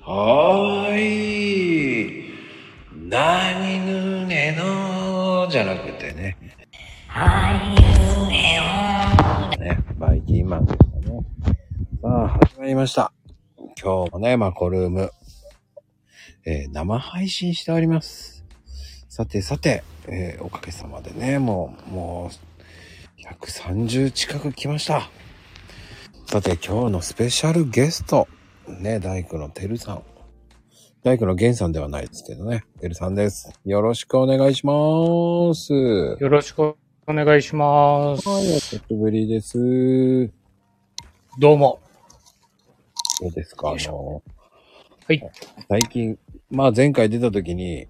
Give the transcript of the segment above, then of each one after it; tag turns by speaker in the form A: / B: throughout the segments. A: はーい。何ぬねのじゃなくてね。ね。バイキンマンですかね。さあ、始まりました。今日もね、マコルーム、えー生配信しております。さてさて、えーおかげさまでね、もう、もう、130近く来ました。さて、今日のスペシャルゲスト、ね、大工のてるさん。大工のげんさんではないですけどね、てるさんです。よろしくお願いします。
B: よろしくお願いします。
A: はい、お久しぶりです。
B: どうも。
A: どうですか、あの、
B: はい。
A: 最近、まあ前回出た時に、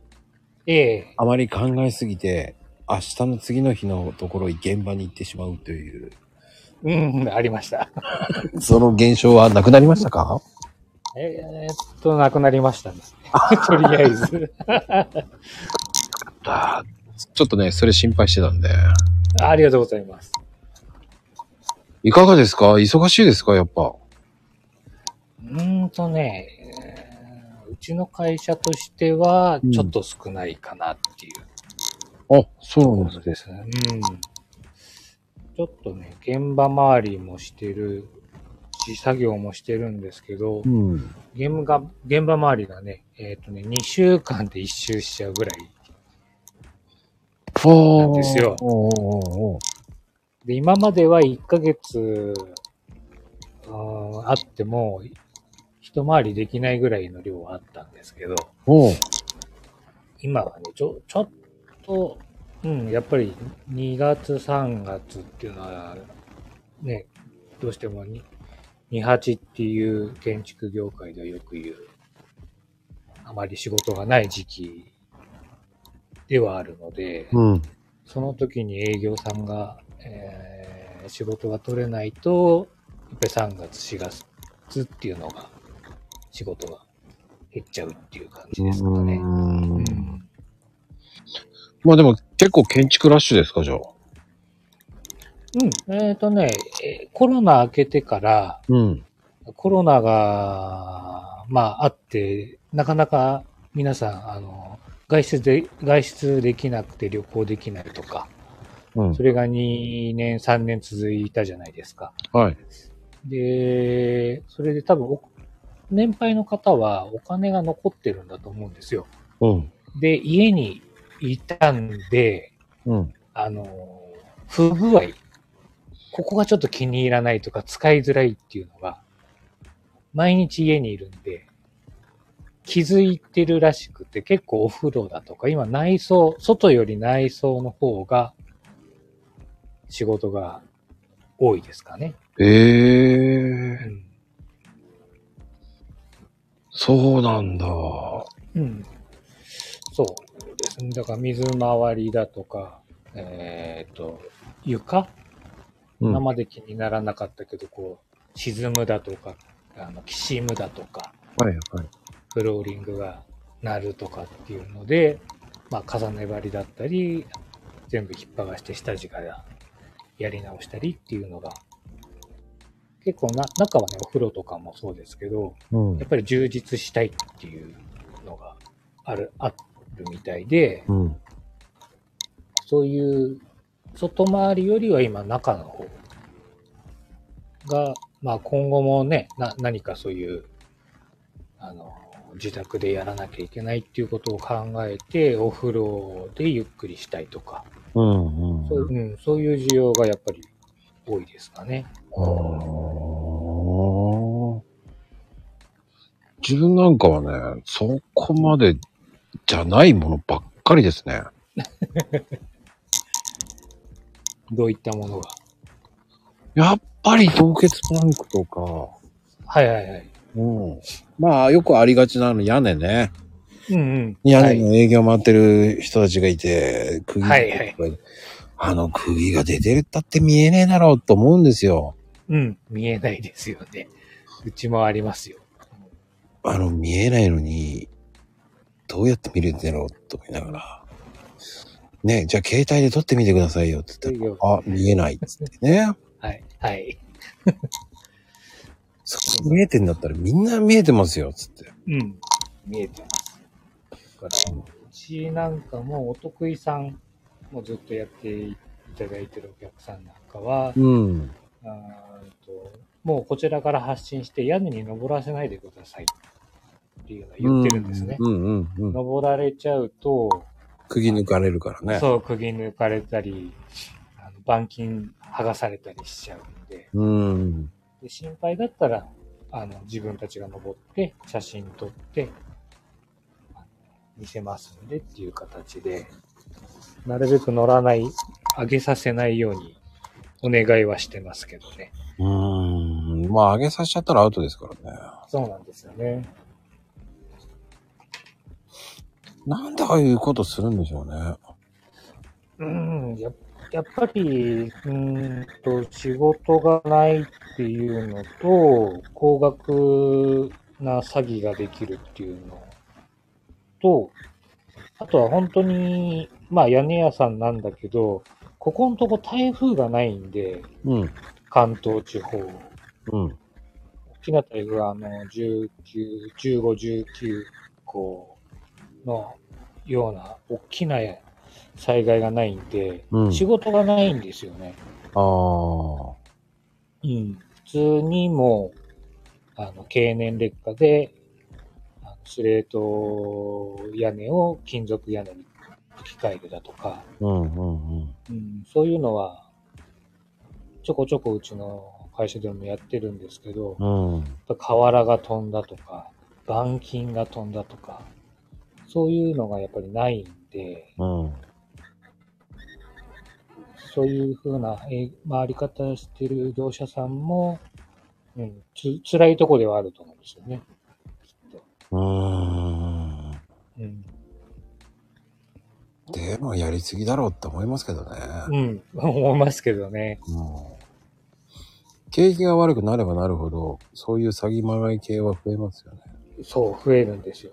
B: ええ。
A: あまり考えすぎて、明日の次の日のところに現場に行ってしまうという。
B: うん、ありました。
A: その現象はなくなりましたか
B: ええっと、なくなりま したね。とりあえず
A: あ。ちょっとね、それ心配してたんで。
B: ありがとうございます。
A: いかがですか忙しいですかやっぱ。、
B: うーんとね、うちの会社としては、ちょっと少ないかなっていう
A: うん。あ、そうなん
B: ですね。うん。ちょっとね、現場周りもしてるし、作業もしてるんですけど、
A: うん、
B: 現場現場周りがね、えっ、ー、とね、2週間で1周しちゃうぐらいなんですよ。で、今までは1ヶ月ああっても、一回りできないぐらいの量はあったんですけど、今はね、ちょ、ちょっと、うん、やっぱり2月、3月っていうのは、ね、どうしても28っていう建築業界ではよく言う、あまり仕事がない時期ではあるので、
A: うん、
B: その時に営業さんが、えー、仕事が取れないと、やっぱり3月、4月っていうのが、仕事が減っちゃうっていう感じですかね。うん,うん、
A: まあでも結構建築ラッシュですか、じゃあ。
B: うん、えっ、ー、とね、コロナ明けてから、
A: うん、
B: コロナが、まああって、なかなか皆さん、あの、外出で、外出できなくて旅行できないとか、うん、それが2年、3年続いたじゃないですか。
A: はい。
B: で、それで多分、年配の方はお金が残ってるんだと思うんですよ。
A: うん、
B: で、家にいたんで、
A: うん、
B: あの、不具合、ここがちょっと気に入らないとか使いづらいっていうのが、毎日家にいるんで、気づいてるらしくて、結構お風呂だとか、今内装、外より内装の方が、仕事が多いですかね。
A: ええーうん、そうなんだ。
B: うん。そうですね。だから水回りだとか、えっ、ー、と、床、うん、今まで気にならなかったけど、こう、沈むだとか、あの、きしむだとか、
A: はいはい。
B: フローリングが鳴るとかっていうので、まあ、重ね張りだったり、全部引っ張がして下地からやり直したりっていうのが、結構な、中はね、お風呂とかもそうですけど、
A: うん、
B: やっぱり充実したいっていうのがある、あるみたいで、
A: うん、
B: そういう外回りよりは今中の方が、まあ今後もね、な、何かそういう、あの、自宅でやらなきゃいけないっていうことを考えて、お風呂でゆっくりしたいとか、
A: うんうん、
B: そううん、そういう需要がやっぱり多いですかね。
A: 自分なんかはね、そこまでじゃないものばっかりですね。
B: どういったものが
A: やっぱり凍結パンクとか。
B: はいはいはい。
A: うん。まあ、よくありがちなの屋根ね。
B: うんうん。
A: 屋根の営業回ってる人たちがいて、
B: はい、釘はいはい。
A: あの釘が出てるったって見えねえだろうと思うんですよ。
B: うん、見えないですよね。うちもありますよ。
A: あの、見えないのに、どうやって見れてんだろうと思いながら。ね、じゃあ携帯で撮ってみてくださいよって言ったら、あ、見えないっつってね。
B: はい。はい。
A: そこ見えてんだったらみんな見えてますよっつって。
B: うん。見えてます。だから、うちなんかもお得意さんもずっとやっていただいてるお客さんなんかは、
A: うん。
B: あーともうこちらから発信して屋根に登らせないでくださいっていうのを言ってるんですね。
A: うんうんうんうん。
B: 登られちゃうと、
A: 釘抜かれるからね。
B: そう、釘抜かれたり、あの板金剥がされたりしちゃうんで
A: う。うん。
B: で心配だったら、あの、自分たちが登って、写真撮って、あの見せますんでっていう形で、なるべく乗らない、上げさせないように、お願いはしてますけどね。
A: うーん。まあ、上げさせちゃったらアウトですからね。
B: そうなんですよね。
A: なんでああいうことするんでしょうね。
B: うん、ややっぱり、うーんと、仕事がないっていうのと、高額な詐欺ができるっていうのと、あとは本当に、まあ屋根屋さんなんだけど、ここのとこ台風がないんで、
A: うん。
B: 関東地方。
A: うん。
B: 大きな台風はあの、19、15、19個のような大きな災害がないんで、
A: うん。
B: 仕事がないんですよね。
A: ああ。
B: うん。普通にもう、あの、経年劣化で、あのスレート屋根を金属屋根に吹き替えるだとか、
A: うんうんうん。
B: うん、そういうのは、ちょこちょこうちの会社でもやってるんですけど、
A: うん。
B: やっぱ瓦が飛んだとか、板金が飛んだとか、そういうのがやっぱりないんで、
A: うん。
B: そういうふうなえー回り方してる業者さんも、うん、つ辛いとこではあると思うんですよね。
A: うーん。
B: うん。
A: でもやりすぎだろうって思いますけどね。
B: うん、思いますけどね。
A: もう景気が悪くなればなるほど、そういう詐欺まがい系は増えますよね。
B: そう、増えるんですよ。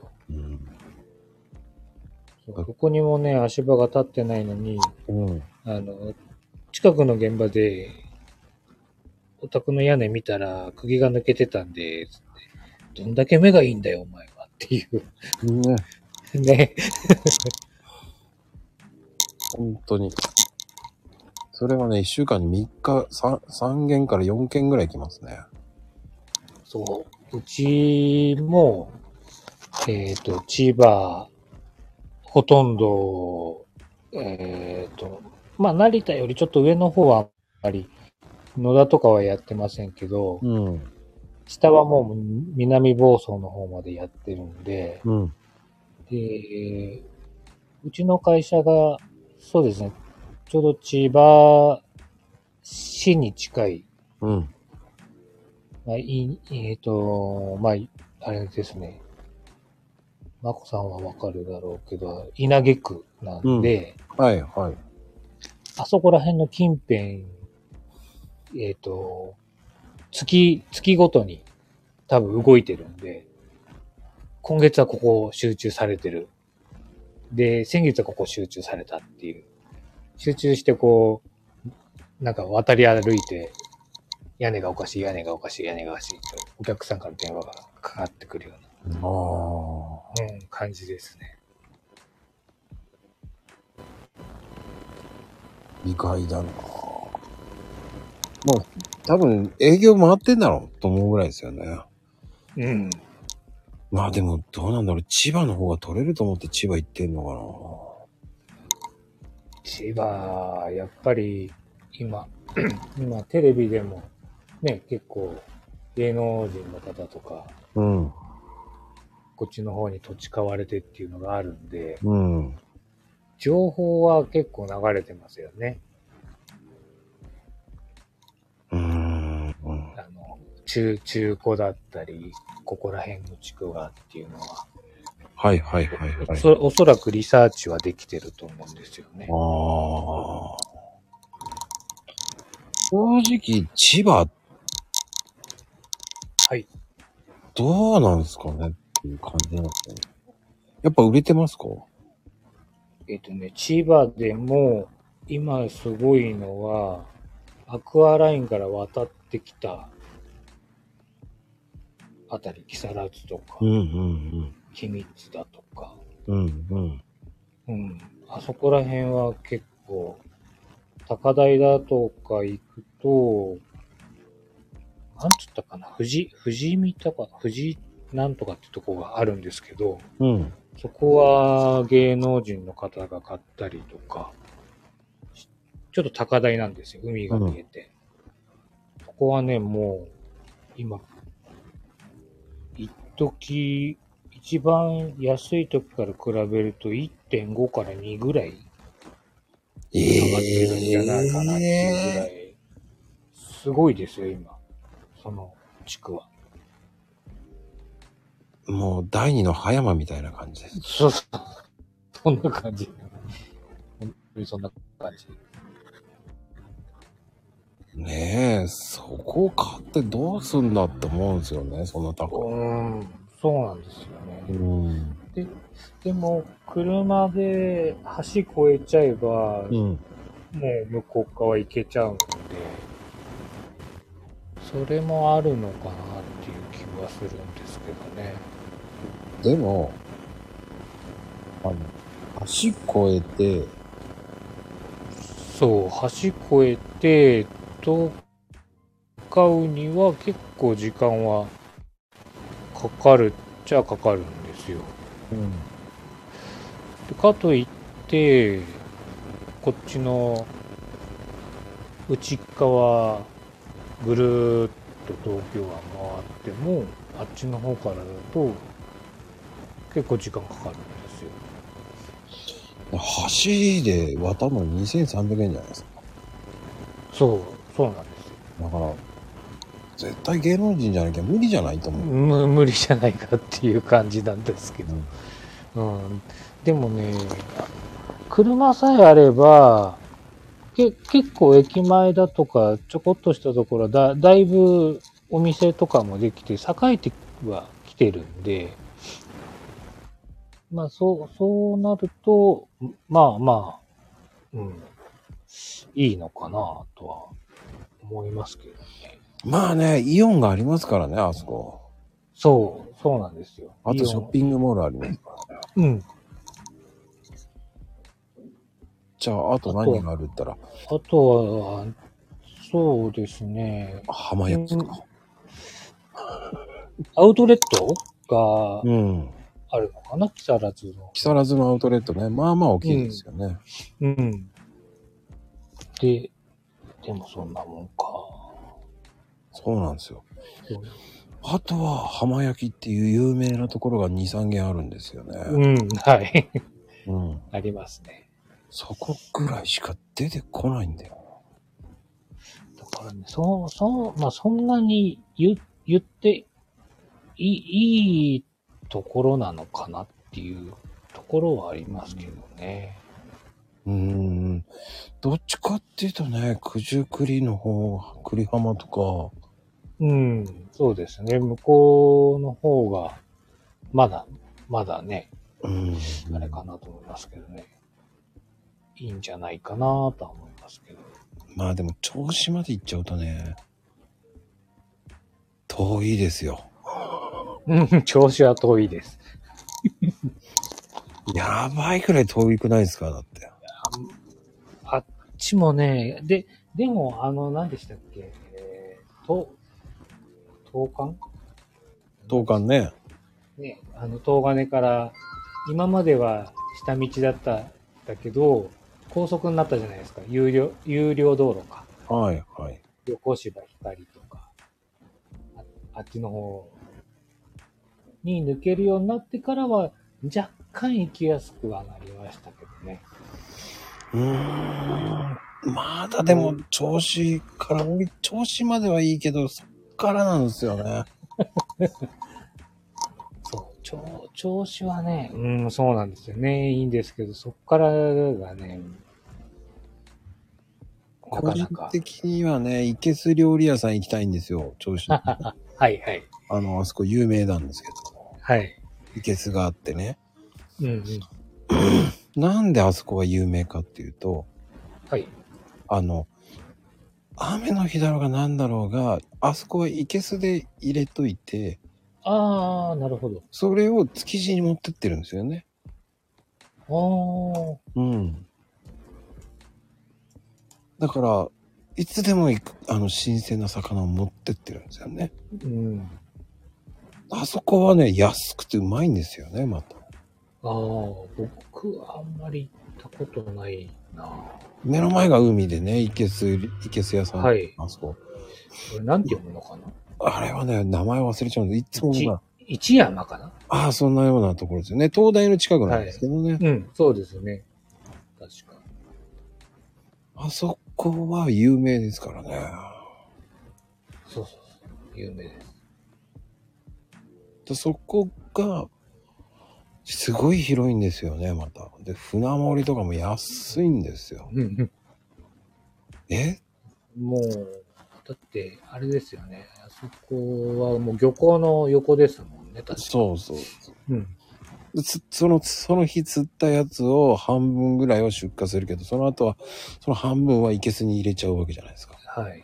B: そうどこにもね、足場が立ってないのに、
A: うん。うん。
B: あの、近くの現場で、お宅の屋根見たら、釘が抜けてたんで、つってどんだけ目がいいんだよ、お前は。っていう。
A: ね。
B: ね。
A: 本当に。それはね、一週間に3日、3、3件から4件ぐらい来ますね。
B: そう。うちも、えっ、と、千葉、ほとんど、えっ、と、まあ、成田よりちょっと上の方は、あんまり、野田とかはやってませんけど、
A: うん。
B: 下はもう南房総の方までやってるんで、
A: うん。
B: で、うちの会社が、そうですね、ちょうど千葉市に近い、
A: うん。
B: まあ、いえっ、と、まあ、あれですね、まこさんはわかるだろうけど、稲毛区なんで、
A: はい、はい。
B: あそこら辺の近辺、えっ、と、月、月ごとに多分動いてるんで、今月はここ集中されてる。で、先月はここ集中されたっていう。集中してこう、なんか渡り歩いて、屋根がおかしい、屋根がおかしい、屋根がおかしいと、お客さんから電話がかかってくるよ
A: ああ。
B: うな、うん、感じですね。
A: 意外だなぁもう、多分営業回ってんだろうと思うぐらいですよね。
B: うん。
A: まあでも、どうなんだろう。千葉の方が取れると思って千葉行ってんの
B: 千葉、やっぱり今、 今テレビでもね、結構芸能人の方とか、
A: かなうん。
B: こっちの方に土地買われてっていうのがあるんで、
A: うん。
B: 情報は結構流れてますよね。
A: うーん。うん
B: あの、中、中古だったり、ここら辺の地区がっていうのは、
A: はいはいはいはい。
B: そおそらくリサーチはできてると思うんですよね。
A: ああ。正直、千葉、
B: はい。
A: どうなんですかねっていう感じなんですよね。やっぱ売れてますか
B: えっ、とね、千葉でも、今すごいのは、アクアラインから渡ってきた、あたり、木更津とか
A: う、ん
B: 君津だとか、
A: うんうん。うんうん。
B: うん。あそこら辺は結構、高台だとか行くと、なんつったかな、富士、富士見とか、富士なんとかってとこがあるんですけど、
A: うん。
B: そこは芸能人の方が買ったりとか、しちょっと高台なんですよ、海が見えて。ここはね、もう、今、一時、一番安い時から比べると1.5から2ぐらい
A: え
B: 上がってるんじゃないかなっていうぐらい、
A: え
B: すごいですよ、今。その地区は。
A: ーもう第二の葉山みたいな感じです。
B: そう そう。そんな感じ。本当にそんな感じ。
A: ねえ、そこを買ってどうすんだって思うんですよね、そんな高い。
B: うん、そうなんですよ
A: う
B: ね。
A: ん。
B: でも、車で橋越えちゃえば、も
A: うん。
B: う向こう側行けちゃうので、それもあるのかなっていう気はするんですけどね。
A: でも、あの、足越えて、
B: そう、橋越えて、東海には結構時間はかかるっちゃかかるんですよ。
A: うん。
B: でかといってこっちの内っ側ぐるーっと東京湾回ってもあっちの方からだと結構時間かかるんですよ
A: 橋で渡るの2300円じゃないですか。
B: そうそうなんですよ
A: だから、絶対芸能人じゃなきゃ無理じゃないと思う。
B: む無理じゃないかっていう感じなんですけど、うん、でもね車さえあればけ結構駅前だとかちょこっとしたところだだいぶお店とかもできて栄えては来てるんでまあそうそうなるとまあまあ、うん、いいのかなとは思いますけどね
A: まあね、イオンがありますからね、あそこ。
B: そうそうなんですよ
A: あと
B: イオン
A: ショッピングモールありますから。
B: うん
A: じゃあ、あと何があるったら、
B: あとは、そうですね。
A: 浜屋ですか。
B: アウトレットが
A: うん。
B: あるのかな木更津の。
A: 木更津のアウトレットね、まあまあ大きいですよね。
B: うん。で、でもそんなもんか。
A: そうなんですよ。あとは浜焼きっていう有名なところが2、3軒あるんですよ
B: う
A: ね。
B: ん、はい。
A: うん。
B: ありますね。
A: そこぐらいしか出てこないんだよ。
B: だからね、そう、そう、まあそんなに言言っていい、いいところなのかなっていうところはありますけどね。
A: うーん。どっちかっていうとね、九十九里の方、栗浜とか、
B: うん、そうですね。向こうの方が、まだ、まだね、
A: うん。
B: あれかなと思いますけどね。いいんじゃないかなとは思いますけど。
A: まあでも、銚子まで行っちゃうとね、遠いですよ。
B: うん、調子は遠いです。
A: やばいくらい遠いくないですかだって。
B: あっちもね、で、でも、あの、何でしたっけ、えー、と、東関
A: 東間ね。
B: ね、あの、東金から、今までは下道だったんだけど、高速になったじゃないですか。有料、有料道路か。
A: はいはい。
B: 横芝光とか、ああっちの方に抜けるようになってからは、若干行きやすくはなりましたけどね。
A: うーん。まだでも、銚子から、銚子まではいいけど、そっからなんですよね。
B: そう、調調子はね、うん、そうなんですよね。いいんですけど、そっからがね、な
A: 個
B: か
A: 人
B: なか。
A: 的にはね、いけす料理屋さん行きたいんですよ、銚 子。あ
B: はいはい。
A: の、あそこ有名なんですけど、
B: はい。
A: いけすがあってね。
B: うんうん。
A: なんであそこが有名かっていうと、
B: はい。
A: あの、雨の日だろうが何だろうが、あそこは生けすで入れといて、
B: ああ、なるほど。
A: それを築地に持ってってるんですよね。
B: あ
A: うん。だから、いつでも行く、あの、新鮮な魚を持ってってるんですよね。
B: あ、うん。
A: あそこはね、安くてうまいんですよね、また。
B: ああ、僕はあんまり行ったことないな。
A: 目の前が海でね、いけす、いけす屋さん。
B: はい
A: あそこ。
B: これなんて読むのかな
A: あれはね、名前忘れちゃうんで、いつも
B: いち
A: な、
B: 一山かな
A: ああ、そんなようなところですよね。東大の近くなんですけどね。
B: うん、そうですね。確か。
A: あそこは有名ですからね。
B: そうそうそう。有名です。
A: でそこが、すごい広いんですよね、また。で、船盛りとかも安いんですよ。
B: うんうん。
A: え
B: もう、だって、あれですよね。あそこはもう漁港の横ですもんね、確か
A: そうそう。
B: うん。
A: でつその、その日釣ったやつを半分ぐらいを出荷するけど、その後は、その半分は生けすに入れちゃうわけじゃないですか。
B: はい。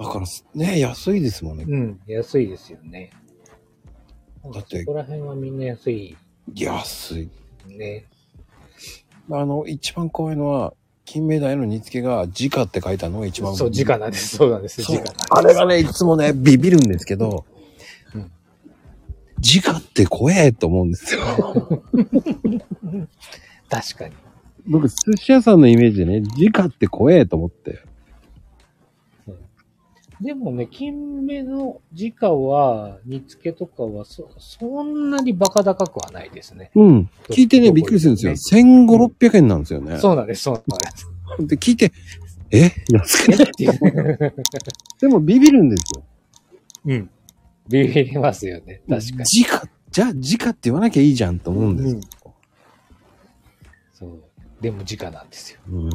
A: だからす、ね、安いですもんね。
B: うん、安いですよね。
A: だって
B: そこら辺はみんな安い
A: 安い。
B: ね。
A: あの、一番怖いのは、金目鯛の煮付けが、直って書いたのが一番。
B: そう、時間なんです。そうなんです。
A: そ
B: 時
A: う
B: 間なんです。
A: あれがね、いつもね、ビビるんですけど、
B: うん
A: 直って怖えと思うんですよ。
B: 確かに。
A: 僕、寿司屋さんのイメージでね、直って怖えと思って。
B: でもね、金目の時価は、煮付けとかはそ、そんなにバカ高くはないですね。
A: うん。聞いてね、びっくりするんですよ。1500、600円なんですよね。
B: そうなんです、そうなんで
A: で、
B: す。
A: 聞いて、え安くないっていう。でも、ビビるんですよ。
B: うん。ビビりますよね、確かに。
A: 直、じゃあ直って言わなきゃいいじゃんと思うんですよ。
B: そう。でも時価なんですよ。
A: うん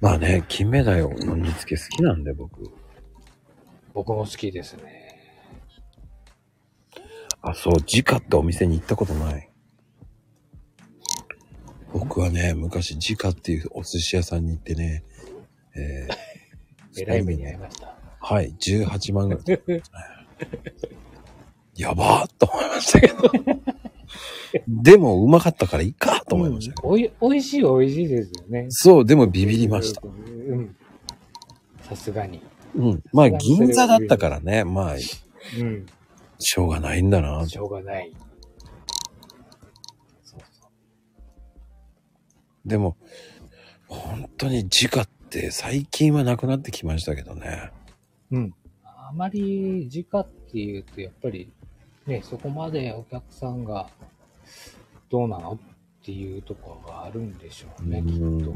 A: まあね、金目鯛の煮付け好きなんで、僕。
B: 僕も好きですね。
A: あ、そう、直ってお店に行ったことない。僕はね、昔、直っていうお寿司屋さんに行ってね、え ー
B: えらい目に遭いました。
A: はい、18万ぐらい。やばーっと思いましたけど。でも、うまかったからいいかと思いましたけど、
B: うんおい、美味しいは美味しいですよね。
A: そう、でもビビりました。
B: うん。さすがに。
A: うん。まあ、銀座だったからね、まあ、し
B: うん。
A: ょうがないんだな
B: しょうがない。そうそう。
A: でも、本当に直って最近はなくなってきましたけどね。
B: うん。あまり時価っていうと、やっぱり、ね、そこまでお客さんが、どうなのっていうところがあるんでしょうね、き
A: うん
B: っと。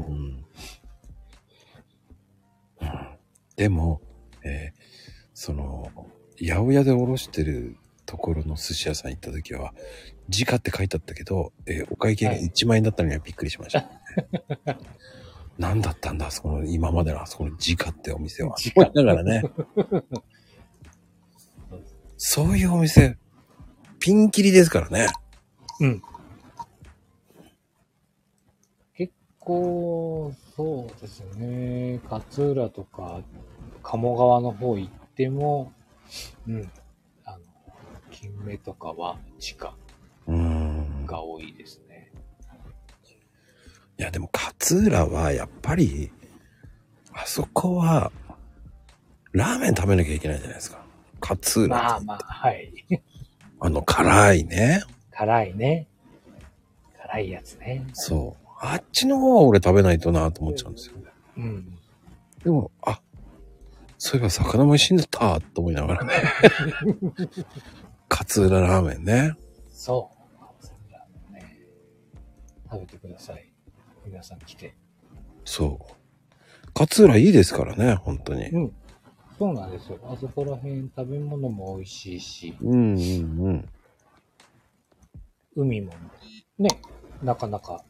A: でも、えーその、八百屋でおろしてるところの寿司屋さん行った時は、直って書いてあったけど、えーお会計が
B: はい
A: 1万円だったのにはびっくりしました、 何だったんだ、あそこの、今までのあそこの直ってお店は。
B: 直
A: だから ね。そういうお店、ピンキリですからね。
B: うん。結構、そうですね。勝浦とか、鴨川の方行っても、うん。あの、金目とかは地下
A: うーん。
B: が多いですね。
A: いや、でも勝浦はやっぱり、あそこは、ラーメン食べなきゃいけないじゃないですか。勝浦。
B: まあ
A: あ、
B: まあ、はい。
A: の、辛いね。
B: 辛いね。辛いやつね。
A: そう。あっちの方は俺食べないとなと思っちゃうんですよね。
B: うん。
A: でも、あ、そういえば魚も美味しいんだったと思いながら ね。勝浦ラーメンね。
B: そう。勝浦のね。食べてください。皆さん来て。
A: そう。勝浦いいですからね、本当に。
B: うん。そうなんですよ。あそこら辺食べ物も美味しいし、
A: うんうんうん。
B: 海もね、なかなか。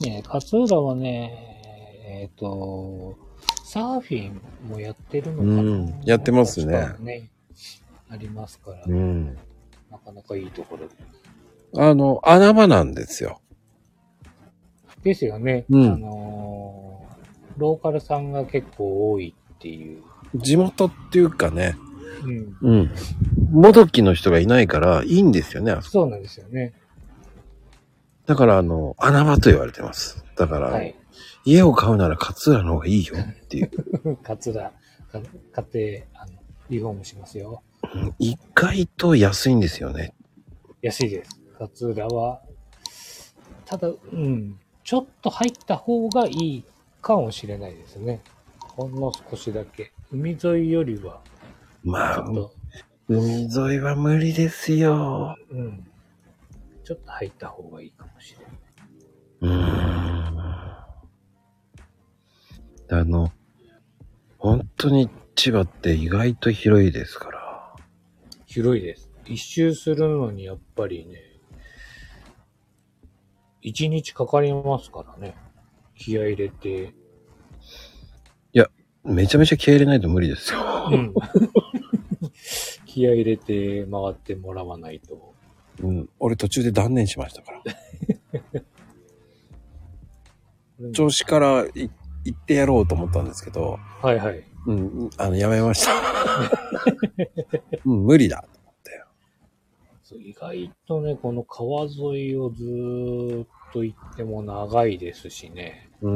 B: でね、勝浦はね、えっ、と、サーフィンもやってるのかな、
A: うんやってますね
B: 確かねありますから、
A: うん。
B: なかなかいいところで。
A: あの、穴場なんですよ。
B: ですよね。
A: うん
B: あのーローカルさんが結構多いっていう。
A: 地元っていうかね、
B: うん。
A: うん。もどきの人がいないから、いいんですよね。あそこ
B: そうなんですよね。
A: だから、あの、穴場と言われてます。だから、
B: はい。
A: 家を買うなら勝浦の方がいいよっていう。
B: 桂、か家庭、あの、リフォームしますよ。
A: 意外と安いんですよね。
B: 安いです。桂は、ただ、うん、ちょっと入った方がいいかもしれないですね。ほんの少しだけ。海沿いよりは、ち
A: まあ
B: ょっ、と、
A: 海沿いは無理ですよ。
B: うん。ちょっと入った方がいいかもしれない。
A: うーん。あの、本当に千葉って意外と広いですから。
B: 広いです。一周するのにやっぱりね、一日かかりますからね。気合い入れて。
A: めちゃめちゃ気合い入れないと無理ですよ。
B: うん。気合い入れて回ってもらわないと。
A: うん。俺途中で断念しましたから。調子からい行ってやろうと思ったんですけど、
B: はいはい。
A: うん、あの、やめました。 うん、無理だ。
B: そう意外とね、この川沿いをずーっと行っても長いですしね。
A: うー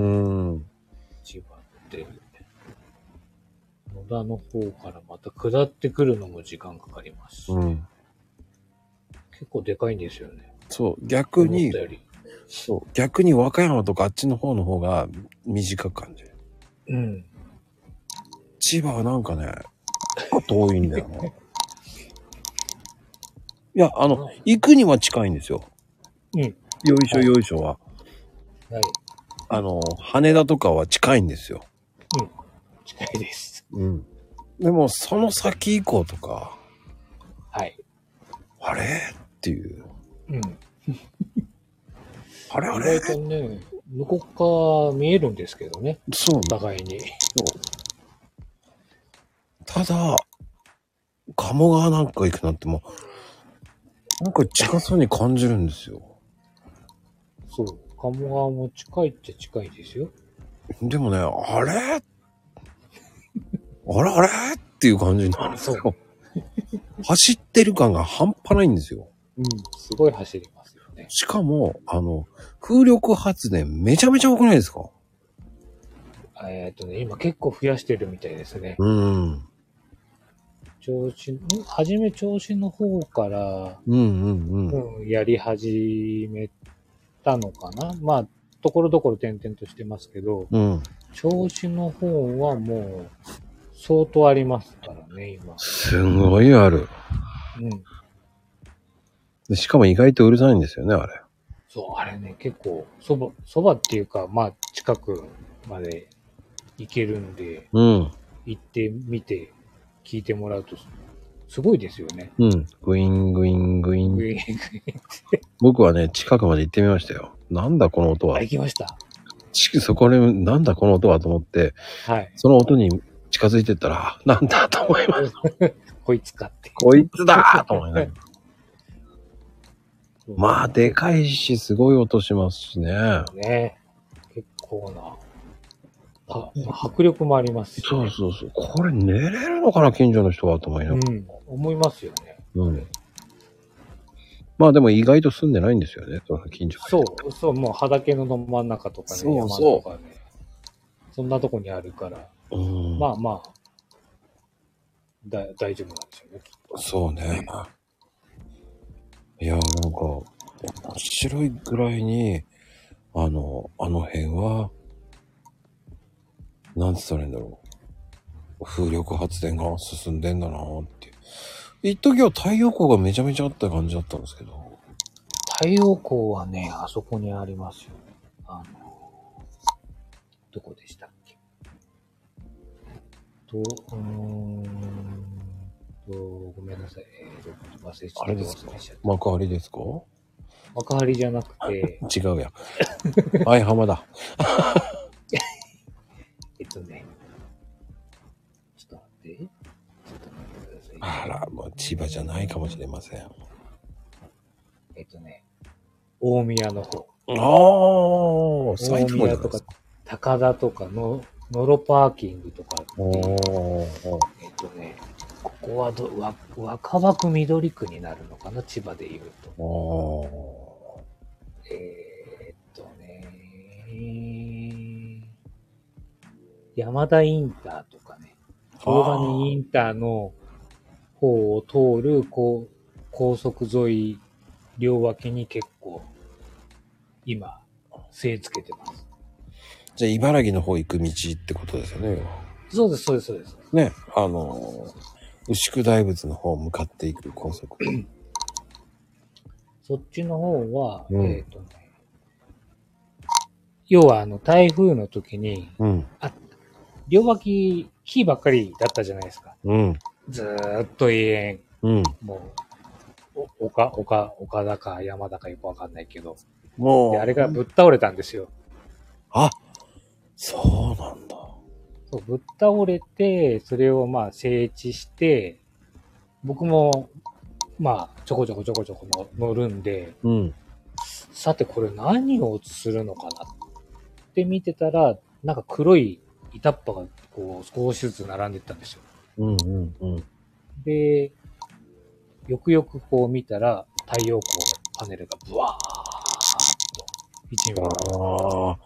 A: ん。
B: 千葉って。野田の方からまた下ってくるのも時間かかりますし。
A: うん。
B: 結構でかいんですよね。
A: そう、逆
B: 思っ
A: に
B: た、より。
A: そう、逆に和歌山とかあっちの方の方が短く感じる。
B: うん。
A: 千葉はなんかね、遠いんだよな。い や、あの、行くには近いんですよ。
B: うん。
A: よいしょよいしょは。
B: はい。
A: あの、羽田とかは近いんですよ。
B: 近いです。
A: うん。でも、その先以降とか、
B: はい。
A: あれっていう。
B: うん。
A: あれあ
B: 意
A: れ
B: 外とね、向こう側見えるんですけどね。
A: そう
B: お互いに。
A: ただ、鴨川なんか行くなってもう、なんか近そうに感じるんですよ。
B: そう。鴨川も近いって近いですよ。
A: でもね、あれあれあれっていう感じになるんです
B: そ
A: よ。走ってる感が半端ないんですよ。
B: うん。すごい走りますよね。
A: しかも、あの、風力発電めちゃめちゃ多くないですか
B: えっとね、今結構増やしてるみたいですね。
A: うん。
B: 調子、んはじめ調子の方から、
A: うんうんうん。
B: うん、やり始めたのかな。まあ、ところどころ点々としてますけど、
A: うん。
B: 調子の方はもう、相当ありますからね、今。
A: すごいある。
B: うん。
A: でしかも意外とうるさいんですよね、あれ。
B: そう、あれね、結構、そば、そばっていうか、まあ、近くまで行けるんで、
A: うん。
B: 行ってみて、聞いてもらうと、すごいですよね。
A: うん。グイングイングイン。
B: 上に
A: 僕はね、近くまで行ってみましたよ。なんだこの音は。
B: 行きました。
A: ち そこで、なんだこの音はと思って、
B: はい。
A: その音に近づいてったら、あなんだと思います。
B: こいつかって。
A: こいつだと思いな がら。まあ、でかいし、すごい音しますしね。
B: ね。結構な。あ迫力もありますし、
A: そうそうそう。これ寝れるのかな、近所の人はと思いながら。
B: うん。思いますよね。
A: うん。まあでも意外と住んでないんですよね、その近所の人
B: そう、そう、もう畑のど真ん中とかね、
A: そう
B: 山
A: そう
B: とかね。そんなとこにあるから。
A: うん。
B: まあまあ、だ大丈夫なんでしょうね。
A: そうね。いや、なんか、面白いぐらいに、あの、あの辺は、なんつったらいいんだろう。風力発電が進んでんだなーって。一時は太陽光がめちゃめちゃあった感じだったんですけど。
B: 太陽光はね、あそこにありますよ。あの、どこでしたっけと、うーんと、ごめんなさい。えーと、忘れちゃった。
A: あれですか
B: 忘れちゃっ
A: 幕張ですか
B: た幕張じゃなくて、
A: 違う や。相浜だ。
B: えっとね、ちょっと待って。ちょっと待ってください。
A: あら、もう千葉じゃないかもしれません。
B: えっとね、大宮の方。
A: ああ、
B: 大
A: 最高じゃ
B: 宮
A: ない
B: と
A: で
B: か
A: すか。、
B: 高田とかの、野呂パーキングとかって
A: お
B: いう
A: ー
B: えっとね、ここはど、わ若葉区緑区になるのかな、千葉で言うと。
A: お
B: えーっとね、山田インターとかね、大谷インターの方を通るこう高速沿い両脇に結構今、精つけてます。
A: ーじゃあ、茨城の方行く道ってことですよね。
B: そうです、そうです、そうです。
A: ね、あのー、牛久大仏の方向かっていく高速。
B: そっちの方は、
A: うん
B: えーっとね、要はあの台風の時に
A: うん。
B: 両脇木ばっかりだったじゃないですか。
A: うん。
B: ずーっと永遠
A: うん。
B: もう、お、岡、岡、岡田か山田かよくわかんないけど、
A: もう。
B: で、あれがぶっ倒れたんですよ。
A: あそうなんだ。
B: そうぶっ倒れて、それをまあ整地して、僕も、まあ、ちょこちょこちょこちょこの乗るんで、
A: うん。
B: さてこれ何をするのかなって見てたら、なんか黒い板っ端がこう少しずつ並んでったんですよ。
A: うんうんうん。
B: で、よくよくこう見たら、太陽光パネルがブワーッと一面
A: ああ。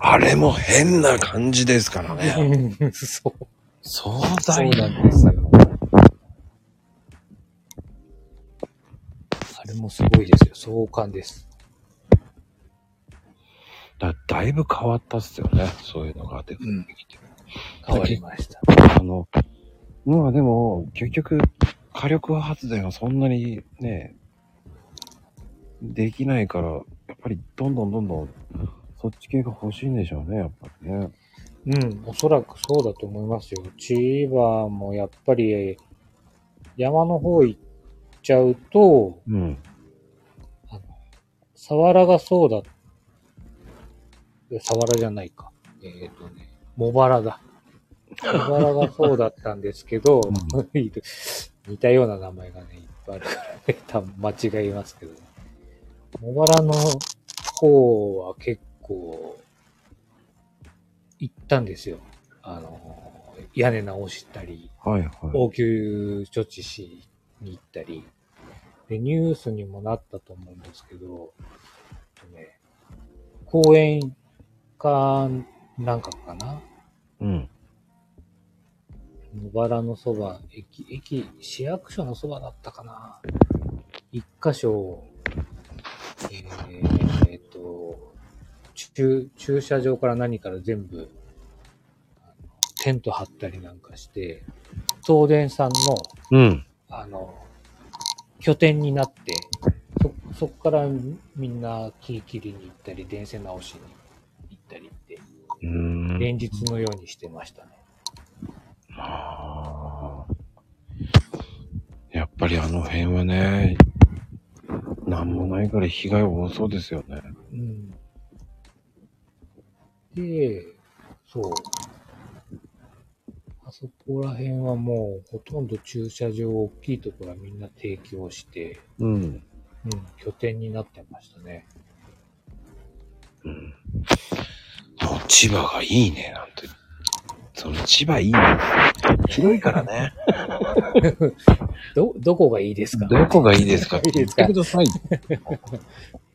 A: あれも変な感じですからね。
B: うんそう。
A: 壮
B: そう
A: 大
B: なんですよ。あれもすごいですよ。壮観です。
A: だ。だいぶ変わったっすよね。そういうのが出て
B: うん
A: きて。
B: 変わりました。
A: あの、まあでも、結局、火力発電がそんなにね、できないから、やっぱりどんどんどんどん、そっち系が欲しいんでしょうね、やっぱりね。
B: うん、おそらくそうだと思いますよ。千葉もやっぱり山の方行っちゃうと、
A: うん。
B: サワラがそうだ。えサワラじゃないか。えっ、とね、茂原だ。茂原がそうだったんですけど、 似たような名前がね、いっぱいあるからね、多分間違いますけど、ね。茂原の方は結構、行ったんですよ。あの、屋根直したり、
A: はいはい。
B: 応急処置しに行ったり、で、ニュースにもなったと思うんですけど、えっとね、公園かなんかかな
A: うん。
B: 野原のそば、駅、駅、市役所のそばだったかな一箇所、えー、えっと、駐、駐車場から何から全部、あのテント張ったりなんかして、東電さんの、
A: うん。
B: あの、拠点になって、そ、そこからみんな木切りに行ったり、電線直しに行ったりって、
A: うーん。
B: 連日のようにしてましたね。
A: あーやっぱりあの辺はね、なんもないから被害多そうですよね。
B: うん。で、そう。あそこら辺はもう、ほとんど駐車場、大きいところはみんな提供して、
A: うん。
B: うん、拠点になってましたね。
A: うん。もう千葉がいいね、なんて。その千葉いいね。広いからね。
B: ど、どこがいいですか
A: どこがいいですか
B: いいですか
A: 言ってください。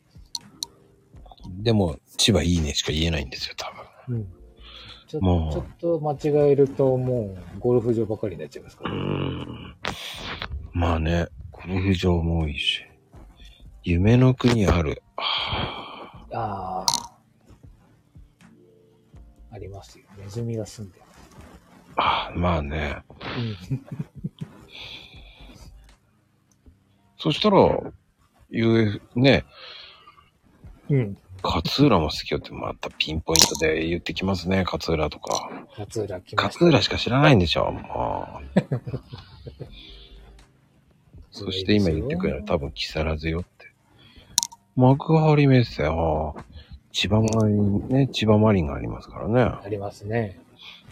A: でも、千葉いいねしか言えないんですよ、多分。
B: うんちょ
A: もう
B: ちょっと間違えるともうゴルフ場ばかりになっちゃいますか
A: うー
B: ら、
A: んまあね、ゴルフ場も多いし、夢の国ある。はあ
B: ああありますよネズミが住んでる、
A: ああ、まあね。そしたら、UF、ね、
B: うん、うん、
A: 勝浦も好きよってまたピンポイントで言ってきますね、勝浦とか。
B: 松浦来ました
A: 勝浦しか知らないんでしょ、もう。 そして今言ってくれるのは多分木更津よって。幕張メッセ、ああ、千葉マリン、ね、千葉マリンがありますからね。
B: ありますね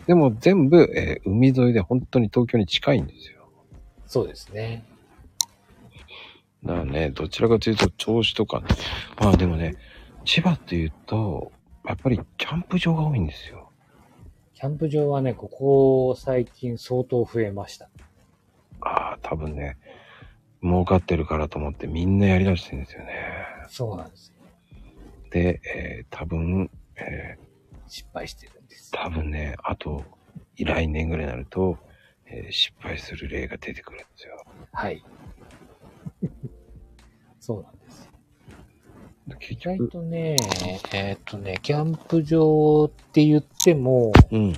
A: でも全部、えー海沿いで本当に東京に近いんですよ。
B: そうですね
A: だからね、どちらかというと調子とかね。まあでもね、千葉っていうと、やっぱりキャンプ場が多いんですよ。
B: キャンプ場はね、ここ最近相当増えました。
A: ああ、多分ね、儲かってるからと思ってみんなやりだしてるんですよね。
B: そうなんですよ。
A: で、えー多分、えー
B: 失敗してるんです。
A: 多分ね、あと、来年ぐらいになると、えー失敗する例が出てくるんですよ。
B: はい。 そうなんです。
A: 結
B: 意外
A: 局、
B: とね、えーっとね、キャンプ場って言っても、
A: うん。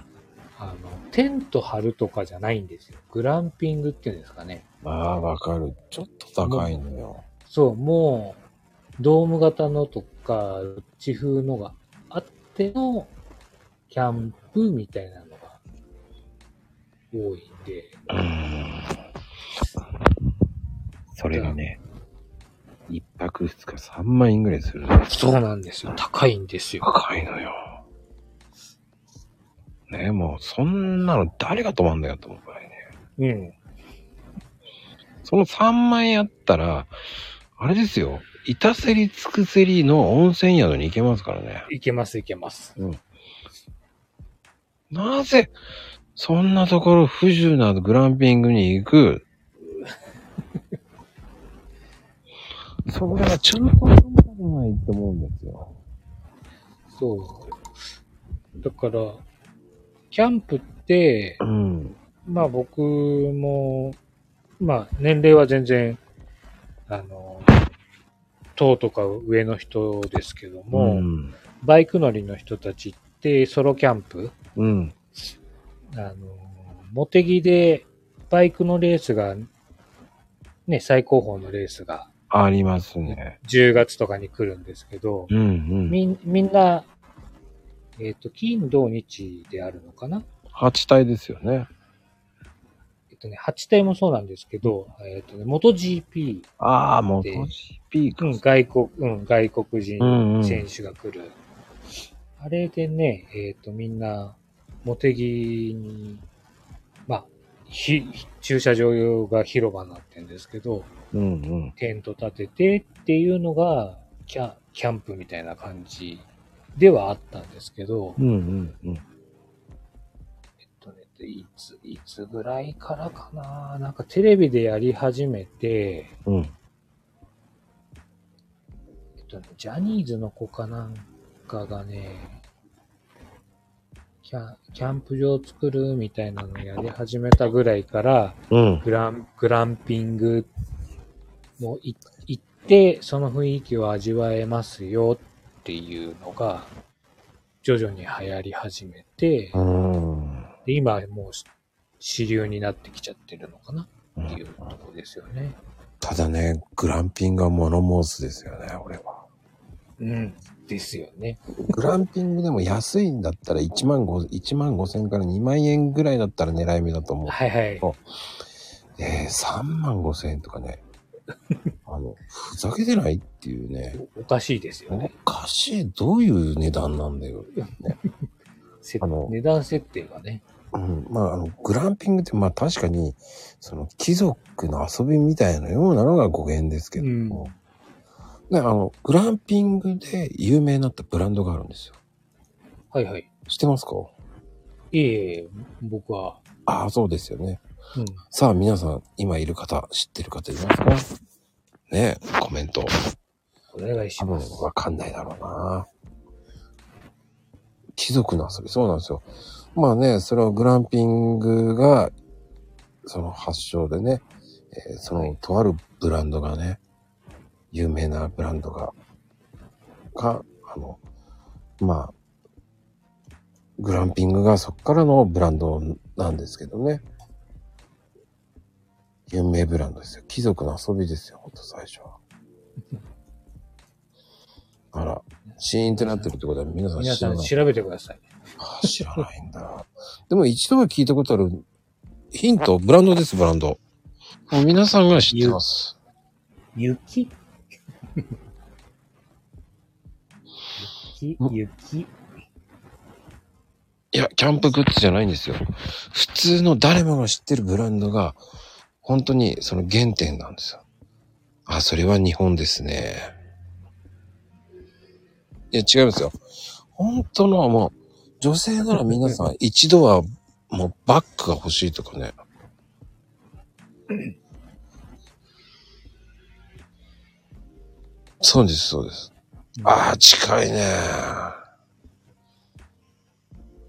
B: あの、テント張るとかじゃないんですよ。グランピングっていうんですかね。
A: ああ、わかる。ちょっと高いのよ。
B: そう、もう、ドーム型のとか、うち風のがあっての、キャンプみたいなのが多いんで、
A: うーん。それがね、一泊二日3万円ぐらいするの。
B: そうなんですよ。高いんですよ。
A: 高いのよ。ねえ、もう、そんなの誰が泊まんだよと思うからね。
B: うん。
A: その3万円あったら、あれですよ。板せりつくせりの温泉宿に行けますからね。
B: いけます、いけます。
A: なぜ、そんなところ不自由なグランピングに行く。それが中古のものがないと思うんですよ。
B: そう。だから、キャンプって、
A: うん。
B: まあ僕も、まあ年齢は全然、あの、党とか上の人ですけども、
A: うん。
B: バイク乗りの人たちってソロキャンプ、
A: うん。
B: あの、茂木でバイクのレースが、ね、最高峰のレースが
A: ありますね。
B: 10月とかに来るんですけど、
A: うんうん。
B: みんみんな、えっ、と、金、土、日であるのかな
A: 八体ですよね。
B: えっとね、8体もそうなんですけど、えっとね、元 GP、
A: ああ、もう、
B: で
A: ピー
B: う
A: ク。
B: ん、外国、うん、外国
A: うんう
B: 人
A: ん
B: 選手が来る。あれでね、えっ、と、みんな、茂木に、まあ、ひ、駐車場用が広場になってんですけど、
A: うんうん。
B: テント立ててっていうのが、キャ、キャンプみたいな感じではあったんですけど、
A: うんうんうん。
B: えっとね、いつ、いつぐらいからかななんかテレビでやり始めて、
A: うん。
B: えっとね、ジャニーズの子かなんかがね、キャキャンプ場作るみたいなのやり始めたぐらいから、
A: うん。
B: グラン、グランピングもい行って、その雰囲気を味わえますよっていうのが、徐々に流行り始めて、
A: うん。
B: で今もうし主流になってきちゃってるのかなっていうとこですよね。
A: ただね、グランピングは物申すですよね、俺は。
B: うん。ですよね。
A: グランピングでも安いんだったら1万5、1万5千から2万円ぐらいだったら狙い目だと思う。
B: はいはい。
A: えー、3万5千円とかね。あの、ふざけてないっていうね。
B: おかしいですよ
A: お
B: ね。
A: かしい、どういう値段なんだよ。
B: せ
A: あの
B: 値段設定がね。
A: うん、まあ、あの、グランピングって、まあ確かに、その貴族の遊びみたいなようなのが語源ですけども、ね、あの、グランピングで有名になったブランドがあるんですよ。
B: はいはい。
A: 知ってますか
B: いえいえ、僕は。
A: ああ、そうですよね。
B: うん。
A: さあ、皆さん、今いる方、知ってる方いますかねえ、コメント。
B: お願いし
A: 多
B: ま
A: 分
B: す。
A: わかんないだろうな。貴族の遊び、そうなんですよ。まあね、それはグランピングが、その発祥でね、えーそ
B: は
A: の
B: い
A: とあるブランドがね、有名なブランドが、が、あの、まあ、グランピングがそっからのブランドなんですけどね。有名ブランドですよ。貴族の遊びですよ、ほんと最初は。あら、シーンってなってるってことは皆さん
B: 皆
A: 知
B: さ
A: ら
B: ん
A: ない。
B: 調べてください。
A: あ知らないんだ。でも一度は聞いたことある。ヒント、ブランドです、ブランド。もう皆さんが知ってます。
B: 雪雪、雪。
A: いや、キャンプグッズじゃないんですよ。普通の誰もが知ってるブランドが、本当にその原点なんですよ。あ、それは日本ですね。いや、違いますよ。本当のはもう、女性なら皆さん一度はもうバッグが欲しいとかね。そうです、そうです。ああ、近いね。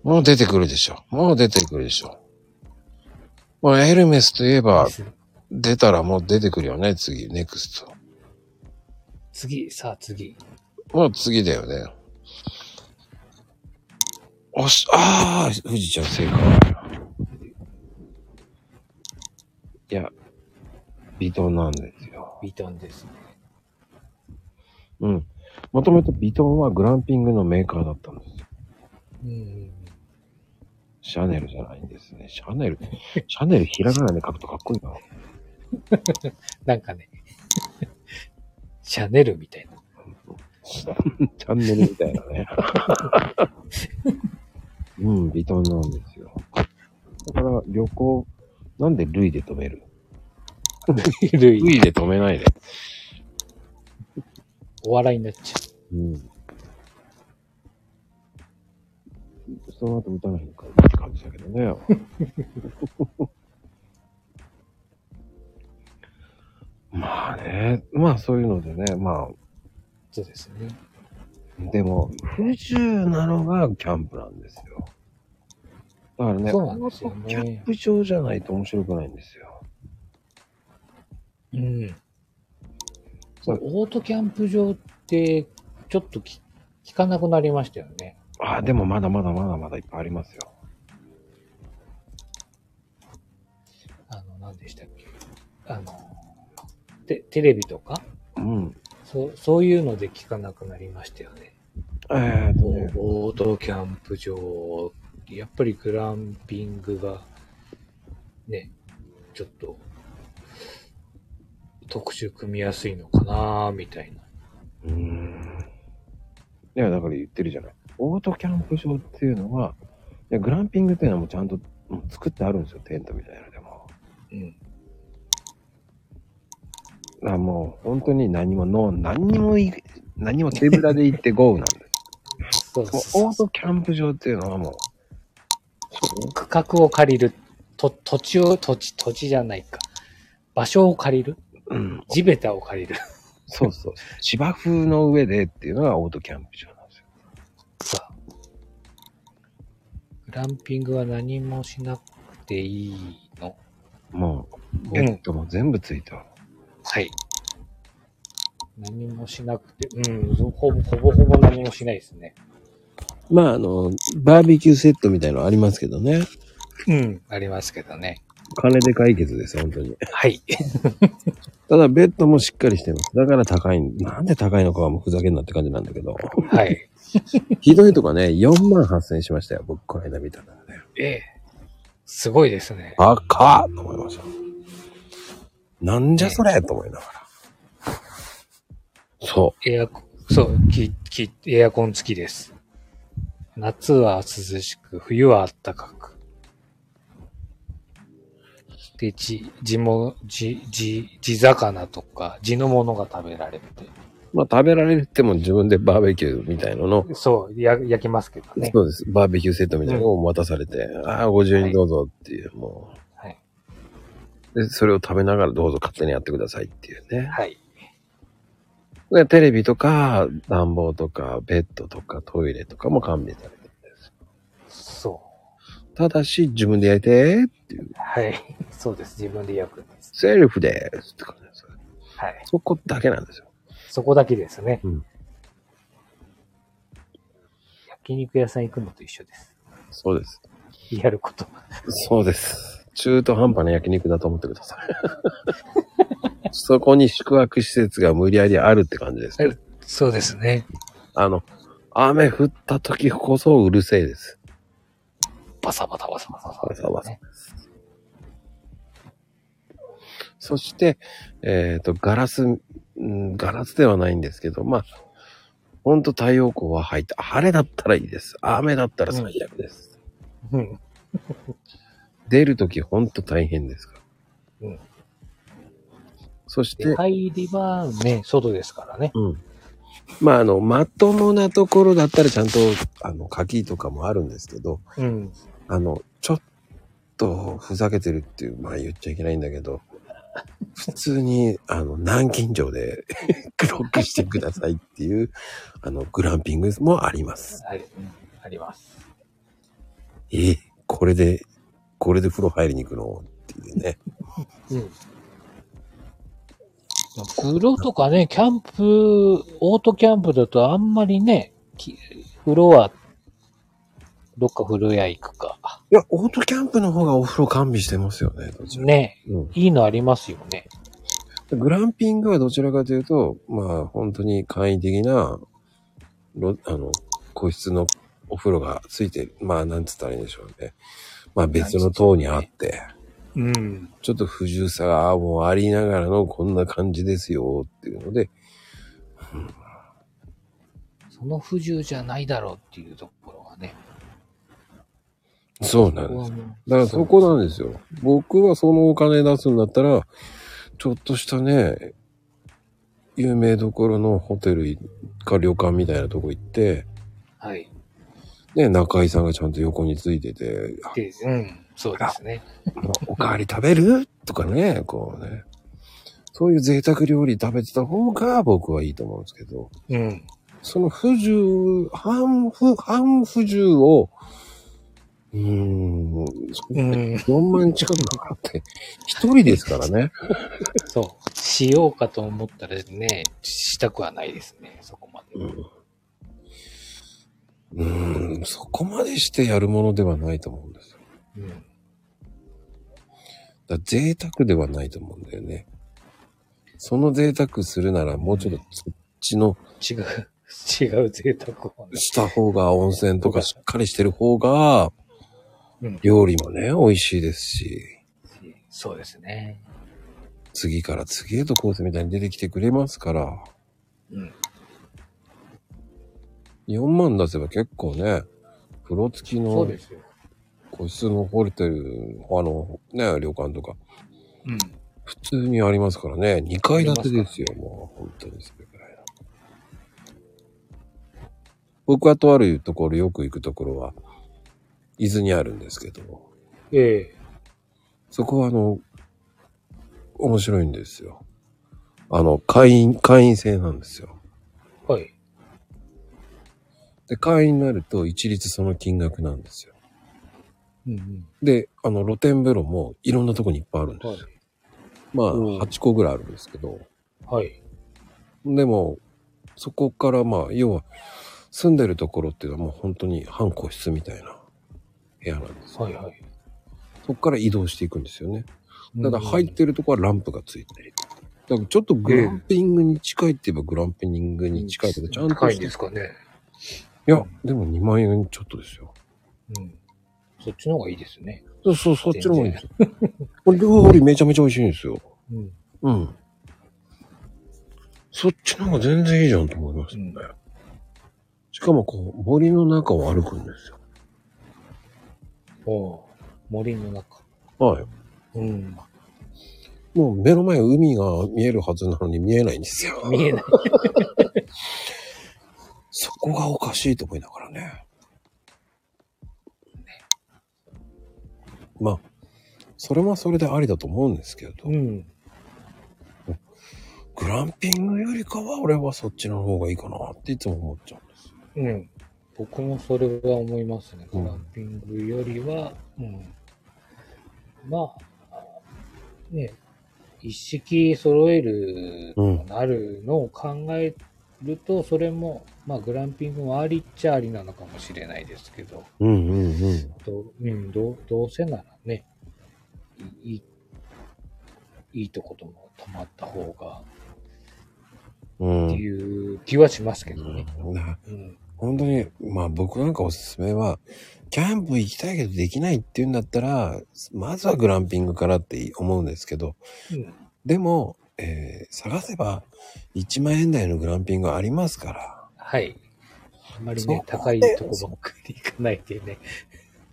A: もう出てくるでしょ。もう出てくるでしょ。もうエルメスといえば、出たらもう出てくるよね、次、ネクスト。
B: 次、さあ次。
A: もう次だよね。おし、ああ、富士ちゃん正解。いや、ビトンなんですよ。
B: ビトンですね。
A: うん。もともとビトンはグランピングのメーカーだったんですよ。
B: うん。
A: シャネルじゃないんですね。シャネル、シャネルひらがなで書くとかっこいい な。
B: なんかね、シャネルみたいな。
A: チャンネルみたいな ね。うん、ビトンなんですよ。だから旅行、なんでルイで止める
B: 類
A: ルイで止めないで。
B: お笑いになっちゃ
A: うん。その後打たないのかって感じだけど ね。まあね、まあそういうのでね、ま
B: う。そうですね。
A: あ、でも、不自由なのがキャンプなんですよ。だからね、
B: そうなんですよね
A: キャンプ場じゃないと面白くないんですよ。
B: うん。
A: そ
B: そうう、オートキャンプ場って、ちょっとき聞かなくなりましたよね。
A: ああ、でもまだまだまだまだいっぱいありますよ。
B: あの、何でしたっけ。あの、てテレビとか
A: うん。
B: そう、そういうので聞かなくなりましたよね。
A: えー、とね、
B: オートキャンプ場、やっぱりグランピングが、ね、ちょっと、特集組みやすいのかなみたいな。
A: うーんいや、だから言ってるじゃない。オートキャンプ場っていうのは、いやグランピングっていうのはもうちゃんともう作ってあるんですよ、テントみたいなのでも。
B: うん。
A: だからもう本当に何もの、何にもい、何も手ぶらで行ってゴーなんで
B: そうそう
A: す。もうオートキャンプ場っていうのはもう、そう
B: 区画を借りる。と、土地を、土地、土地じゃないか。場所を借りる。
A: うん、
B: 地べたを借りる。
A: そうそう。芝生の上でっていうのがオートキャンプ場なんですよ。
B: さあ。グランピングは何もしなくていいの。
A: もう、
B: う
A: ベ
B: ん
A: ッドも全部ついた。
B: はい。何もしなくて、うん、ほほぼほぼほぼ何もしないですね。
A: まあ、あの、バーベキューセットみたいなのありますけどね。
B: うん、ありますけどね。
A: 金で解決ですよ、本当に。
B: はい。
A: ただ、ベッドもしっかりしてます。だから高いん、なんで高いのかはもうふざけんなって感じなんだけど。
B: はい。
A: ひどいとかね、4万8000円しましたよ。僕、この間見たからね。
B: ええ。すごいですね。
A: 赤っと思いました。なんじゃそれと思いながら。そ
B: エアコン、そう、き、き、エアコン付きです。夏は涼しく、冬は暖かく。で、地、地も、地、地、地魚とか、地のものが食べられて。
A: う。まあ、食べられるっても自分でバーベキューみたいのの、
B: そう、や、焼きますけどね。
A: そうです。バーベキューセットみたいなのを渡されて、ああ、ご自由にどうぞっていう、も
B: はい。
A: う。で、それを食べながらどうぞ勝手にやってくださいっていうね。
B: はい。
A: でテレビとか、暖房とか、ベッドとか、トイレとかも完備されてるんです。
B: そ
A: ただし、自分で焼いて、っていう
B: う。。はい。 そうです。自分で焼くんです。
A: セルフですって感じです。
B: はい。
A: そこだけなんですよ。
B: そこだけですね。
A: うん
B: 焼肉屋さん行くのと一緒です。
A: そうです。
B: やること。
A: そうです。中途半端な焼肉だと思ってください。 そこに宿泊施設が無理やりあるって感じですね。
B: そうですね。
A: あの、雨降った時こそうるせえです。
B: バサバサバサバサバ
A: バサバサそして、えっ、と、ガラス、うんガラスではないんですけど、まあ、ほんと太陽光は入って、晴れだったらいいです。雨だったら最悪です。
B: うん。
A: 出るときほんと大変ですから。
B: うん
A: そして、
B: で、入りはね、外ですからね。
A: うん。まあ、あの、まともなところだったらちゃんと、あの、鍵とかもあるんですけど、
B: うん。
A: あの、ちょっとふざけてるっていう、まあ言っちゃいけないんだけど、 普通に、あの、南京錠で クロックしてくださいっていう、あの、グランピングもあります。
B: はい。うんあります。
A: ええこれで、これで風呂入りに行くのっていうね。
B: うん。風呂とかね、キャンプ、オートキャンプだとあんまりね、き風呂は、どっか風呂屋行くか。
A: いや、オートキャンプの方がお風呂完備してますよね、どちらか
B: ね、
A: うん
B: いいのありますよね。
A: グランピングはどちらかというと、まあ本当に簡易的な、ろあの、個室のお風呂がついて、まあなんつったらいいんでしょうね。まあ別の塔にあって、
B: うん。
A: ちょっと不自由さがもうありながらのこんな感じですよっていうので、
B: その不自由じゃないだろうっていうところはね。
A: そうなんです。だからそこ
B: だ。
A: なんですよ。僕はそのお金出すんだったら、ちょっとしたね、有名どころのホテルか旅館みたいなとこ行って、
B: はい。
A: ね、中井さんがちゃんと横についてて、あ
B: で、うん。そうですね。
A: おかわり食べるとかね、こうね。そういう贅沢料理食べてた方が僕はいいと思うんですけど、
B: うん。
A: その不自由、半不、半不自由を、うーん、
B: うん。
A: 4万近くかかって、一人ですからね。
B: そう。しようかと思ったらね、したくはないですね。そこまで。
A: うん、うーんそこまでしてやるものではないと思うんですよ。
B: うん。
A: だから贅沢ではないと思うんだよね。その贅沢するならもうちょっとそっちの
B: 違う、 違う贅沢をね。
A: した方が温泉とかしっかりしてる方が
B: うん、
A: 料理もね、美味しいですし、
B: そうですね。
A: 次から次へとコースみたいに出てきてくれますから、
B: うん。
A: 4万出せば結構ね、風呂付き
B: そう
A: の
B: ですよ。
A: 個室のホテル、あの、ね、旅館とか、
B: うん。
A: 普通にありますからね、2階建てですよ、もう、本当にそれくらいの。僕はとあるところ、よく行くところは、伊豆にあるんですけど、
B: ええ
A: そこはあの、面白いんですよ。あの、会員、会員制なんですよ。
B: はい。
A: で、会員になると一律その金額なんですよ。
B: うん
A: で、あの、露天風呂もいろんなとこにいっぱいあるん
B: うん。
A: で
B: はい
A: すよ。。まあ、
B: うん
A: 8個ぐらいあるんですけど。
B: はい。
A: でも、そこからまあ、要は、住んでるところっていうのはもう本当に半個室みたいな部屋なんです。
B: はい。はい。
A: そこから移動していくんですよね。ただ入っ
B: る。
A: てるとこはランプがついてる。だからちょっとグランピングに近いって言えばグランピングに近いけど、ちゃんと
B: 高
A: し
B: いん
A: て
B: ですかね。
A: いや、でも2万円ちょっとですよ。
B: うん。そっちの方がいいですね。
A: そうそう、そっちの方がいいですよ。これ料理めちゃめちゃ美味しいんですよ。
B: うん。
A: うん。そっちの方が全然いいじゃんと思いますよね。しかもこう、森の中を歩くんですよ。
B: おう森の中。
A: はい。
B: うん。
A: もう目の前海が見えるはずなのに見えないんですよ。
B: 見えない。
A: そこがおかしいと思いながらね。まあ、それはそれでありだと思うんですけど、
B: うん。
A: グランピングよりかは俺はそっちの方がいいかなっていつも思っちゃうんです。
B: うん。僕もそれは思いますね。グランピングよりは、うん。まあ、ね、一式揃える
A: うん
B: となるのを考えると、それも、まあ、グランピングもありっちゃありなのかもしれないですけど、
A: うんうんうん。
B: どうん、どうどうせならね、いいい、いいとことも泊まった方が
A: う
B: って
A: ん。
B: いう気はしますけどね。
A: な
B: うん。
A: 本当に、まあ僕なんかおすすめは、キャンプ行きたいけどできないっていうんだったら、まずはグランピングからって思うんですけど、
B: うん。
A: でも、えー探せば1万円台のグランピングありますから、
B: はい。あんまり
A: そう
B: ね、高いとこばっかり行かないでね。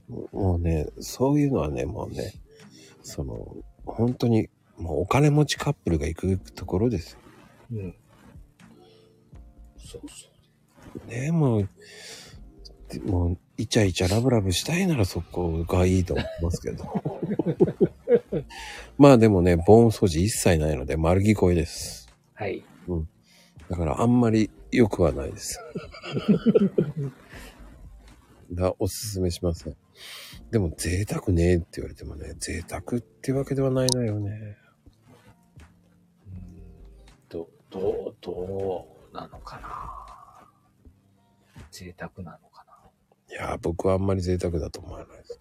A: もうね、そういうのはね、もうね、その、本当に、もうお金持ちカップルが行くところですよ。
B: うん。そうそ
A: ねもう、でもう、イチャイチャラブラブしたいならそこがいいと思いますけど。 まあでもね、ボーン掃除一切ないので丸聞こえです。
B: う。はい。
A: だからあんまり良くはないです。 だおすすめしません。でも贅沢ねって言われてもね、贅沢ってわけではないのよね。
B: ど、どう、どうなのかな贅沢なのかない
A: やー、僕はあんまり贅沢だと思わないです。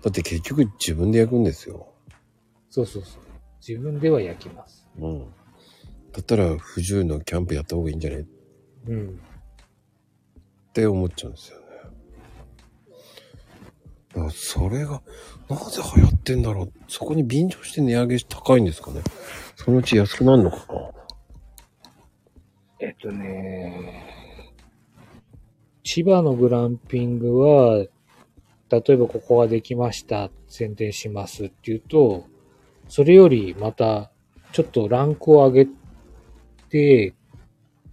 A: だって結局自分で焼くんですよ。
B: そうそうそう。自分では焼きます。
A: うん。だったら、不自由のキャンプやった方がいいんじゃねっ
B: うん。
A: て思っちゃうんですよね。だからそれが、なぜ流行ってんだろう。そこに便乗して値上げし高いんですかね。そのうち安くなるのかな。
B: えっとね、千葉のグランピングは、例えばここができました、宣伝しますっていうと、それよりまた、ちょっとランクを上げて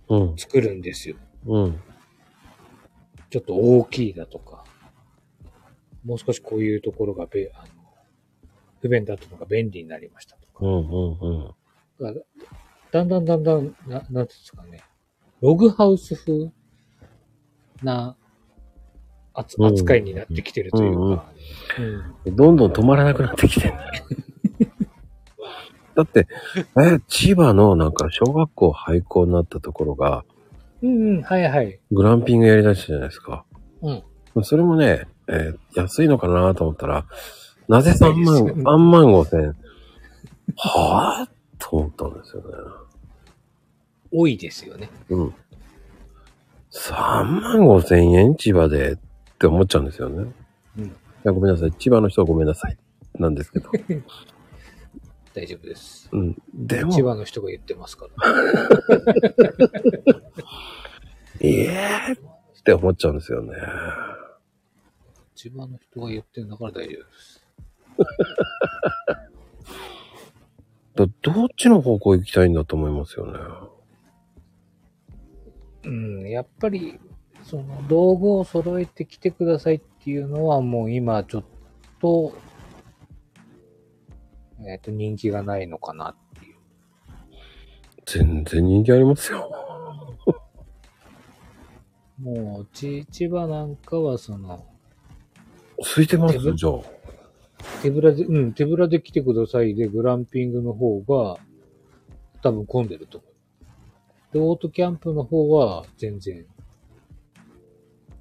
A: うん。
B: 作るんですよ。
A: うん。
B: ちょっと大きいだとか、もう少しこういうところがべあの不便だったのが便利になりましたとか
A: うん。うん。うん。
B: だからだんだんだんだん、ななんていうんですかね、ログハウス風なあつ
A: うん
B: 扱いになってきてるというか、
A: どんどん止まらなくなってきて る。だって、え、千葉のなんか小学校廃校になったところが、
B: うん、うん、うん、はいはい。
A: グランピングやりだしたじゃないですか。
B: うん。
A: それもね、えー安いのかなと思ったら、なぜ3万、
B: そうで
A: 3
B: すね
A: 万5千。はぁと思ったんですよね。
B: 多いですよね。
A: うん。3万5千円千葉でって思っちゃうんですよね。
B: うん
A: いやごめんなさい。千葉の人はごめんなさい。なんですけど。
B: 大丈夫です。
A: うん。でも
B: 千、葉の人が言ってますから。
A: ええー、って思っちゃうんですよね。
B: 千葉の人が言ってるんだから大丈夫です。
A: だどっちの方向行きたいんだと思いますよね。
B: うん、やっぱり、その道具を揃えてきてくださいっていうのはもう今ちょっと、えっ、と、人気がないのかなっていう。
A: 全然人気ありますよ。
B: もう、ち、千葉なんかはその、
A: 空いてます
B: でも
A: じゃあ。
B: 手ぶらで、うん、手ぶらで来てくださいで、グランピングの方が、多分混んでると思う。で、オートキャンプの方は、全然、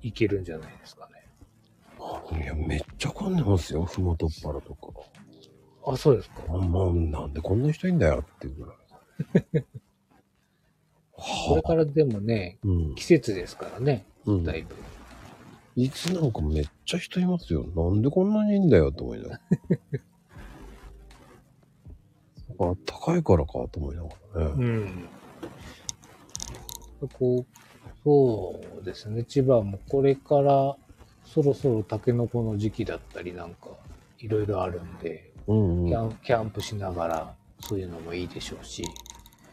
B: いけるんじゃないですかね。
A: いや、めっちゃ混んでますよ、ふもとっぱらとか。
B: あ、そうですか。
A: あまあ、なんでこんな人いんだよっていうぐらい。
B: これ
A: はあ、
B: からでもね、
A: うん
B: 季節ですからね、
A: うん
B: だ。いぶ。
A: いつなんかめっちゃ人いますよ。なんでこんなにいんだよと思い ながら。あったかいからかと思いながらね。
B: うん。こう、そうですね、千葉もこれから、そろそろタケノコの時期だったりなんか、いろいろあるんで、
A: うんうん。う
B: キ
A: ん
B: ャンキャンプしながら、そういうのもいいでしょうし、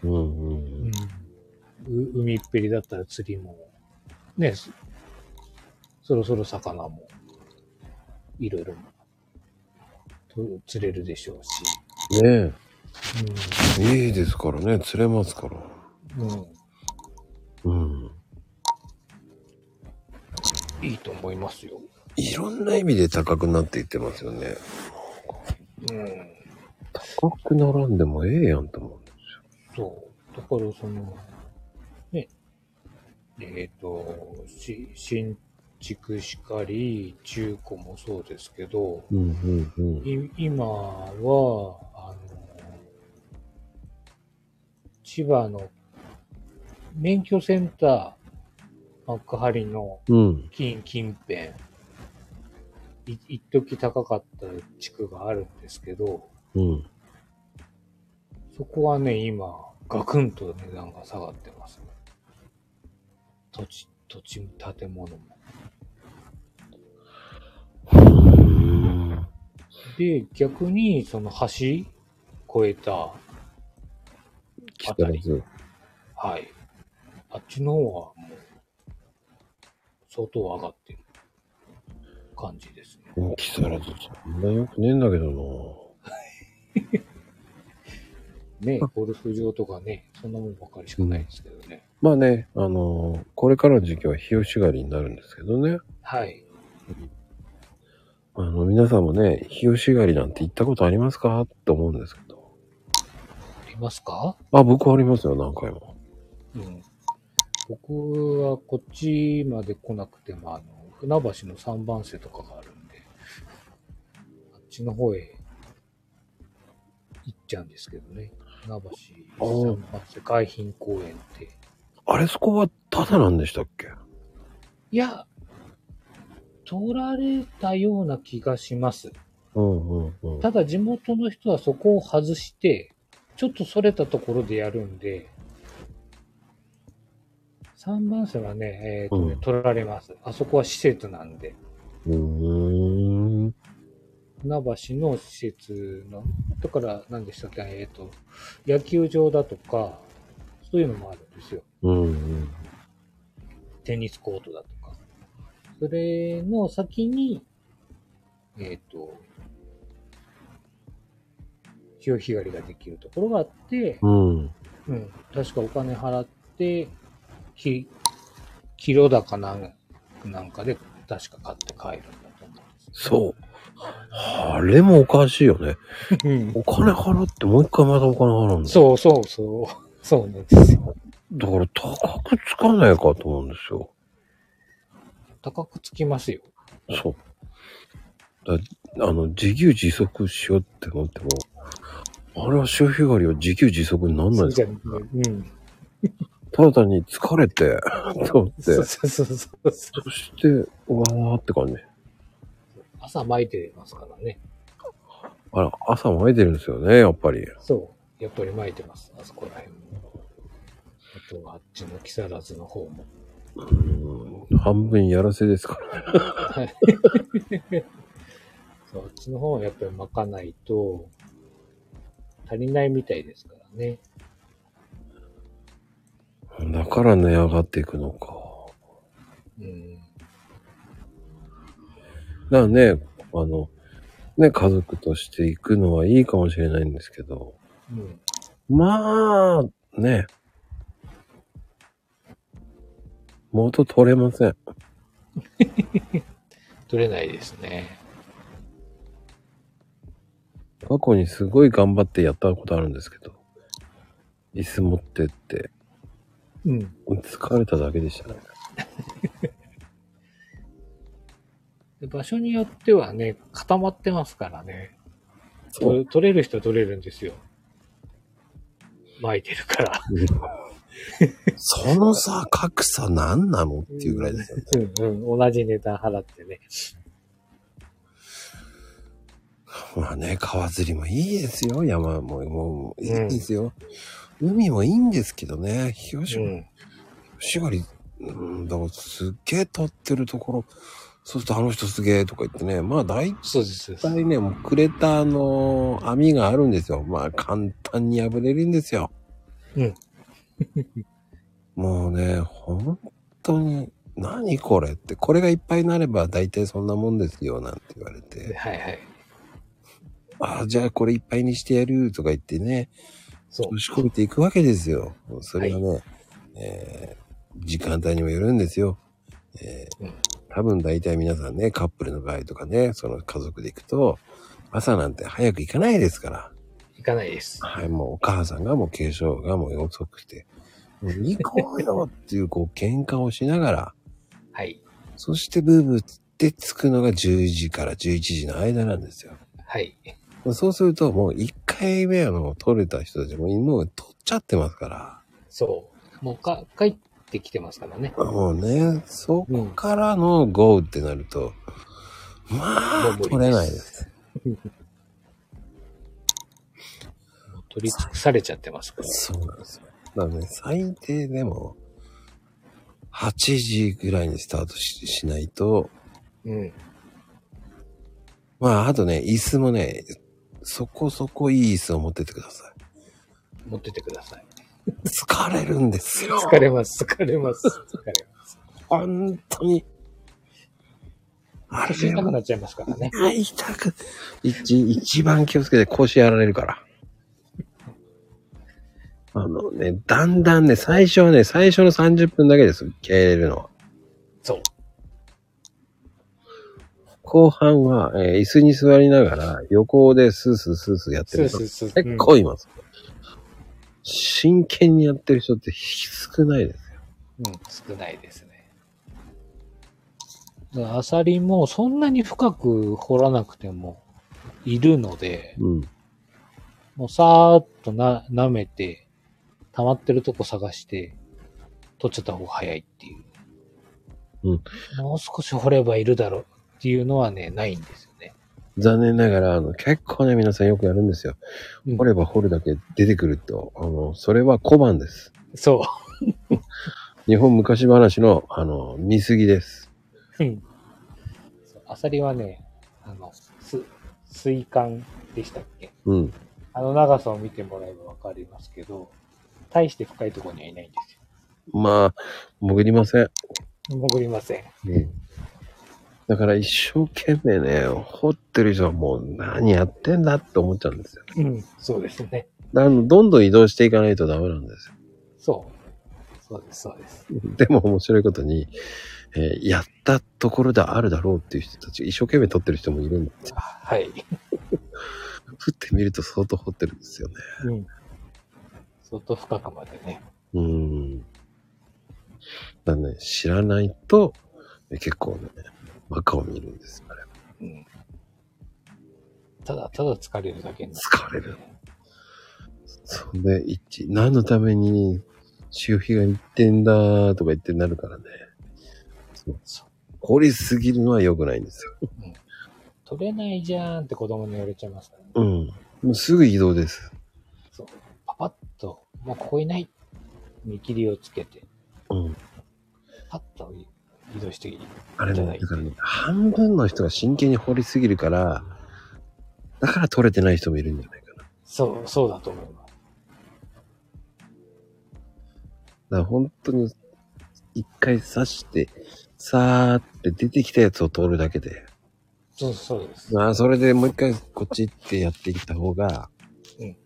A: うんうん。
B: う海っぺりだったら釣りも、ね、そそろそろ魚も、いろいろと釣れるでしょうし、
A: ねえ、いいですからね、釣れますから。
B: うん、うん、
A: うん。
B: いいと思いますよ。
A: いろんな意味で高くなっていってますよね。
B: うん、
A: 高くならんでもええやんと思う。
B: そう。だからその、ね、えっ、と、し新築しかり、中古もそうですけど、
A: うんうんうん。
B: い今は、あの、千葉の免許センター、幕張の
A: うん。
B: 近近辺、い一時高かった地区があるんですけど、
A: うん。
B: そこはね、今、ガクンと値段が下がってます、ね。土地、土地も建物も。
A: うーん
B: で、逆に、その橋越えた、
A: 木更津。
B: はい。あっちの方はもう、相当上がってる感じですね。
A: うん木更津、そんな良くねえんだけど
B: ね、ゴルフ場とかね、そんなもんばっかりしかないですけどね。
A: な。まあね、あのーこれからの時期は日吉狩りになるんですけどね。
B: はい。
A: あの、皆さんもね、日吉狩りなんて行ったことありますかと思うんですけど。
B: ありますか
A: あ、僕はありますよ、何回も。
B: うん。僕はこっちまで来なくても、あの、船橋の三番瀬とかがあるんで、あっちの方へ行っちゃうんですけどね。船
A: あ
B: 橋
A: ー
B: 三番瀬海浜公園って。
A: あれ、そこはタダなんでしたっけ
B: いや、取られたような気がします。
A: うんうんうん。
B: ただ地元の人はそこを外して、ちょっとそれたところでやるんで、3番線はね、えっ、とね、
A: うん
B: 取られます。あそこは施設なんで。
A: うーん。
B: 船橋の施設の、だから何でしたっけ、えっ、と、野球場だとか、そういうのもあるんですよ。
A: うんうん。
B: テニスコートだとか。それの先に、えっ、と、潮干狩りができるところがあって、
A: うん。
B: うん、確かお金払って、き、キロだかなんなんかで、確か買って帰るんだと思
A: そう。あれもおかしいよね。
B: うんです。
A: お金払ってもう一回またお金払うんだ。
B: そうそうそう。そうなんですよ。
A: だから高くつかないかと思うんですよ。
B: 高くつきますよ。
A: そう。だあの、自給自足しようって思っても、あれは潮干狩りは自給自足になんないです
B: じゃうん。
A: ただ単に疲れて、 と思って、
B: そう
A: そ
B: そうそうそう。
A: して、わーって感じ。
B: 朝巻いてますからね。
A: あら、朝巻いてるんですよね、やっぱり。
B: そう。やっぱり巻いてます。あそこら辺も。あとはあっちの木更津の方も。
A: うん、半分やらせですから。
B: そう、あっちの方はやっぱり巻かないと、足りないみたいですからね。
A: だから値上がっていくのか。
B: うん。
A: だからね、あの、ね、家族として行くのはいいかもしれないんですけど、
B: うん。
A: まあ、ね。元取れません。
B: 取れないですね。
A: 過去にすごい頑張ってやったことあるんですけど、椅子持ってって、
B: うん。
A: 疲れただけでしたね。
B: で場所によってはね、固まってますからね。
A: そう
B: 取取れる人は取れるんですよ。巻いてるから。
A: そのさ、格差何なのっていうぐらいですよね。
B: うんうん。同じ値段払ってね。
A: まあね、川釣りもいいですよ。山も、もう、いいんですよ。海もいいんですけどね。広
B: う
A: 島、
B: ん。
A: 縛り、うん、だからすっげえ撮ってるところ、そうするとあの人すげえとか言ってね、まあ大
B: そうです。そうです
A: 体ね、もうクレタの網があるんですよ。まあ簡単に破れるんですよ。
B: うん。
A: もうね、本当に、何これって、これがいっぱいになれば大体そんなもんですよ、なんて言われて。
B: はいはい。
A: ああ、じゃあこれいっぱいにしてやるとか言ってね、
B: そう。
A: 押し込めていくわけですよ。それはね、えー時間帯にもよるんですよ。えー
B: うん
A: 多分大体皆さんね、カップルの場合とかね、その家族で行くと、朝なんて早く行かないですから。
B: 行かないです。
A: はい、もうお母さんがもう化粧がもう遅くて、もう行こうよっていうこう喧嘩をしながら、
B: はい。
A: そしてブーブーって着くのが10時から11時の間なんですよ。
B: はい。
A: そうすると、もう1回目はもう取れた人たちも、もう取っちゃってますか
B: そう。もうか、帰ってきてますからね。
A: ら。もうね、そこ
B: うん。
A: からの豪雨ってなると、まあ、
B: もう無理です
A: 取れないです。
B: もう取り尽くされちゃってますから。
A: そうなんですよ。なので、最低でも、8時ぐらいにスタートししないと、
B: うん。
A: まあ、あとね、椅子もね、そこそこいい椅子を持ってってください。
B: 持ってってください。
A: 疲れるんですよ。
B: 疲れます、疲れます、疲れます。
A: 本当に。あれ
B: 腰痛くなっちゃいますからね。
A: は痛く。一、一番気をつけて腰やられるから。あのね、だんだんね、最初はね、最初の30分だけです。経れるのは。
B: そう。
A: 後半は、えー椅子に座りながら、横でスースースースーやって
B: スー
A: る人
B: スースー。
A: 結構います。真剣にやってる人って少ないですよ。
B: うん、うん少ないですね。だからアサリもそんなに深く掘らなくてもいるので、
A: うん。
B: もうさーっとな、舐めて、溜まってるとこ探して、取っちゃった方が早いっていう。
A: うん。
B: もう少し掘ればいるだろうっていうのはね、ないんですよね。
A: 残念ながら、あの、結構ね、皆さんよくやるんですよ。
B: うん
A: 掘れば掘るだけ出てくると、あの、それは小判です。
B: そ
A: 日本昔話の、あの、見過ぎです。
B: う。うん。そうアサリはね、あの、す、水管でしたっけ
A: うん。
B: あの長さを見てもらえばわかりますけど、大して深いところにはいないんです
A: まあ、潜りません。
B: よ。潜りません。
A: だから一生懸命ね、掘ってる人はもう何やってんだって思っちゃうんですよ。
B: うん、そうですね。
A: だからどんどん移動していかないとダメなんですよ。
B: そう。そうです、そうです。
A: でも面白いことに、えーやったところであるだろうっていう人たち、一生懸命撮ってる人もいるんですよ。
B: はい。
A: 振ってみると相当掘ってるんですよね。
B: うん。相当深くまでね。
A: うん。だからね、知らないと、え結構ね、バカを見るんですよ、あれ
B: うん。ただただ疲れるだけにな
A: 疲れる。そんで、一、何のために、潮干が行ってんだとか言ってなるからね。そう
B: そう
A: 掘りすぎるのは良くないんですよ。
B: 取れないじゃんって子供に言われちゃいますからね。
A: うん。もうすぐ移動です。
B: そう。パパッと、もうここいない。見切りをつけて、
A: うん。
B: パッと移動してい
A: あれ
B: ただ
A: ね、
B: いて
A: だからね、半分の人が真剣に掘りすぎるから、だから取れてない人もいるんじゃないかな。だか
B: そう、そうだと思います。
A: ら本当に、一回刺して、さーって出てきたやつを取るだけで。
B: そう、そうです。
A: まあ、それでもう一回こっち行ってやっていった方が、
B: うん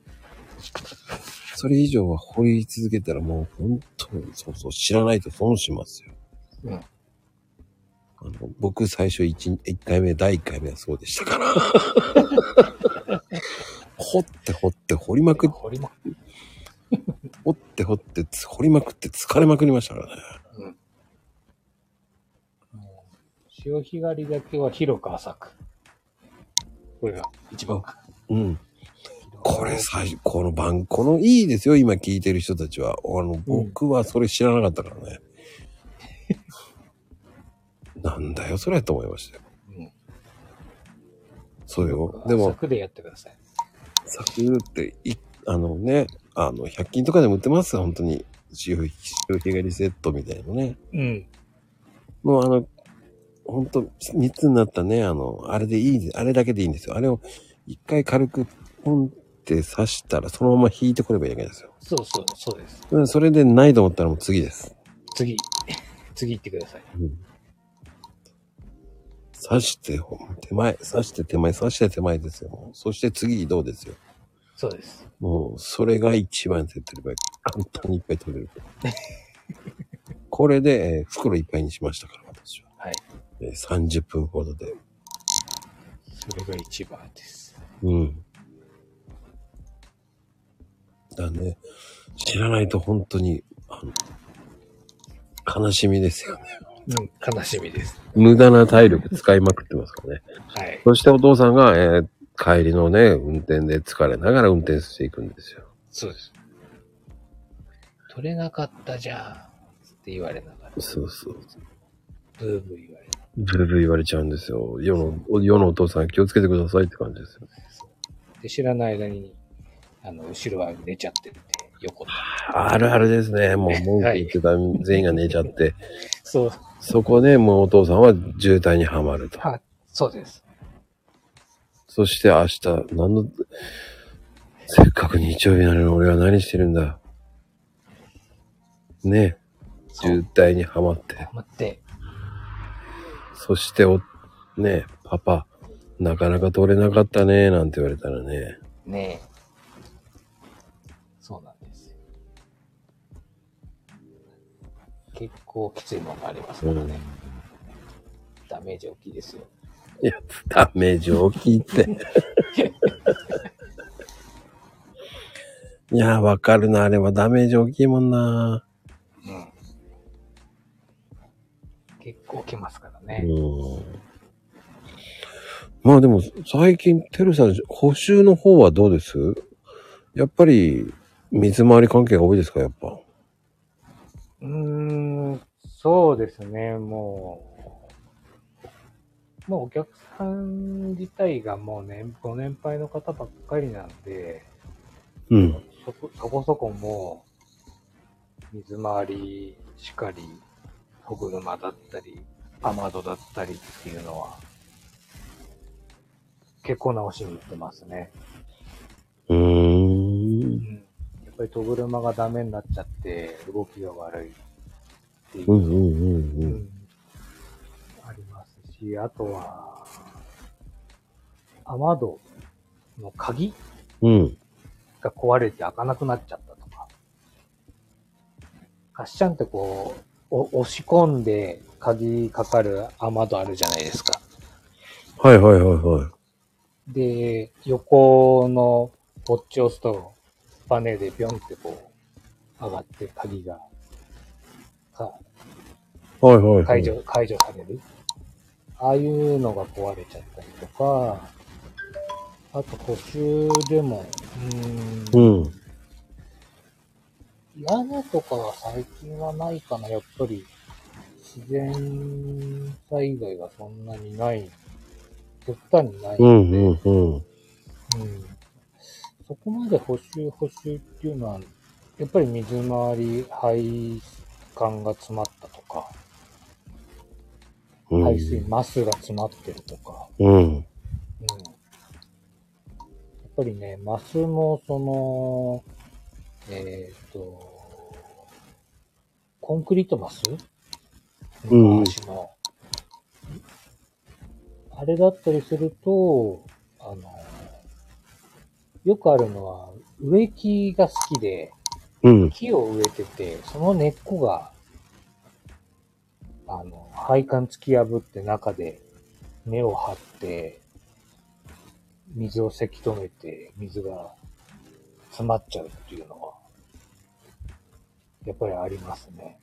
A: それ以上は掘り続けたらもう本当に、そうそう、知らないと損しますよ。
B: うん
A: あの僕最初 1, 一回目、第1回目はそうでしたから。掘って掘って掘りまくっ、
B: 掘りま
A: 掘って掘って、掘りまくって疲れまくりましたからね。
B: もう潮干狩りだけは広く浅く。これが一番。
A: うん。これ最初、この番、このいいですよ、今聞いてる人たちは。あの、僕はそれ知らなかったからね。 なんだよ、それと思いましたよ。
B: うん。
A: そうよ。で
B: でも。
A: も、
B: 柵でやってください。
A: サクって、い、あのね、あの、100均とかでも売ってます、本当に。潮干潮干狩りセットみたいなね。
B: うん。
A: もうあの、本当3つになったね、あの、あれでいいです、あれだけでいいんですよ。あれを一回軽くポンって刺したら、そのまま引いてこればいいわけですよ。
B: そうそう、そうです。
A: うんそれでないと思ったらもう次です。
B: 次。次行ってください。
A: 刺して、手前、刺して手前、刺して手前ですよ。もうそして次移動ですよ。
B: そうです。
A: もう、それが一番手っ取り早い。簡単にいっぱい取れ る。これで、えー袋いっぱいにしましたから、私は。
B: はい。
A: えー30分ほどで。
B: それが一番です。
A: うん。だね。知らないと本当に、あの、悲しみですよね。
B: うん。悲しみです。
A: 無駄な体力使いまくってますからね。
B: はい。
A: そしてお父さんが、えー帰りのね、運転で疲れながら運転していくんですよ。
B: そうです。取れなかったじゃん。って言われながら、
A: そうそう。
B: ブーブー言われなが
A: ブルブル言われちゃうんですよ。世の、世のお父さん気をつけてくださいって感じですよ。
B: ら。で、知らない間に、あの、後ろは寝ちゃってて、横で。
A: あるあるですね。もう文句言ってた全員が寝ちゃって。
B: そう。
A: そこでもうお父さんは渋滞にはまると。
B: は、そうです。
A: そして明日、何の、せっかく日曜日なのに俺は何してるんだ。ねえ、渋滞にはまって。
B: 待って。
A: そしてお、ねえ、パパ、なかなか取れなかったね、なんて言われたらね。
B: ねえ。そうなんですよ。結構きついものがありますからね。
A: うん
B: ダメージ大きいですよ。
A: いや、ダメージ大きいって。いや、わかるな。あれはダメージ大きいもんな。
B: うん。結構きますから
A: う
B: ね。
A: ん。まあでも、最近、てるさん、補修の方はどうですやっぱり、水回り関係が多いですか、やっぱ。
B: うーん、そうですね、もう。もうお客さん自体がもう年、ご年配の方ばっかりなんで、
A: うん。
B: そこそこそこもう、水回りしかり、ほぐるまだったり、雨戸だったりっていうのは、結構直しに行ってますね。
A: うー。
B: うんん。やっぱり戸車がダメになっちゃって、動きが悪いっていうう、
A: んうんうんう。
B: うんんありますし、あとは、雨戸の鍵
A: うん。
B: が壊れて開かなくなっちゃったとか。カッシャンってこう、お押し込んで鍵かかる雨戸あるじゃないですか。
A: はいはいはいはい。
B: で、横のポッチを押すと、バネでピョンってこう、上がって鍵が、か
A: はいはい、はい。
B: 解除、解除される。ああいうのが壊れちゃったりとか、あと補修でも、うーん
A: うん。
B: 屋根とかは最近はないかな、やっぱり。自然災害がそんなにない。極端にない
A: うん
B: ので、
A: うんうん。
B: うんそこまで補修補修っていうのは、やっぱり水回り、配管が詰まったとか、
A: うん
B: 排水マスが詰まってるとか、
A: うん。
B: うん。やっぱりね、マスもその、えっ、と、コンクリートマス
A: うん
B: 昔の。あれだったりすると、あの、よくあるのは、植木が好きで、
A: うん。
B: 木を植えてて、その根っこが、あの、配管突き破って中で根を張って、水をせき止めて、水が詰まっちゃうっていうのは、やっぱりありますね。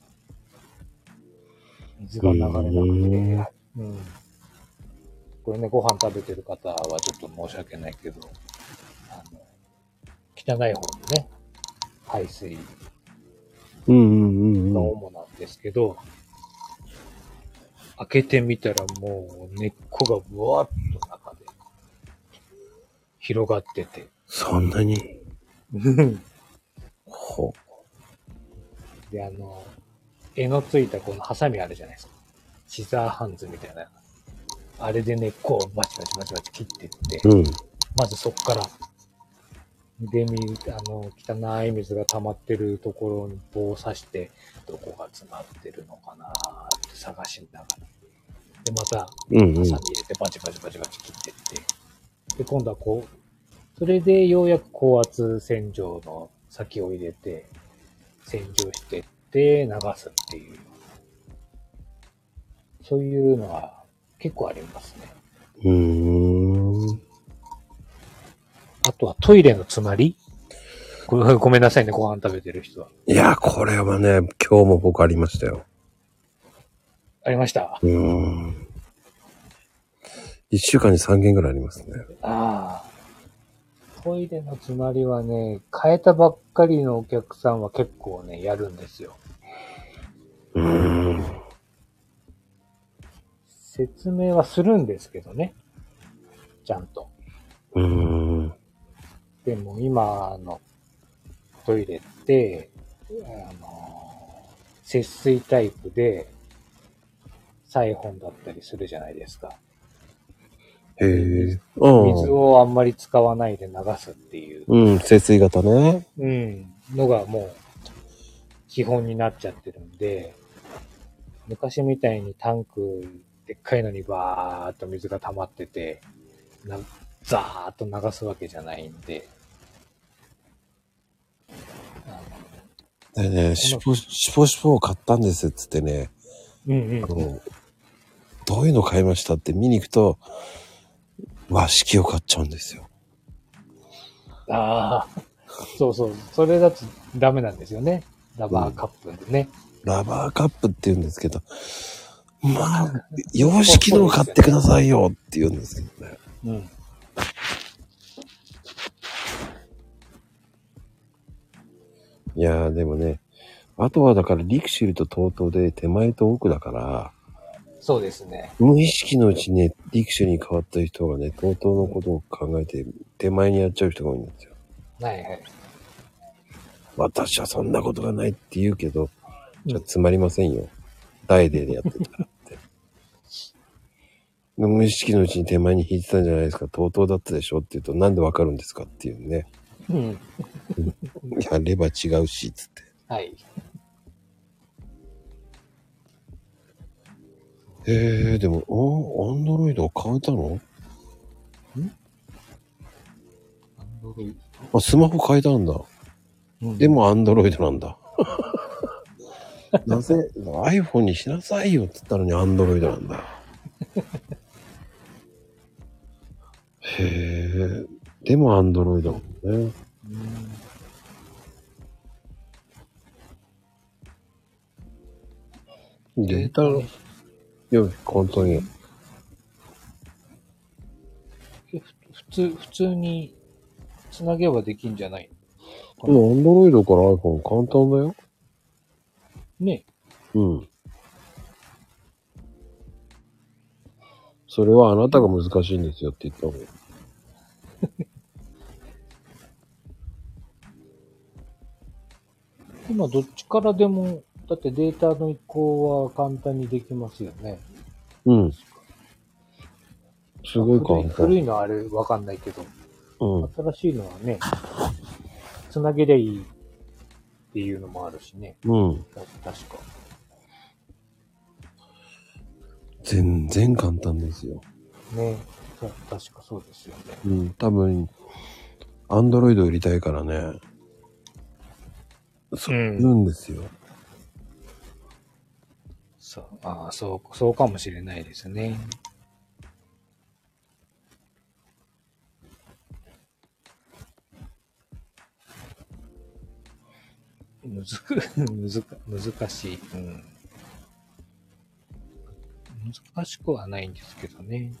B: 水が流れなく
A: う
B: て
A: ん、
B: うん。これね、ご飯食べてる方はちょっと申し訳ないけど、あの、汚い方にね、排水
A: うんうんうん
B: が
A: うん。
B: 主なんですけど、開けてみたらもう根っこがブワーッと中で広がってて。
A: そんなに。ほ
B: で、あの、柄のついたこのハサミあるじゃないですか。シザーハンズみたいな。あれで根っこをバチバチバチバチ切ってって、
A: うん。
B: まずそっから、で、み、あの、汚い水が溜まってるところに棒を刺して、どこが詰まってるのかなーって探しながら。で、また、
A: うんうん
B: ハサ。ミ入れてバチバチバチバチ切ってって。で、今度はこう、それでようやく高圧洗浄の先を入れて、洗浄してって流すっていう。そういうのが結構ありますね。
A: うーん。
B: あとはトイレの詰まりごごめんなさいね、ご飯食べてる人は。
A: いや、これはね、今日も僕ありましたよ。
B: ありました
A: うーん。一週間に3件ぐらいありますね。
B: ああ。トイレの詰まりはね、変えたばっかりのお客さんは結構ね、やるんですよ。
A: うーん。
B: 説明はするんですけどね。ちゃんと。
A: うーん。
B: でも今のトイレって、あの、節水タイプで、サイホンだったりするじゃないですか。
A: へえ。
B: 水をあんまり使わないで流すっていう、
A: うん。うん、節水型ね。
B: うん、のがもう基本になっちゃってるんで、昔みたいにタンク、でっかいのにバーっと水が溜まってて、なザーっと流すわけじゃないんで、あ
A: でね、しぽ、しぽしぽを買ったんですっつってね、
B: のうんうん
A: あ。の、どういうの買いましたって見に行くと、和式を買っちゃうんですよ。
B: ああ、そうそう。それだとダメなんですよね。ラバーカップでね。
A: ラバーカップって言うんですけど、まあ、洋式のを買ってくださいよって言うんですけどね。
B: うん。
A: いやーでもね、あとはだからリクシルと TOTO で手前と奥だから、
B: そうですね。
A: 無意識のうちね、リクシルに変わった人がね、TOTO のことを考えて手前にやっちゃう人が多いんですよ。
B: はいはい。
A: 私はそんなことがないって言うけど、
B: うん
A: じゃあつまりませんよ。大デーでやってたらって。で無意識のうちに手前に引いてたんじゃないですか、とうとうだったでしょって言うと、なんでわかるんですかっていうね。
B: うん。
A: やれば違うし、つって。
B: はい。
A: えー、でも、おアンドロイドを変えたのあ、スマホ変えたんだ。で
B: でも、
A: もアンドロイドなんだ。なぜ iPhone にしなさいよって言ったのにアンドロイドなんだ。へえ。でもアンドロイドなんだね。データの、いや、本当に。
B: ふ普通、普通に繋げばできんじゃない
A: でもアンドロイドから iPhone 簡単だよ。
B: ね。
A: うん。それはあなたが難しいんですよって言った方がいい。
B: 今どっちからでも、だってデータの移行は簡単にできますよね。
A: うん。すごい
B: 古い
A: 簡
B: 古
A: 単。
B: いのはあれわかんないけど、
A: うん。
B: 新しいのはね、繋げりゃいいっていうのもあるしね。
A: うん。
B: た確か。
A: 全然簡単ですよ。
B: ね。そう確かそうですよね。
A: うん。多分、アンドロイド売りたいからね。そうう、
B: ん
A: 言うんですよ。
B: そう、ああ、そう、そうかもしれないですね。むずく、 むずか、難しい。うん。難しくはないんですけどね。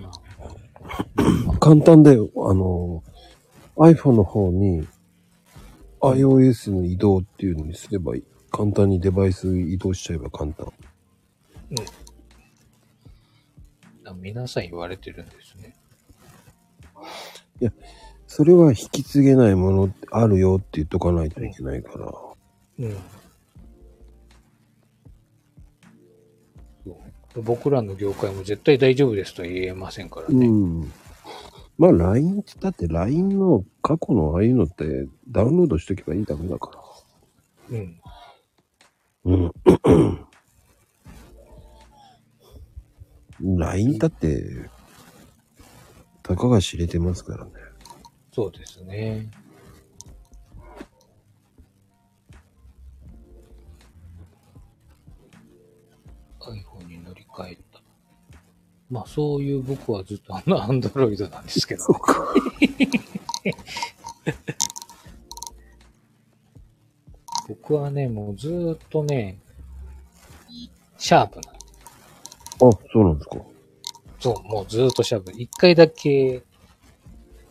B: まあ
A: 簡単だよ。あの、iPhone の方に iOS の移動っていうのにすればいい。簡単にデバイス移動しちゃえば簡単。
B: あ、皆さん言われてるんですね。
A: それは引き継げないものあるよって言っとかないといけないから。
B: うんそう。僕らの業界も絶対大丈夫ですとは言えませんから
A: う
B: ね。
A: ん。まあ LINE ってだって LINE の過去のああいうのってダウンロードしとけばいいだけだか
B: うん。
A: ら。うん。LINE だって、たかが知れてますからね。
B: そうですね。iPhone に乗り換えた。まあそういう僕はずっとあの Android なんですけど。
A: うか。
B: 僕はね、もうずーっとね、シャープな
A: あ、そうなんですか。
B: そう、もうずーっとシャープ。一回だけ、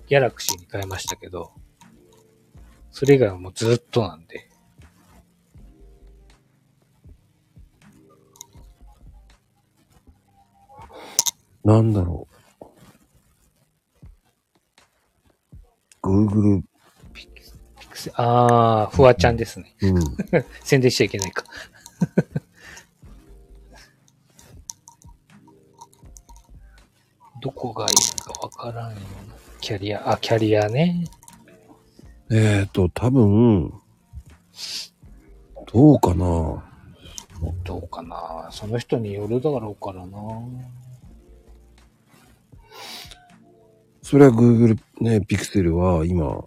B: ギャラクシーに変えましたけど、それ以外はもうずーっとなんで。
A: なんだろう。Google、
B: ピクセあー、フワちゃんですね。
A: うん。
B: 宣伝しちゃいけないか。どこがいいかわからんよな。キャリア、あ、キャリアね。
A: えっ、ー、と、多分、どうかな
B: どうかな。その人によるだろうからな。
A: それは Google ね、Pixel は今、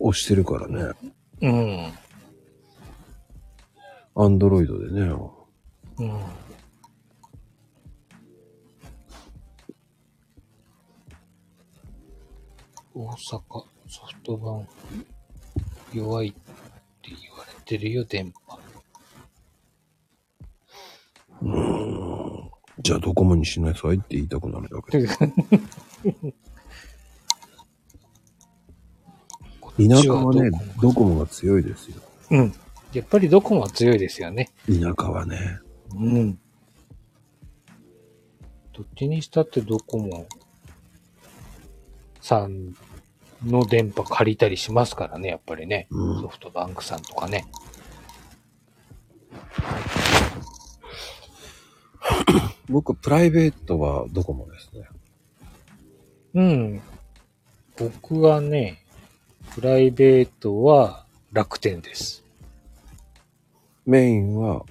A: 押してるからね。
B: うん。
A: Android でね。
B: うん。大阪ソフトバンク弱いって言われてるよ、電波。
A: じゃあドコモにしなさいって言いたくなる だけ。田舎はね
B: こっちは、
A: ドコモが強いですよ。
B: どこうん。やっぱりドコモは強いですよね。
A: 田舎はね。
B: うん。どっちにしたってドコモさんの電波借りたりしますからね、やっぱりね。
A: うん
B: ソフトバンクさんとかね。
A: 僕、プライベートはドコモですね。
B: うん。僕はね、プライベートは楽天です。
A: メインは、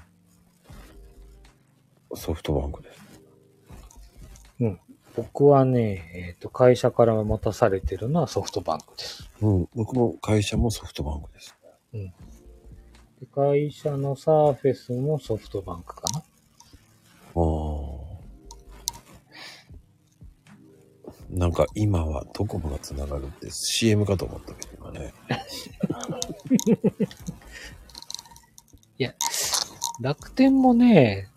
A: ソフトバンクです。
B: 僕はね、えっ、と、会社から持たされてるのはソフトバンクです。
A: うん、僕も会社もソフトバンクです。
B: で会社のサーフェスもソフトバンクかな。
A: ああ。なんか今はドコモが繋がるって CM かと思ったけど今ね。
B: 楽天もね、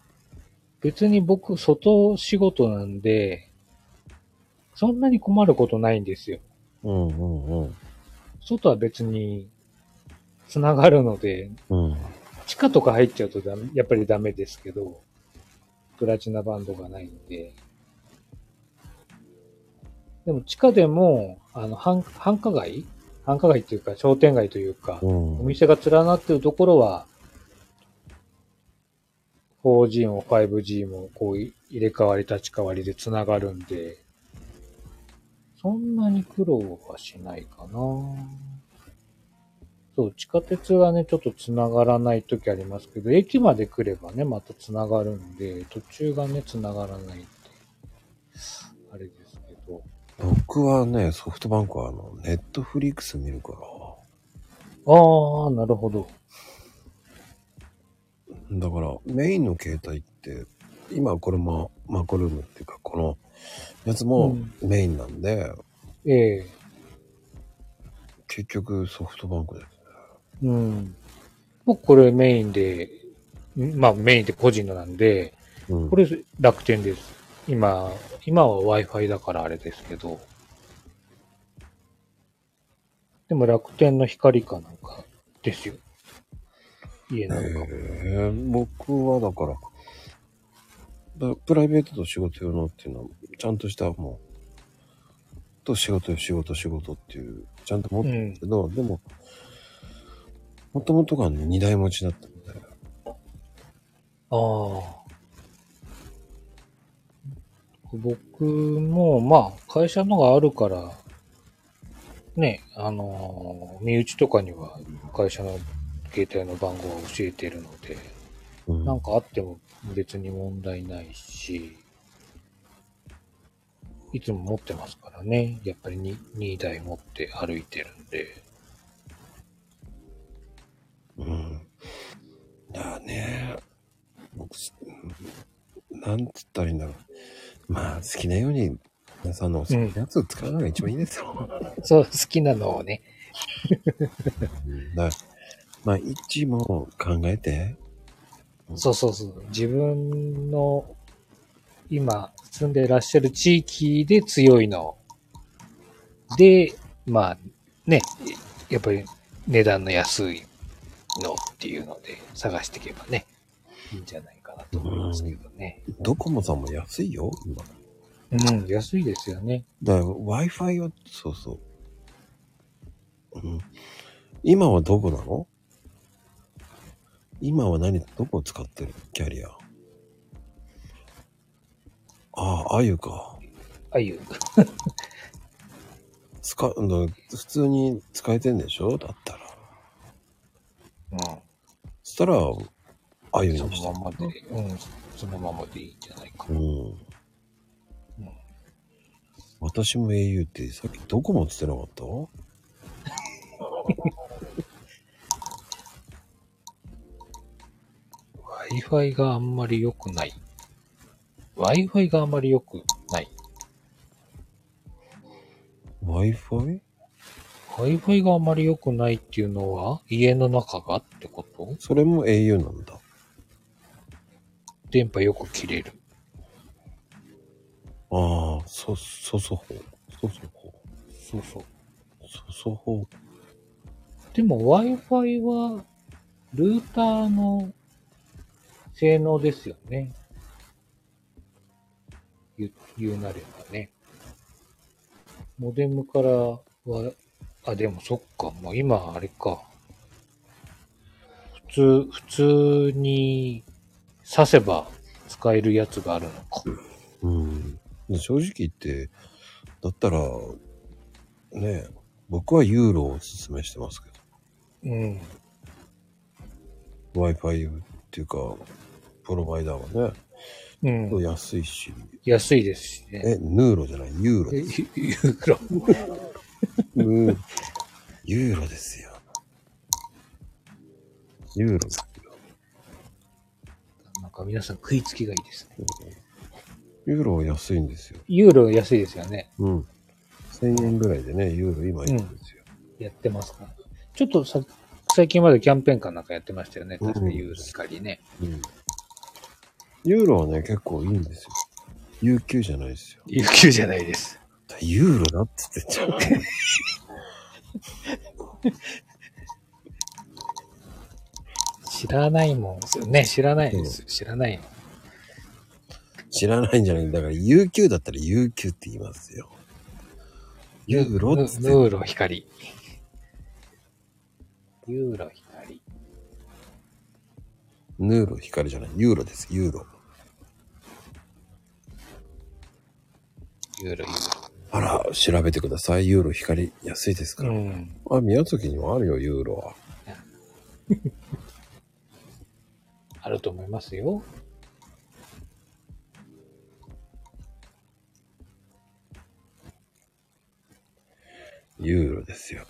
B: 別に僕、外仕事なんで、そんなに困ることないんですよ。
A: うんうんうん。
B: 外は別に繋がるので、
A: うん。
B: 地下とか入っちゃうとダメやっぱりダメですけど、プラチナバンドがないんで。でも地下でも、あの、繁繁華街繁華街っていうか、商店街というか、お
A: うん、
B: 店が連なってるところは、4G も 5G もこうい入れ替わり立ち替わりで繋がるんで、そんなに苦労はしないかな。そう、地下鉄はね、ちょっと繋がらない時ありますけど、駅まで来ればね、また繋がるんで、途中がね、繋がらないって、あれですけど。
A: 僕はね、ソフトバンクはあの、ネットフリックス見るから。
B: あー、なるほど。
A: だからメインの携帯って今これもマコルームっていうかこのやつもメインなんで、
B: ええ
A: 結局ソフトバンクです
B: うん。僕これメインで、んまあメインで個人のなんで、
A: ね、うん
B: これ楽天です。今、今は Wi-Fi だからあれですけど。でも楽天の光かなんかですよ。家なんかも。
A: えー僕はだからだプライベートと仕事用のっていうのはちゃんとしたもうと仕事よ仕事仕事っていうちゃんと持って
B: う
A: る
B: ん
A: け。ど、でももともとが2台持ちだったんで
B: ああ。僕も、まあ、会社のがあるから、ね、あのー身内とかには会社の携帯の番号は教えてるので、
A: うん
B: なんかあっても別に問題ないし、いつも持ってますからね。やっぱり 2, 2台持って歩いてるんで。
A: うんだね。僕、うんなんつったらいいんだろう。まあ、好きなように、皆さんの好きなやつを使うのが一番いいですよ。
B: そう、好きなのをね。
A: だまあ、位置も考えて、
B: そうそうそう。自分の今住んでらっしゃる地域で強いの。で、まあね、やっぱり値段の安いのっていうので探していけばね、いいんじゃないかなと思いますけどね。
A: ドコモさんも安いよ、今。
B: うん、安いですよね。
A: だから Wi-Fi を、そうそう。うん、今はどこなの今は何、どこを使ってるキャリア。ああ、あゆか。
B: あゆ。
A: 使う、うん普通に使えてんでしょだったら。
B: うん。
A: そしたら、あゆに
B: そ
A: して。
B: のままで、うん。そのままでいいんじゃないか
A: う。ん。私も au ってさっきどこもつってなかった
B: うん Wi-Fi があんまり良くない。Wi-Fi があんまり良くない。
A: ?Wi-Fi?
B: Wi-Fi があんまり良くないっていうのは、家の中がってこと
A: それも au なんだ。
B: 電波よく切れる。
A: ああ、そ、そそほう。そそほう。
B: そうそう。
A: そそほう。
B: でも Wi-Fi は、ルーターの性能ですよね。言う言うなればね。モデムからは、あ、でもそっか、もう今あれか。普通、普通に挿せば使えるやつがあるのか。
A: うん。で正直言って、だったら、ねえ、僕はユーロをおすすめしてますけ
B: うん。
A: ど、Wi-Fi っていうか、プロバイダーはね、
B: うん。
A: 安いし、
B: 安いですしね。
A: え、ヌーロじゃない、ユーロで
B: えユ
A: す。
B: ユーロ。
A: ユーロユーロですよ。ユーロですよ。
B: なんか皆さん食いつきがいいですね。
A: ユーロは安いんですよ。
B: ユーロ安いですよね。
A: うん。1000円ぐらいでね、ユーロ今いいんですよ。
B: やってますかちょっとさ、最近までキャンペーンかなんかやってましたよね。
A: うん
B: 確かユーロ光ね。
A: うん。ユーロはね、結構いいんですよ。有給じゃないですよ。
B: 有給じゃないです。
A: ユーロだっつってんじゃん。
B: 知らないもんですよね。知らないです。知らないの。
A: 知らないんじゃないだから、有給だったら有給って言いますよ。ユーロっつっ
B: ヌ
A: て。
B: ーロ光。ユーロ光。
A: ヌーロ光じゃない。ユーロです。ユーロ。
B: ユーロ、ユー
A: あら、調べてください。ユーロ光安いですから。
B: ロ。うん。
A: あ、宮崎にもあるよ、ユーロは。
B: あると思いますよ。
A: ユーロですよ。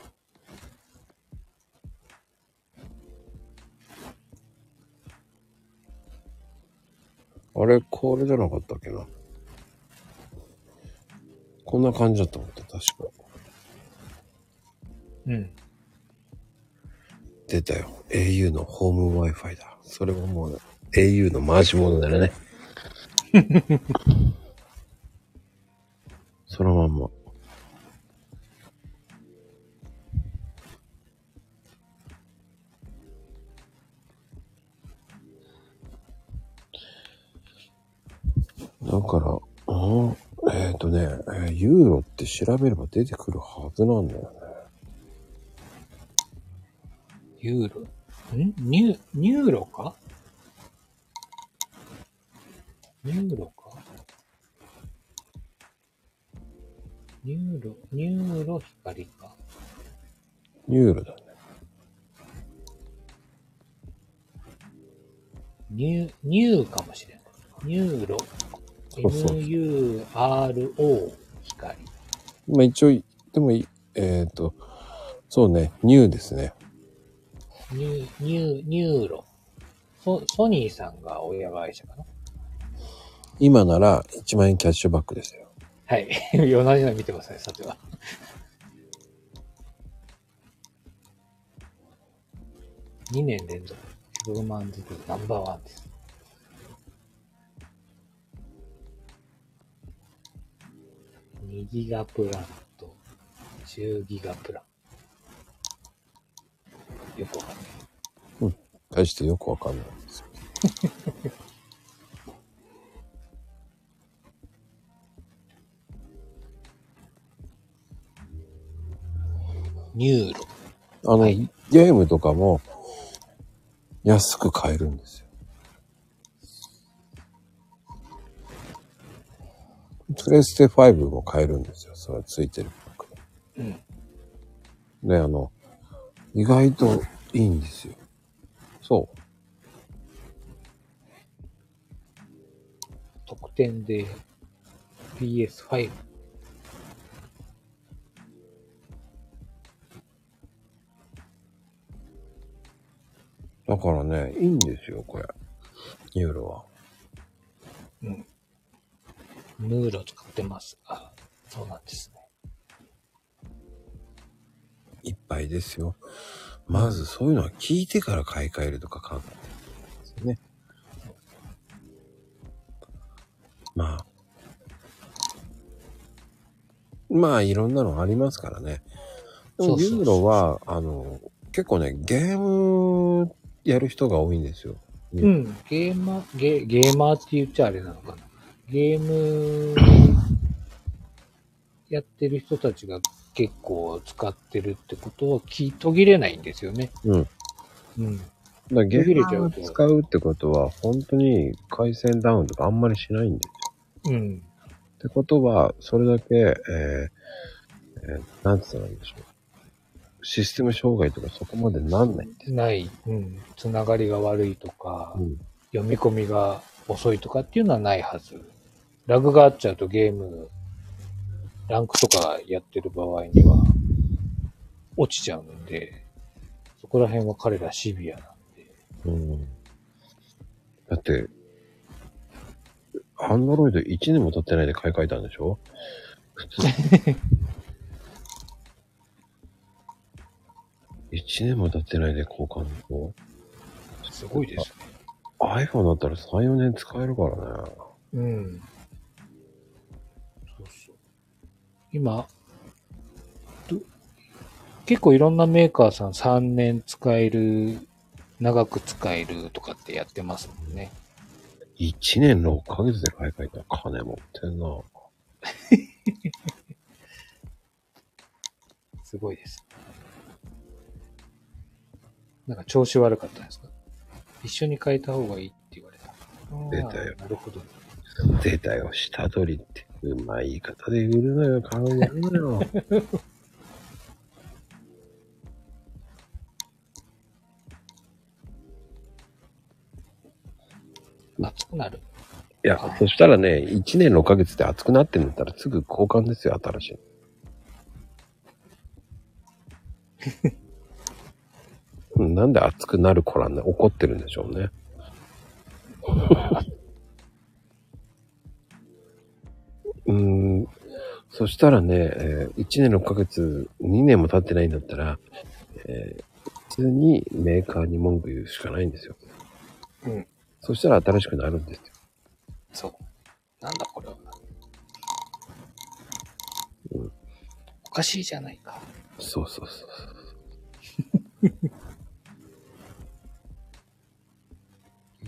A: あれ、これじゃなかったっけな。こんな感じだと思った、確か。
B: うん。
A: 出たよ。au のホーム Wi-Fi だ。それはもう、au の回し物だね。 そのまんま。だから、うん、えっ、とね、えーユーロって調べれば出てくるはずなんだよね。
B: ユーロ。んニュニューロかニューロかニューロ、ニューロ光か。
A: ユーロだね。
B: ニュー、ニューかもしれない。ニューロ。
A: そうそう
B: NURO 光。
A: まあ一応、でもい、えっ、と、そうね、ニューですね。
B: ニュー、ニュー、ニューロ。ソソニーさんが親会社かな
A: 今なら1万円キャッシュバックですよ。
B: はい。 同じの見てますね、さては。2年連続、100万ずつナンバーワンです。2ギガプランと10ギガプラン。よくわかんない。
A: 大してよくわかんないんですよ。
B: ニューロ。
A: あの、
B: はい
A: ゲームとかも安く買えるんですよ。プレステ5も買えるんですよ。それついてるパック
B: うん。
A: で、あの、意外といいんですよ。そう。
B: 特典で PS5。
A: だからね、いいんですよ、これ。ユーロは。
B: ムーロ使ってます。あ、そうなんですね。
A: いっぱいですよ。まずそういうのは聞いてから買い替えるとか考えてるんですよね。まあ。まあ、いろんなのありますからね。で
B: そ
A: も
B: うそうそう
A: ユーロは、あの、結構ね、ゲームやる人が多いんですよ。う
B: うん。ゲーマー、ゲゲーマーって言っちゃあれなのかな。ゲーム、やってる人たちが結構使ってるってことは聞い途切れないんですよね。
A: うん。
B: うん。
A: だからゲ
B: 途切れ
A: ー
B: ちゃ
A: ムを
B: うと
A: 使うってことは、本当に回線ダウンとかあんまりしないんですよ。
B: うん。
A: ってことは、それだけ、えーえーなんつったらいいんでしょう。システム障害とかそこまでなんない。
B: ない。うん。つながりが悪いとか、
A: うん
B: 読み込みが遅いとかっていうのはないはず。ラグがあっちゃうとゲーム、ランクとかやってる場合には、落ちちゃうんで、そこら辺は彼らシビアなんで。
A: うんだって、アンドロイド1年も経ってないで買い替えたんでしょ普通。1年も経ってないで交換でしょ
B: すごいですね。
A: iPhone だったら3、4年使えるからね。
B: うん。そうそう。今、ど結構いろんなメーカーさん3年使える、長く使えるとかってやってますもんね。
A: 1年6ヶ月で買い替えたら金持ってんな。
B: すごいです。なんか調子悪かったんですか一緒に変えた方がいいって言われた。
A: 出たよ
B: あーなるほど。
A: 出たよ、下取りって。うまい言い方で売るのよ、買うやるのよ。
B: 熱くなる。
A: いや、そしたらね、1年6ヶ月で熱くなってんだったらすぐ交換ですよ、新しいの。うんなんで熱くなる子なんで怒ってるんでしょうね。 うーん。そしたらね、え1年6ヶ月、2年も経ってないんだったら、えー普通にメーカーに文句言うしかないんですよ。
B: うん。
A: そしたら新しくなるんですよ。
B: そう。なんだこれは。
A: うん
B: おかしいじゃないか。
A: そうそうそうそう。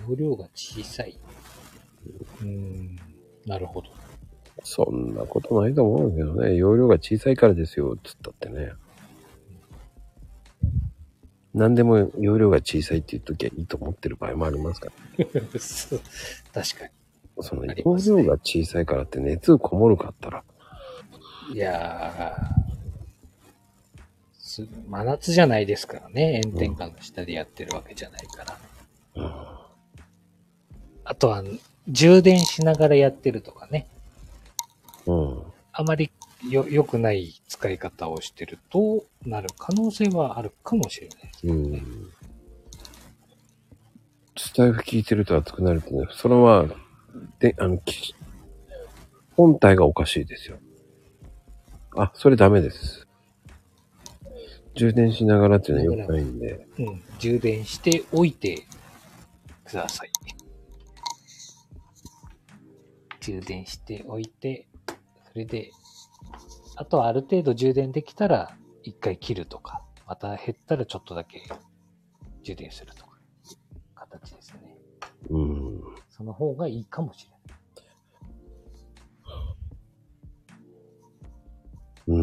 B: 容量が小さい。うーん。なるほど。
A: そんなことないと思うけどね、容量が小さいからですよ、つったってね。何でも容量が小さいって言っときゃいいと思ってる場合もありますから。
B: そう確か
A: その
B: あり
A: 容
B: ます
A: 量が小さいからって熱こもるかったら、
B: に。いやー。す真夏じゃないですからね。炎天下の下でやってるわけじゃないから。
A: うん
B: あとは、充電しながらやってるとかね。
A: うん。
B: あまりよ、良くない使い方をしてるとなる可能性はあるかもしれないです。
A: うん。スタイフ聞いてると熱くなるってね、それは、で、あの、き本体がおかしいですよ。あ、それダメです。充電しながらっていうのは良くないんで、
B: うん。充電しておいてください。充電しておいて、それで、あとはある程度充電できたら一回切るとか、また減ったらちょっとだけ充電するとか、形ですね。
A: うん。
B: その方がいいかもしれない。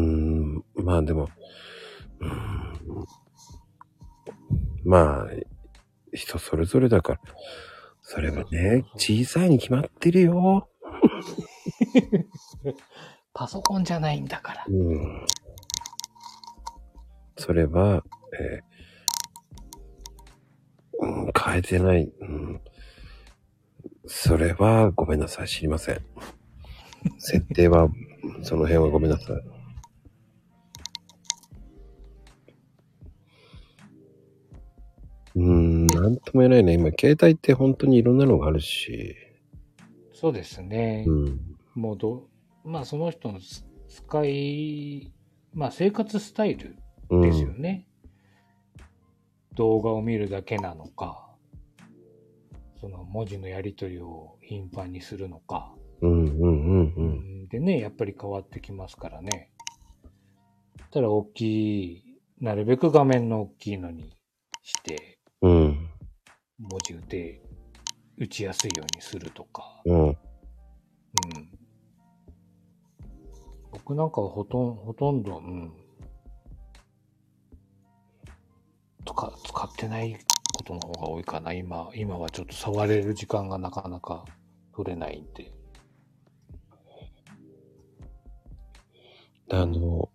A: うん、まあでも、うんまあ、人それぞれだから、それはね、小さいに決まってるよ。
B: パソコンじゃないんだから。
A: うん。それは、えーうん、変えてない、うん。それは、ごめんなさい、知りません。設定は、その辺はごめんなさい。うん、なんとも言えないね。今、携帯って本当にいろんなのがあるし。
B: そうですね。
A: うん。
B: もうど、まあその人のつ使い、まあ生活スタイル
A: うん、
B: ですよね。動画を見るだけなのか、その文字のやり取りを頻繁にするのか。
A: うんうんうんう。
B: うんんでね、やっぱり変わってきますからね。たら大きい、なるべく画面の大きいのにして、
A: うん。
B: 文字打て、打ちやすいようにするとか。
A: うん。
B: うん。僕なんかはほとんほとんど、うん。とか、使ってないことの方が多いかな。今、今はちょっと触れる時間がなかなか取れないんで。
A: あの、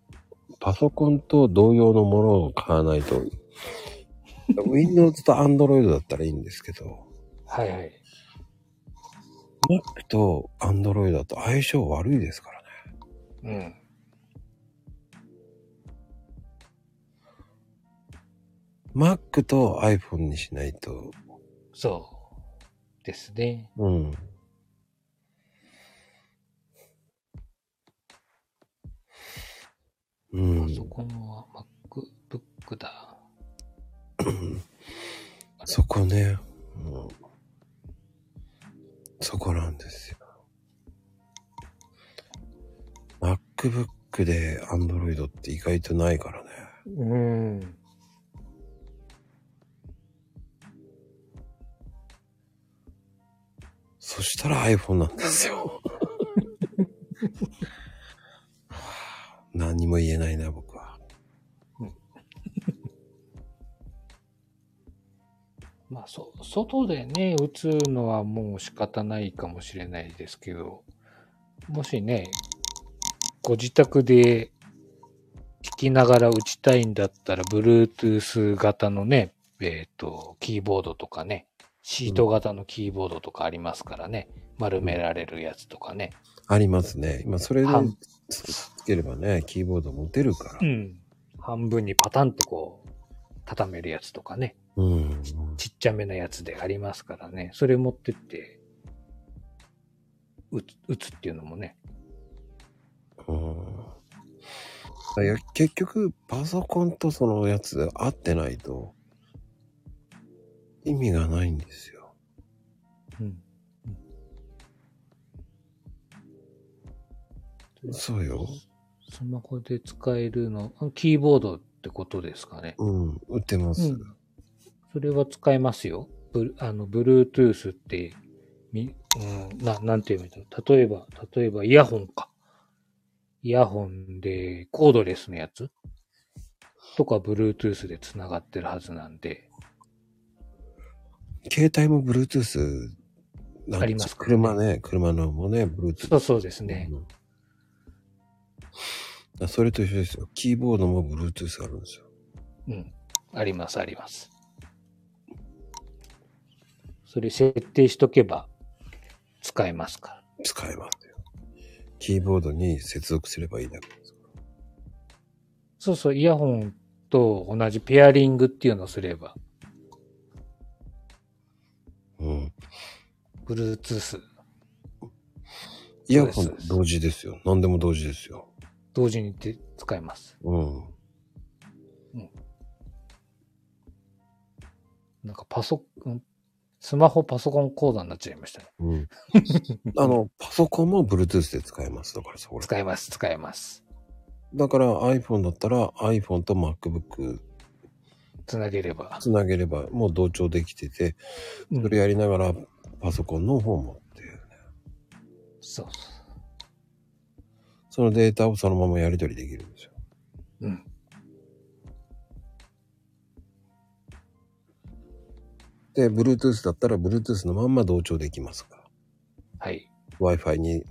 A: パソコンと同様のものを買わないと、Windows と Android だったらいいんですけど、
B: はいはい。
A: Mac と Android だと相性悪いですからね。
B: うん。
A: Mac と iPhone にしないと、
B: そう。ですね。
A: うん。う
B: パソ
A: ん、
B: コンは MacBook だ。
A: そこね、うん、そこなんですよ。MacBook で Android って意外とないからね。
B: うん。
A: そしたら iPhone なんですよ。 何も言えないな、僕は。
B: まあ、そ、外でね、打つのはもう仕方ないかもしれないですけど、もしね、ご自宅で聞きながら打ちたいんだったら、Bluetooth 型のね、えっ、と、キーボードとかね、シート型のキーボードとかありますからね、丸められるやつとかね。
A: ありますね。今、それで
B: は
A: つつければね、キーボード持てるから。
B: ん。半分にパタンとこう、畳めるやつとかね。
A: うん。
B: ちっちゃめなやつでありますからね。それ持ってって、打つ、打つっていうのもね。
A: うんいや結局、パソコンとそのやつ合ってないと、意味がないんですよ。
B: うん。
A: そうよ。
B: スマホで使えるの、あキーボードってことですかね。
A: うん、打ってます。
B: うんそれは使えますよ。ブルあの、Bluetooth って、み、うん、な、なんて言うんだろう。例えば、例えばイヤホンか。イヤホンでコードレスのやつとか Bluetooth で繋がってるはずなんで。
A: 携帯も Bluetooth なん
B: ありますからね
A: 車ね、車のもね、Bluetooth
B: そうそうですね。
A: うんあそれと一緒ですよ。キーボードも Bluetooth あるんですよ。
B: うん。あります、あります。それ設定しとけば使えますから。
A: 使えますよ。キーボードに接続すればいいだけです。
B: そうそう、イヤホンと同じペアリングっていうのをすれば、
A: うん。
B: Bluetooth
A: イヤホ
B: そう
A: ン
B: です
A: 同時ですよ。何でも同時ですよ。
B: 同時にて使えます。
A: うん。
B: なんかパソコン、スマホパソコン講座になっちゃいましたね。
A: うん。あの、パソコンも Bluetooth で使えます。だからそこら。
B: 使えます、使えます。
A: だから iPhone だったら iPhone と MacBook
B: つなげれば。
A: つなげればもう同調できてて、
B: うん
A: それやりながらパソコンの方もっていう。
B: そうそ
A: そのデータをそのままやり取りできるんですよ。
B: う。うん。
A: で、Bluetooth だったら Bluetooth のまんま同調できますから。
B: はい。
A: Wi-Fi に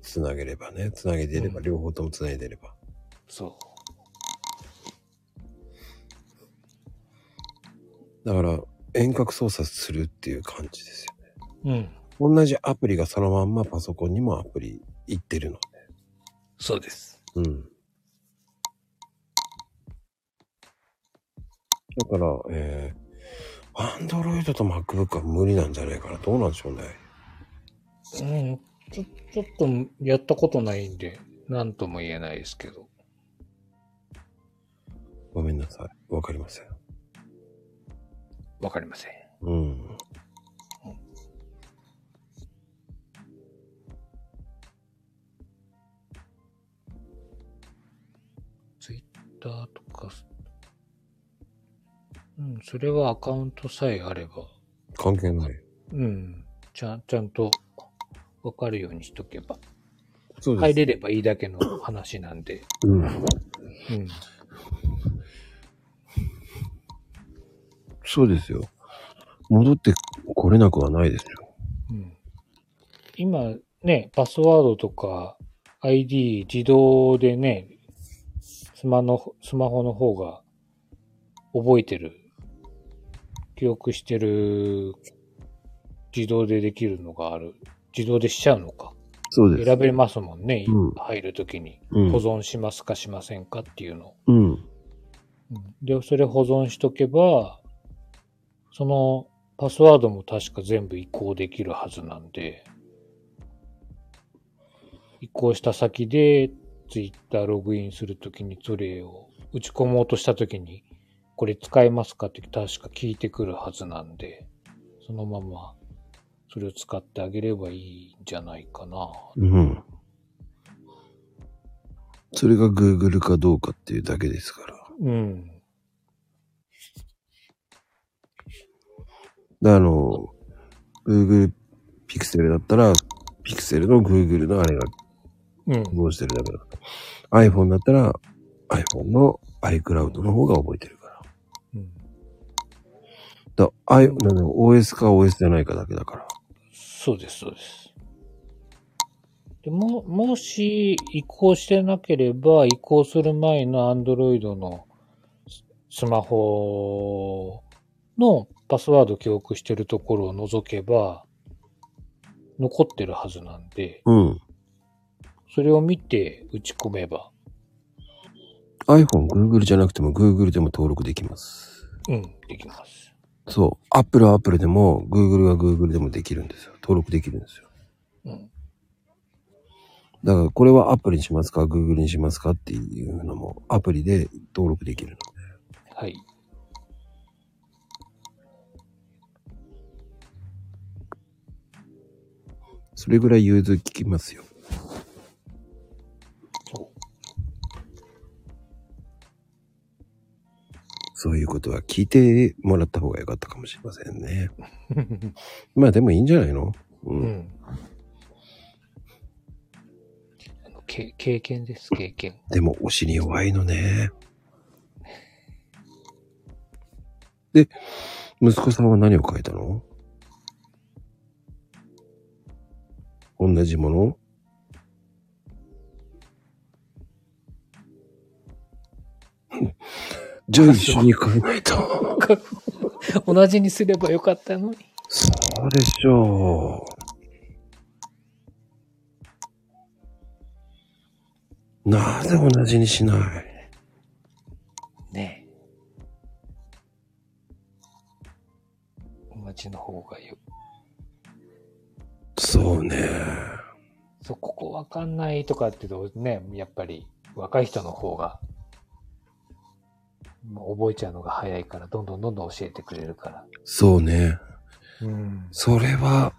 A: つなげればね、つなげていれば、両方ともつないでいれば。
B: そ
A: だから、遠隔操作するっていう感じですよね。
B: う。うん。
A: 同じアプリがそのまんまパソコンにもアプリいってるの
B: そうです。
A: で。うん。だから、えー、Android と MacBook は無理なんじゃないかな。どうなんでしょうね。
B: うん。ちょ、ちょっとやったことないんで、なんとも言えないですけど。
A: ごめんなさい。わかりません。
B: わかりません。
A: うん。
B: ツイッターとか、うん、それはアカウントさえあれば、
A: 関係ない。
B: うん、ちゃん、ちゃんとわかるようにしとけば、
A: そうです。
B: 入れればいいだけの話なんで、
A: うん。
B: うん、
A: そうですよ。戻ってこれなくはないですよ。
B: うん。今ね、パスワードとか ID 自動でね、スマの、スマホの方が覚えてる、記憶してる、自動でできるのがある。自動でしちゃうのか。
A: そう
B: 選べますもんね。
A: うん
B: 入るときに。
A: う
B: 保
A: ん。
B: 存しますかしませんかっていうのを。
A: うん。
B: で、それ保存しとけば、そのパスワードも確か全部移行できるはずなんで、移行した先で Twitter ログインするときにそれを打ち込もうとしたときに、これ使えますかって確か聞いてくるはずなんで、そのままそれを使ってあげればいいんじゃないかな。
A: うん。それが Google かどうかっていうだけですから。
B: うん。
A: で、あの、Google ピクセルだったら、ピクセルの Google のあれが
B: うん。
A: 希望してるだけだから。iPhone だったら、iPhone の iCloud の方が覚えてるから。
B: うん、
A: だ、I、なんだろう OS か OS じゃないかだけだから。
B: そうです、そうです。でも、もし移行してなければ、移行する前の Android のススマホのパスワード記憶してるところを除けば、残ってるはずなんで、
A: うん。
B: それを見て打ち込めば、
A: iPhone、Google じゃなくても Google でも登録できます。
B: うん、できます。
A: そう。Apple は Apple でも、Google は Google でもできるんですよ。登録できるんですよ。
B: うん、
A: だから、これはアプリにしますか、Google にしますかっていうのも、アプリで登録できる
B: はい。
A: の。それぐらい融通聞きますよ。そ
B: そ
A: ういうことは聞いてもらった方が良かったかもしれませんね。
B: う。
A: まあ、でもいいんじゃないのうん。
B: うん。あのけ経験です、経験。
A: でも、お尻弱いのね。で、息子さんは何を書いたの同じもの じゃあ一緒に書かないと。
B: 同じにすればよかったのに。
A: そうでしょう。なぜ同じにしない
B: ねえ。同じの方がよ。
A: そうね。
B: そう、ここわかんないとかってどうね、やっぱり若い人の方が、まあ覚えちゃうのが早いから、どんどんどんどん教えてくれるから。
A: そうね。
B: うん。
A: それは、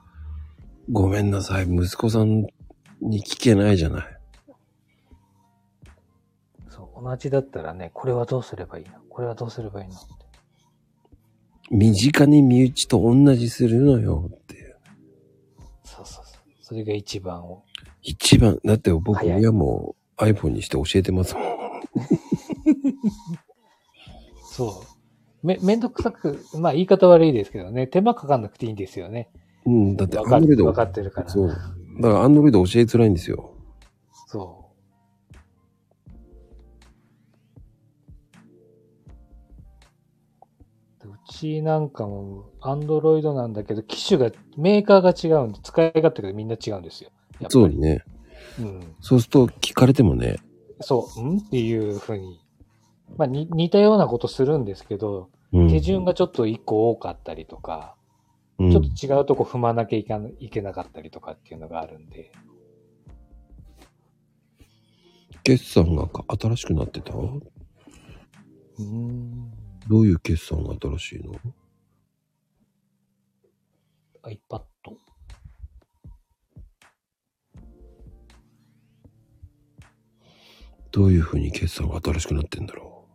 A: ごめんなさい。息子さんに聞けないじゃない。
B: そう、同じだったらね、これはどうすればいいのこれはどうすればいいのって。
A: 身近に身内と同じするのよっていう。
B: そうそうそう。それが一番を。
A: 一番、だって僕
B: 早い
A: 親も iPhone にして教えてますもん。
B: そう。め、めんどくさく、まあ言い方悪いですけどね、手間かかんなくていいんですよね。
A: うん、だって
B: わか
A: あんまりで
B: わかってるから。
A: そう。だから、アンドロイド教えづらいんですよ。
B: そでうちなんかも、アンドロイドなんだけど、機種が、メーカーが違うんで、使い勝手がみんな違うんですよ。やっぱり
A: そうに。ね。
B: うん。
A: そうすると、聞かれてもね、
B: そう、んっていうふうに。まあ、に似たようなことするんですけど、
A: うん、
B: 手順がちょっと一個多かったりとか、
A: うん
B: ちょっと違うとこ踏まなきゃいかないけなかったりとかっていうのがあるんで。
A: 決算がか新しくなってたど
B: うーん。
A: ういう決算が新しいの
B: iPad。
A: どういうふうに決算が新しくなってんだろ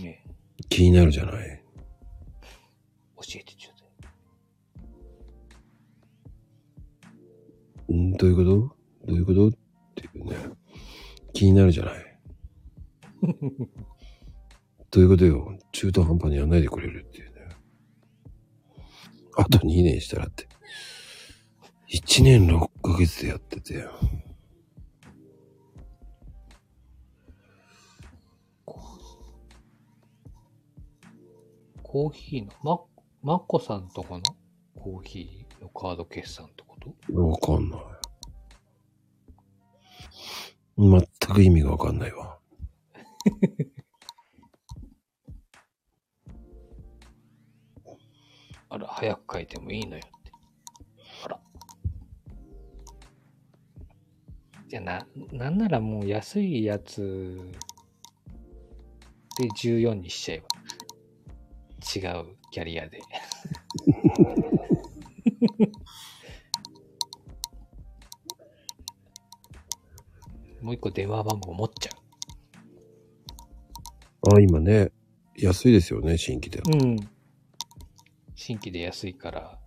B: ね
A: う気になるじゃない
B: 教えてちょうだい。
A: んどういうことどういうことっていうね。気になるじゃない。どういうことよ中途半端にやんないでくれるっていうね。あと2年したらって。1年6ヶ月でやってて。
B: コーヒーの、ま、まっこさんとこのコーヒーのカード決算ってこと
A: わかんない。全く意味がわかんないわ。
B: あら、早く書いてもいいのよって。あら。じゃあな、なんならもう安いやつで14にしちゃえば。違うキャリアで。 もう一個電話番号持っちゃ
A: あ、今ね、安いですよね、新規で。
B: う。うん。新規で安いから。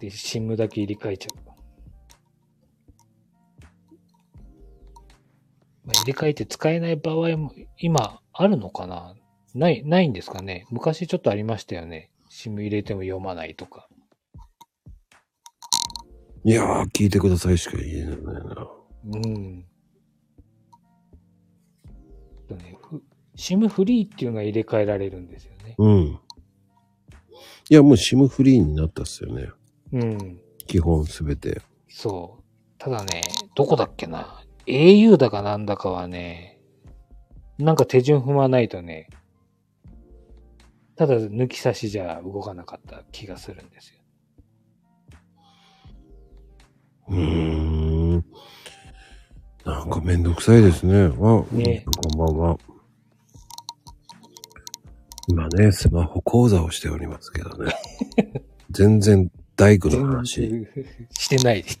B: で、シムだけ入れ替えちゃう。まあ、入れ替えて使えない場合も今あるのかなない、ないんですかね昔ちょっとありましたよね。シム入れても読まないとか。
A: いやー、聞いてくださいしか言えないな。
B: うん。とね、ふシムフリーっていうのは入れ替えられるんですよね。
A: うん。いや、もう SIM フリーになったっすよね。
B: うん。
A: 基本すべて。
B: そう。ただね、どこだっけな。au だかなんだかはね、なんか手順踏まないとね、ただ抜き差しじゃ動かなかった気がするんですよ。
A: うーん。なんかめんどくさいですね。あ、
B: ね
A: こんばんは。今ね、スマホ講座をしておりますけど ね。全然大工の話。
B: 全然してない です。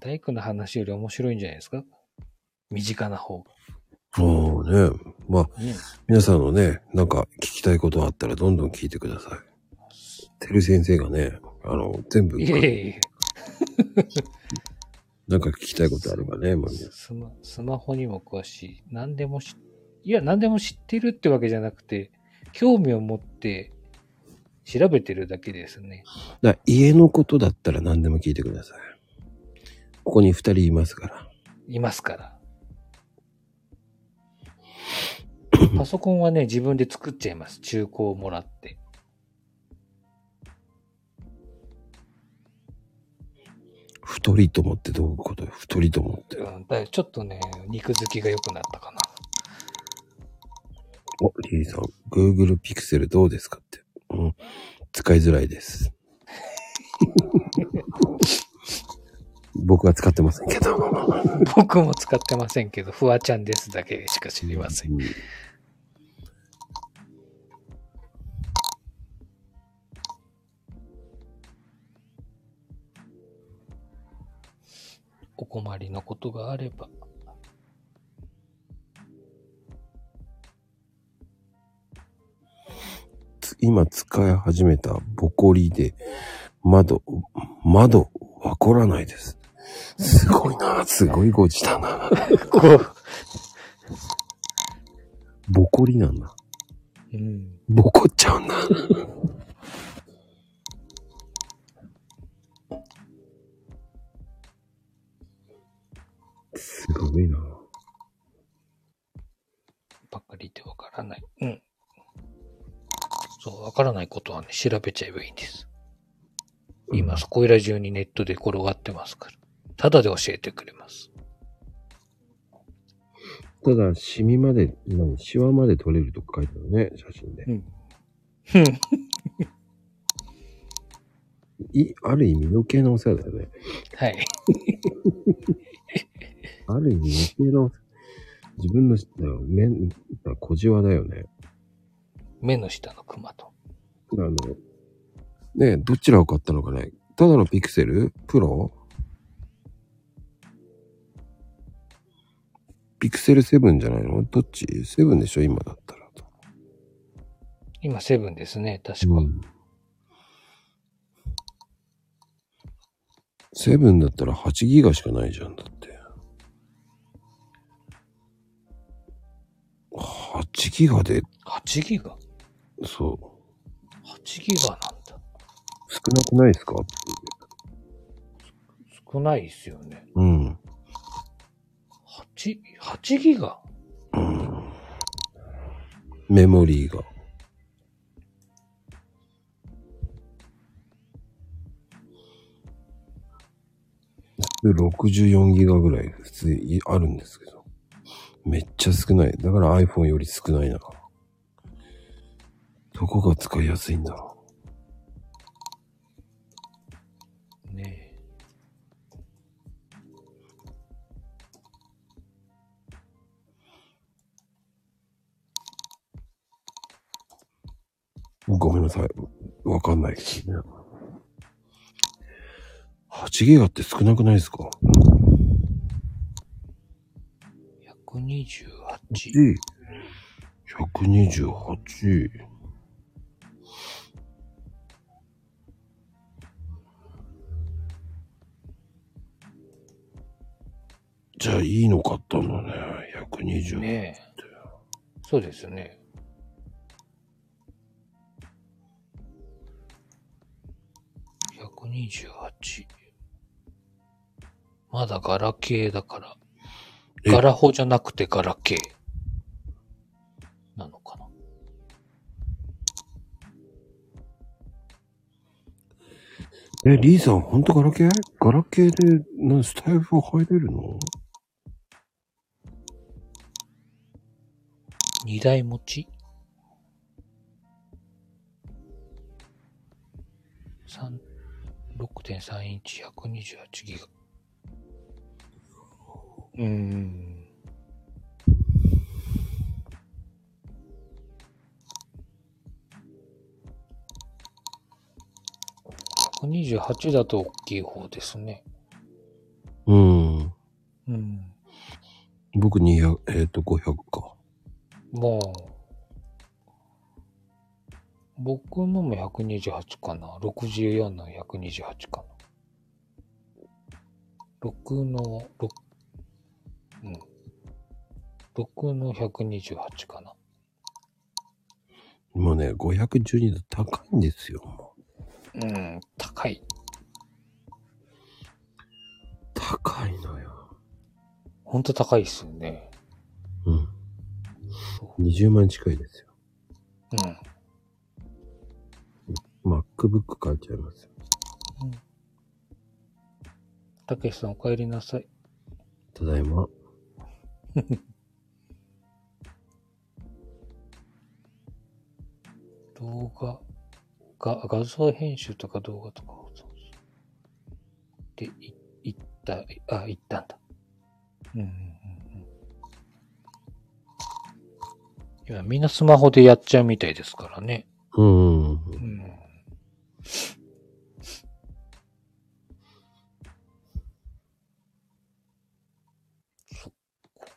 B: 大工の話より面白いんじゃないですか身近な方
A: もうね、まあ、
B: がね。
A: 皆さんのね、なんか聞きたいことあったらどんどん聞いてください。てる先生がね、あの、全部、
B: いやいやいや。
A: なんか聞きたいことあればね、もう皆さん
B: スマスマホにも詳しい。何でもし、いや、何でも知ってるってわけじゃなくて、興味を持って調べてるだけですね。
A: だから家のことだったら何でも聞いてください。ここに二人いますから。
B: いますから。パソコンはね、自分で作っちゃいます。中古をもらって。
A: 太りと思ってどういうことよ太りと思って。
B: う
A: あ、
B: ん、だからちょっとね、肉付きが良くなったかな。
A: リリーさん、Google Pixel どうですかって。うん。使いづらいです。 僕は使ってませんけ ど。
B: 僕も使ってませんけど、フワちゃんですだけしか知りません。
A: うん
B: お困りのことがあれば。
A: つ今使い始めたボコリで、窓、窓、わこらないです。すごいな、すごいご時だな。
B: こう
A: ボコリなんだ。
B: ううん。
A: ボコっちゃうんだ。すごいな。
B: ばっかりでわからない。うん。そう、わからないことはね、調べちゃえばいいんです。今、そこいら中にネットで転がってますから。ただで教えてくれます。
A: ただ、シミまで、何、シワまで取れるとか書いてあるね、写真で。
B: うん。
A: い、ある意味余計なお世話だよね。
B: はい。
A: ある意味余計なお世話。自分の、だから目、だ小じわだよね。
B: 目の下のクマと。
A: あの、ねえどちらを買ったのかね。ただのピクセルプロピクセル7じゃないのどっち ?7 でしょ今だったら。
B: 今、セブンですね、確か。
A: うんセブンだったら8ギガしかないじゃん、だって。8ギガで、
B: 8ギガ
A: そう、
B: ?8 ギガなんだ。
A: 少なくないですか
B: 少ないですよね。
A: うん。
B: 8、8ギガ
A: うんメモリーが。で64ギガぐらい普通にあるんですけど。めっちゃ少ない。だから iPhone より少ないな。どこが使いやすいんだろ
B: ねえ。
A: う。ごめんなさい。わかんないですね。8ギガって少なくないですか
B: 128。
A: 1 128じゃあいいの買ったんだね120、
B: ねえ。そうですよね。128。まだガラケーだから。
A: え
B: ガラホじゃなくてガラケー。なのかな。
A: えリーさんほんとガラケーガラケーでなスタイフ入れるの
B: 二台持ち三6.3インチ128ギガ。うーん。128だと大きい方ですね。
A: うん
B: うん。
A: 僕200えっ、と500か
B: もう、僕のも128かな。64の128かな。6の、6、うん。6の128かな。
A: 今ね512だと高いんですよもう
B: うん、高い。
A: 高いのよ
B: ほんと高いっすよね。
A: うん
B: そ
A: 20万近いですよ
B: う。うん。
A: MacBook 買えちゃいますよ
B: たけしさんお帰りなさい。
A: ただいま
B: 動画が、画像編集とか動画とかをそうそうで、い、行った、あ、行ったんだ。うんうんうんうん。今みんなスマホでやっちゃうみたいですからね。
A: うんうん
B: う
A: うん。
B: ん。そっか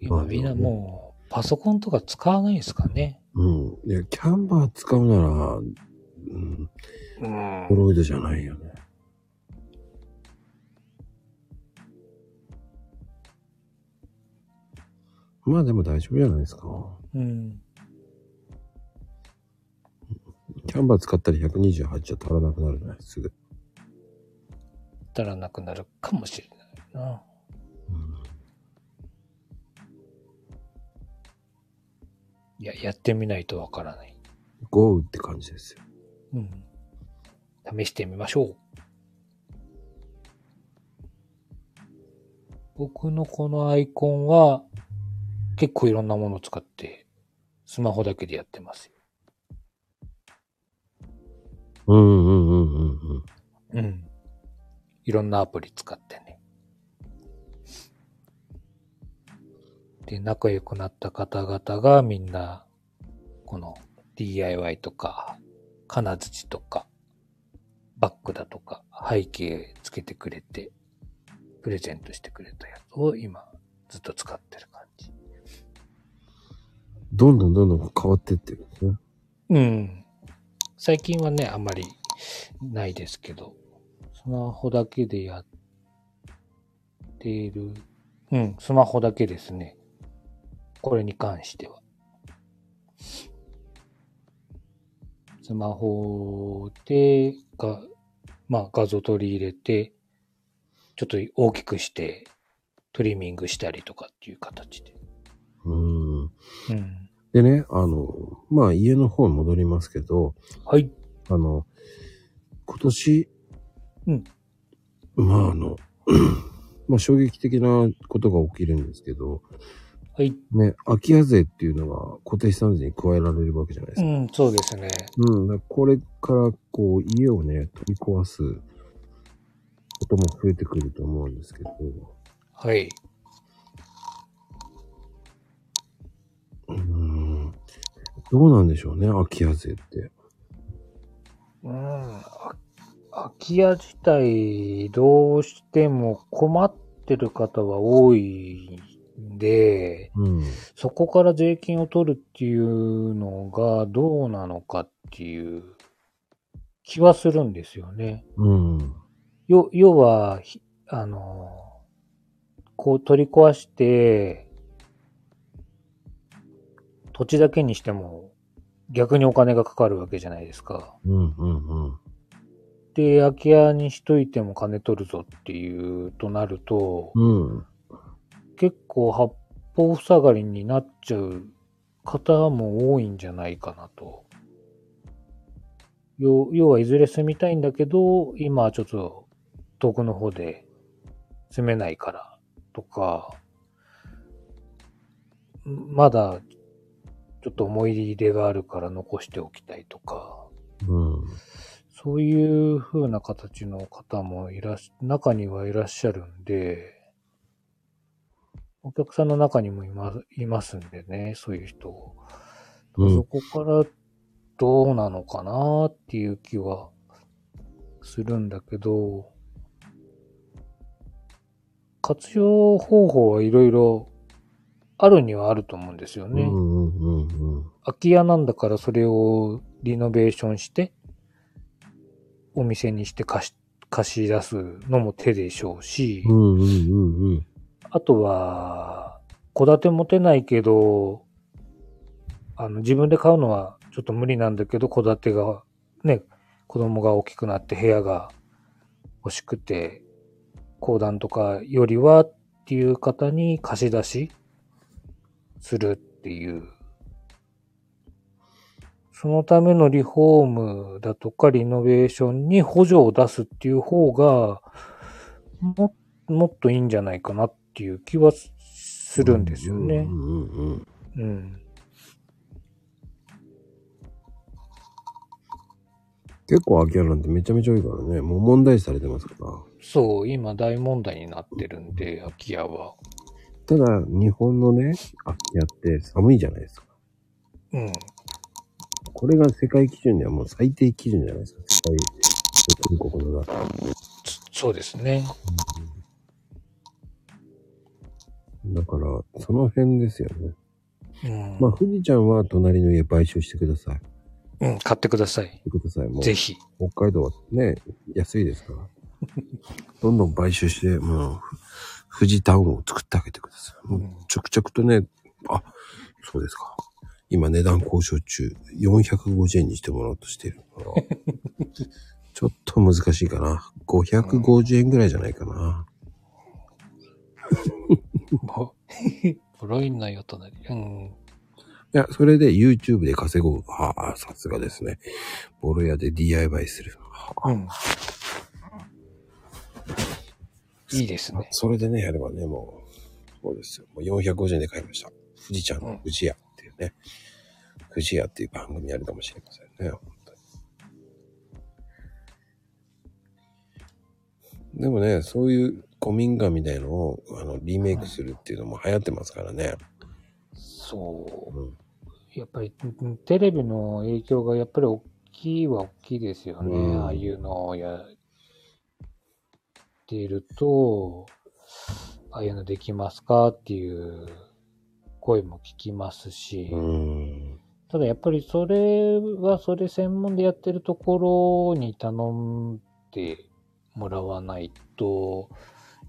B: 今みんなもうパソコンとか使わないですかね。
A: うん。いや、キャンバー使うなら、うん、
B: うん
A: ポロイドじゃないよね。まあでも大丈夫じゃないですか。
B: うん。
A: キャンバー使ったら128じゃ足らなくなるじゃないすぐ。
B: 足らなくなるかもしれないな。いや、やってみないとわからない。
A: 豪雨って感じですよ。
B: うん。試してみましょう。僕のこのアイコンは結構いろんなものを使ってスマホだけでやってますよ。
A: うんうんうんうんうん。
B: うん。いろんなアプリ使ってね。で、仲良くなった方々がみんな、この DIY とか、金槌とか、バッグだとか、背景つけてくれて、プレゼントしてくれたやつを今、ずっと使ってる感じ。
A: どんどんどんどん変わってってるんですね。
B: うん。最近はね、あんまりないですけど、スマホだけでやっている。うん、スマホだけですね。これに関しては。スマホでが、まあ、画像取り入れて、ちょっと大きくして、トリミングしたりとかっていう形で。
A: うん。
B: うん。
A: でね、あの、まあ家の方に戻りますけど、
B: はい。
A: あの、今年、
B: うん。
A: まああの、まあ衝撃的なことが起きるんですけど、
B: はい。
A: ね、空き家税っていうのが固定資産税に加えられるわけじゃないです
B: う
A: か。
B: ん、そうですね。
A: うん、だからこれからこう家をね、取り壊すことも増えてくると思うんですけど、
B: はい。
A: うーん、どうなんでしょうね、空き家税って。
B: うん、あ空き家自体どうしても困ってる方は多いんで、
A: うん。
B: そこから税金を取るっていうのがどうなのかっていう気はするんですよね。
A: うん。
B: よ要は、ひあの、こう取り壊して、土地だけにしても逆にお金がかかるわけじゃないですか。
A: うん、うん、うん。
B: で、空き家にしといても金取るぞっていうとなると、
A: うん。
B: 結構八方塞がりになっちゃう方も多いんじゃないかなと。要要はいずれ住みたいんだけど、今はちょっと遠くの方で住めないからとか、まだちょっと思い入れがあるから残しておきたいとか。
A: うん。
B: そういう風な形の方もいらっし、中にはいらっしゃるんで、お客さんの中にもいまいますんでね、そういう人。
A: うん
B: そこからどうなのかなっていう気はするんだけど、活用方法はいろいろあるにはあると思うんですよ
A: うん、う
B: ね。
A: ん、うん、うん。
B: 空き家なんだからそれをリノベーションして、お店にして貸し、貸し出すのも手でしょうし、
A: うん、うん、うん、うん。
B: あとは、戸建て持てないけど、あの、自分で買うのはちょっと無理なんだけど、戸建てが、ね、子供が大きくなって部屋が欲しくて、公団とかよりはっていう方に貸し出しするっていう。そのためのリフォームだとかリノベーションに補助を出すっていう方が、もっもっといいんじゃないかなっていう気はするんですよね。
A: うん、うん、うん。
B: うん。
A: 結構空き家なんてめちゃめちゃ多いからね、もう問題視されてますから。
B: そう、今大問題になってるんで、空き家は。
A: ただ、日本のね、空き家って寒いじゃないですか。
B: うん。
A: これが世界基準ではもう最低基準じゃないですか。世界途上国の中で。
B: そそうですね。
A: だから、その辺ですよね。
B: うん。
A: まあ、富士ちゃんは隣の家買収してください。し
B: うん、買ってください。
A: てください。もう、
B: ぜひ。
A: 北海道はね、安いですから。どんどん買収して、もう、富士タウンを作ってあげてください。もう
B: うん
A: 着々とね、あ、そうですか。今値段交渉中、450円にしてもらおうとしてる からちょっと難しいかな。550円ぐらいじゃないかな。
B: もう、ボロいなよ、隣。うん。
A: いや、それで YouTube で稼ごう。はあ、さすがですね。ボロ屋で DIY する。はあ
B: うん。いいですね。
A: それでね、やればね、もう、そうですよ。もう450円で買いました。富士ちゃん
B: う
A: の
B: ん
A: 富士屋っていうね。富士屋っていう番組あるかもしれませんね。本当にでもね、そういう古民家みたいのをあのリメイクするっていうのも流行ってますからね。
B: そう。
A: うん
B: やっぱり、うんテレビの影響がやっぱり大きいは大きいですよね。
A: うん
B: ああいうのをやっていると、ああいうのできますかっていう声も聞きますし、
A: うん。
B: ただやっぱりそれはそれ専門でやってるところに頼んでもらわないと、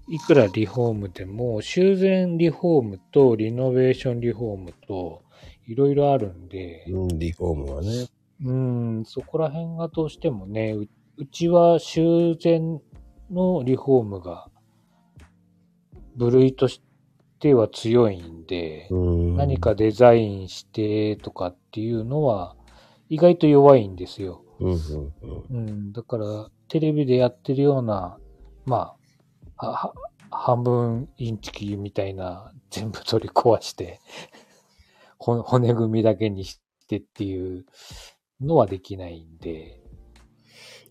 B: いくらリフォームでも修繕リフォームとリノベーションリフォームといろいろあるんで、
A: うんリフォームはね。
B: うん、そこら辺がどうしてもね、ううちは修繕のリフォームが部類としては強いんで、
A: うん。
B: 何かデザインしてとかっていうのは意外と弱いんですよ。
A: うんうんうん。
B: うん、だからテレビでやってるような、まあ、はは半分インチキみたいな 全部取り壊してほ骨組みだけにしてっていうのはできないんで、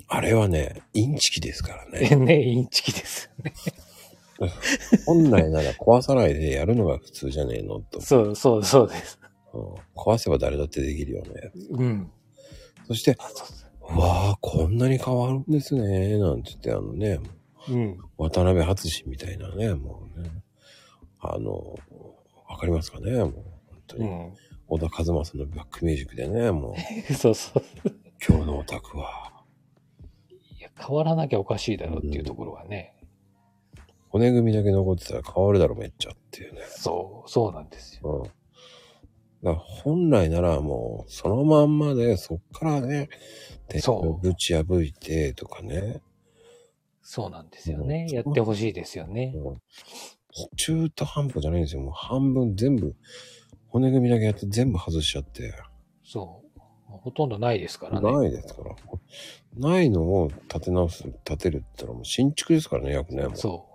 A: あれはね、インチキですからね。
B: ね、インチキですね。
A: 本来なら壊さないでやるのが普通じゃねえのと。
B: そうそうそうで
A: う
B: す。
A: ん壊せば誰だってできるよね。
B: うん。
A: そして、わあ、こんなに変わるんですね、なんつって、あのね、
B: うん。
A: 渡辺初志みたいなね、もうね、あの、わかりますかね、もう、本当
B: う
A: に。
B: ん。
A: 小田和正のバックミュージックでね、もう、
B: そうそう。
A: 今日のオタクは、
B: いや、変わらなきゃおかしいだろうっていうところはね。
A: 骨組みだけ残ってたら変わるだろ、めっちゃっていうね。
B: そう、そうなんですよ。
A: うん。だから本来ならもう、そのまんまで、そっからね、で
B: そう
A: ぶち破いてとかね、
B: そうなんですよね。
A: うん
B: やってほしいですよね。
A: うん中途半端じゃないんですよ。もう半分全部、骨組みだけやって全部外しちゃって。
B: そう。ほとんどないですからね。
A: ないですから。ないのを建て直す、建てるって言ったらもう新築ですからね、約ね。もう
B: そ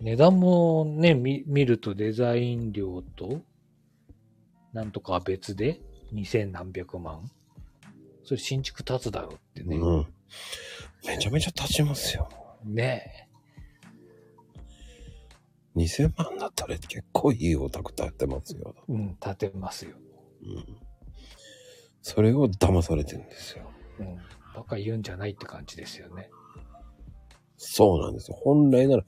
B: う。値段もね、見見るとデザイン料と、なんとかは別で、2000何百万。それ新築建つだろうってね。
A: うん。めちゃめちゃ建ちますよ。
B: ね
A: 2000万だったら結構いいオタク建てますよ。
B: え。うん、建てますよ。
A: うん。それを騙されてるんですよ。
B: うん。バカ言うんじゃないって感じですよね。
A: そうなんですよ。本来なら、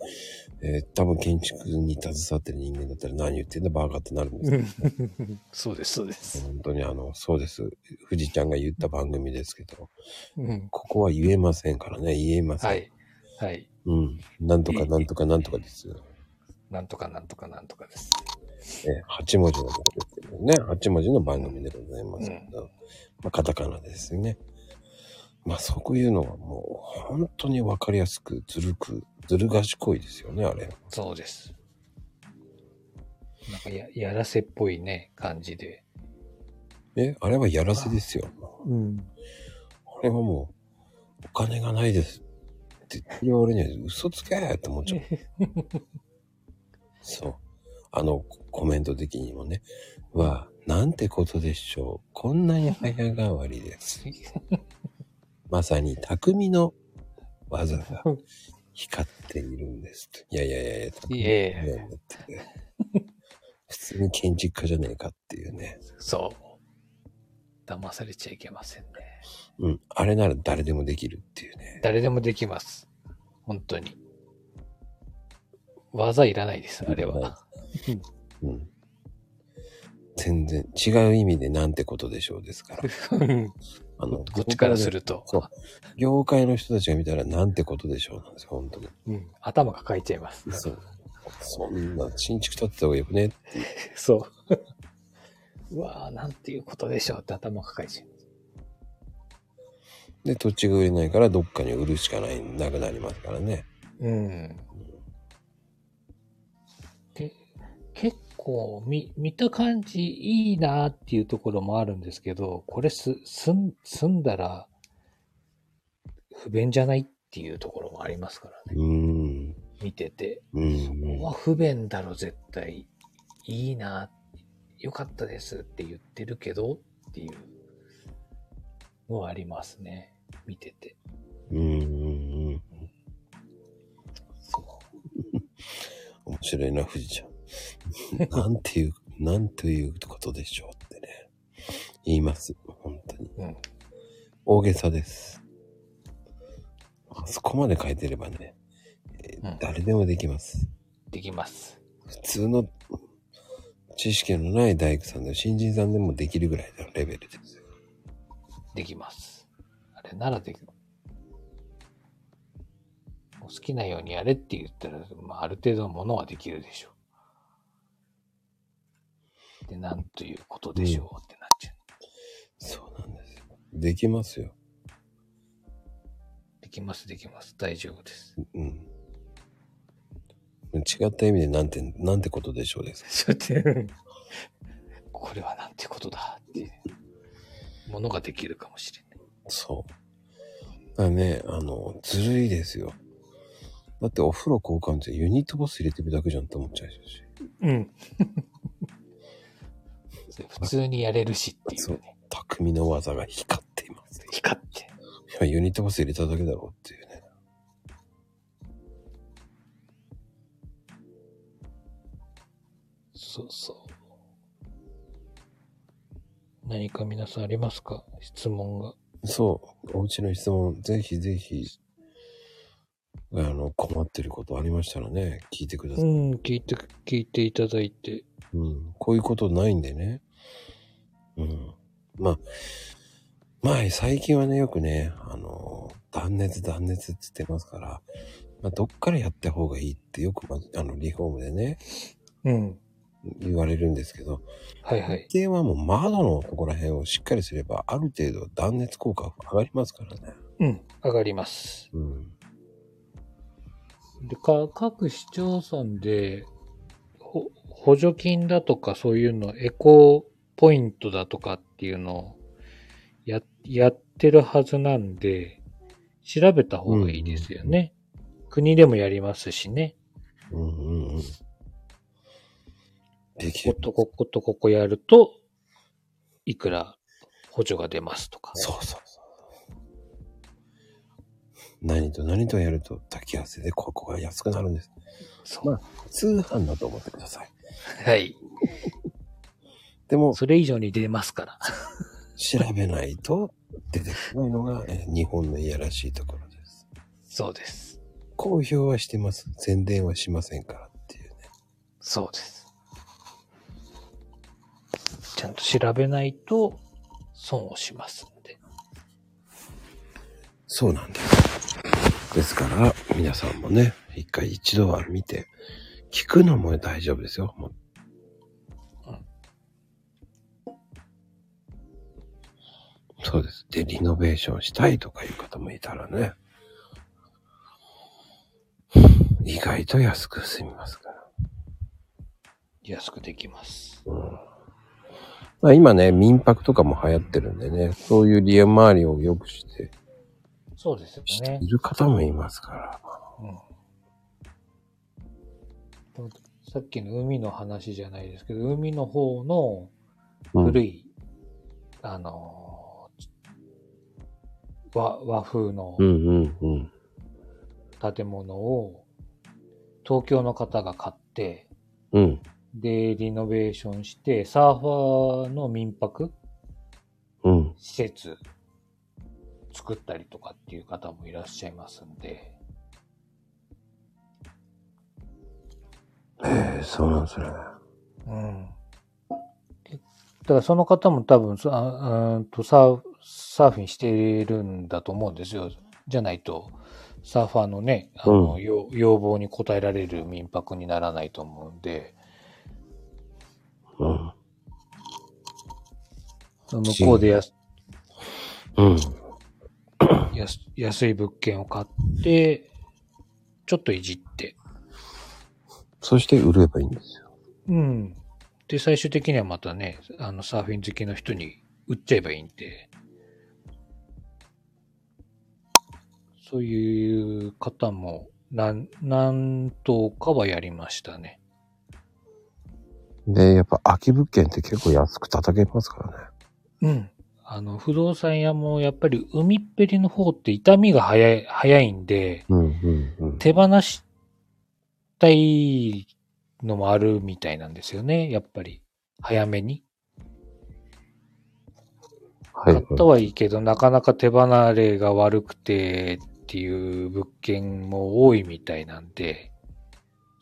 A: えー多分建築に携わってる人間だったら何言ってんだバカってなるんですけど
B: そうです、そうです。
A: 本当にあの、そうです。富士ちゃんが言った番組ですけど、
B: うん。
A: ここは言えませんからね、言えません。
B: はい。はい。
A: うん。なんとかなんとかなんとかですよ。
B: なんとかなんとかなんとかです。
A: え8文字のことですけどね、8文字の番組でございますけど、まあ、カタカナですね。まあ、そういうのはもう、本当にわかりやすく、ずるく、ずる賢いですよね、あれ。
B: そうです。なんかや、やらせっぽいね、感じで。
A: え、あれはやらせですよ。
B: うん。
A: あれはもう、お金がないですって言われには嘘つけって思っちゃ う。そう。あの、ココメント的にもね、は、なんてことでしょう。こんなに早変わりです。まさに匠の技が光っているんですと。いやいやいやいや、匠
B: いえいえ
A: いやってね普通に建築家じゃねえかっていうね。
B: そう。騙されちゃいけませんね。
A: うん。あれなら誰でもできるっていうね。
B: 誰でもできます。本当に。技いらないです、あれは。
A: うん。全然違う意味でなんてことでしょうです から。あの、
B: こっちからすると、
A: そう業界の人たちが見たらなんてことでしょうなんですよ、本当に。
B: うん頭抱えちゃいます。
A: そう。そんな、新築建てた方がよくね。
B: そう。 うわーなんていうことでしょうって頭抱えちゃう。
A: で、土地が売れないからどっかに売るしかない、なくなりますからね。
B: うん。け結構見、見た感じいいなーっていうところもあるんですけど、これす、すん、住んだら不便じゃないっていうところもありますからね。
A: うーん。
B: 見てて。
A: う
B: ここ
A: ん。
B: は不便だろ、絶対。いいな、よかったですって言ってるけどっていうのはありますね。見てて。
A: うん。
B: そう
A: 面白いな、富士ちゃん。 なんていう、なんということでしょうってね。言います。本当に。
B: うん
A: 大げさです。あそこまで書いてればね、えー
B: うん
A: 誰でもできます。
B: できます。
A: 普通の知識のない大工さんでも新人さんでもできるぐらいのレベルですよ。
B: できます。あれならできる。もう好きなようにやれって言ったら、まあ、ある程度のものはできるでしょう。で、なんということでしょうってなっちゃう。
A: そうなんですよ。できますよ。
B: できます、できます。大丈夫です。
A: うん。違った意味でなんて、なんてことでしょうです。
B: そうやって、 これはなんてことだっていうものができるかもしれない。
A: そう。だからね、あの、ずるいですよ。だってお風呂交換ってユニットバス入れてるだけじゃんって思っちゃうし。
B: うん。普通にやれるしっていうね。
A: 匠の技が光っています。
B: 光って。
A: いやユニットバス入れただけだろうっていうね。
B: そうそう。何か皆さんありますか質問が。
A: そう、おうちの質問、ぜひぜひ、あの、困ってることありましたらね、聞いてくださ
B: う
A: い。
B: ん、聞いて、聞いていただいて。
A: うん、こういうことないんでね。うん。まあ、まあ、最近はね、よくね、あの、断熱断熱って言ってますから、まあ、どっからやった方がいいってよく、まあの、リフォームでね、
B: うん。
A: 言われるんですけど、
B: はいはい。
A: 一定はもう窓のところら辺をしっかりすれば、ある程度断熱効果が上がりますからね。
B: うん、上がります。
A: うん。
B: でか各市町村でほ補助金だとかそういうのエコポイントだとかっていうのをややってるはずなんで調べた方がいいですよね、国でもやりますしね
A: うんうんうん。でき
B: こ
A: る
B: ことこことここやるといくら補助が出ますとか
A: そうそうそう。何と何とやると炊き合わせでここが安くなるんです。
B: そう、
A: 通販だと思ってください。
B: はい
A: でも
B: それ以上に出ますから
A: 調べないと出てこないのがえー日本のいやらしいところです。
B: そうです
A: 公表はしてます。宣伝はしませんからっていうね。
B: そうです。ちゃんと調べないと損をしますんで。
A: そうなんです。ですから皆さんもね、一回一度は見て、聞くのも大丈夫ですよ。もう
B: うん
A: そうです。で、リノベーションしたいとかいう方もいたらね、意外と安く済みますから。
B: 安くできます。
A: うんまあ、今ね、民泊とかも流行ってるんでね、そういう利益回りを良くして、
B: そうですよ
A: して
B: ね
A: い。る方もいますから。
B: うん、さっきの海の話じゃないですけど、海の方の
A: うん
B: 古い、あのー和、和風の
A: うんうんうん。
B: 建物を東京の方が買って、
A: うん。
B: で、リノベーションして、サーファーの民泊
A: うん。
B: 施設作ったりとかっていう方もいらっしゃいますんで、
A: ええそうなんですね。
B: うん。だからその方も多分そあうーんとサーサーフィンしてるんだと思うんですよ。じゃないと、サーファーのね、あの、
A: うん
B: 要要望に応えられる民泊にならないと思うんで、
A: うん。
B: 向こうでやす
A: うん。
B: 安安い物件を買って、ちょっといじって、
A: そして売ればいいんですよ。
B: うん。で、最終的にはまたね、あの、サーフィン好きの人に売っちゃえばいいんで、そういう方も何、何とかはやりましたね。
A: で、やっぱ空き物件って結構安く叩けますからね。
B: うん。あの、不動産屋もやっぱり海っぺりの方って痛みが早い、早いんで、
A: うんうんうん。
B: 手放したいのもあるみたいなんですよね、やっぱり。早めに。
A: はい、
B: 買
A: はい
B: ったはいいけど、なかなか手離れが悪くてっていう物件も多いみたいなんで、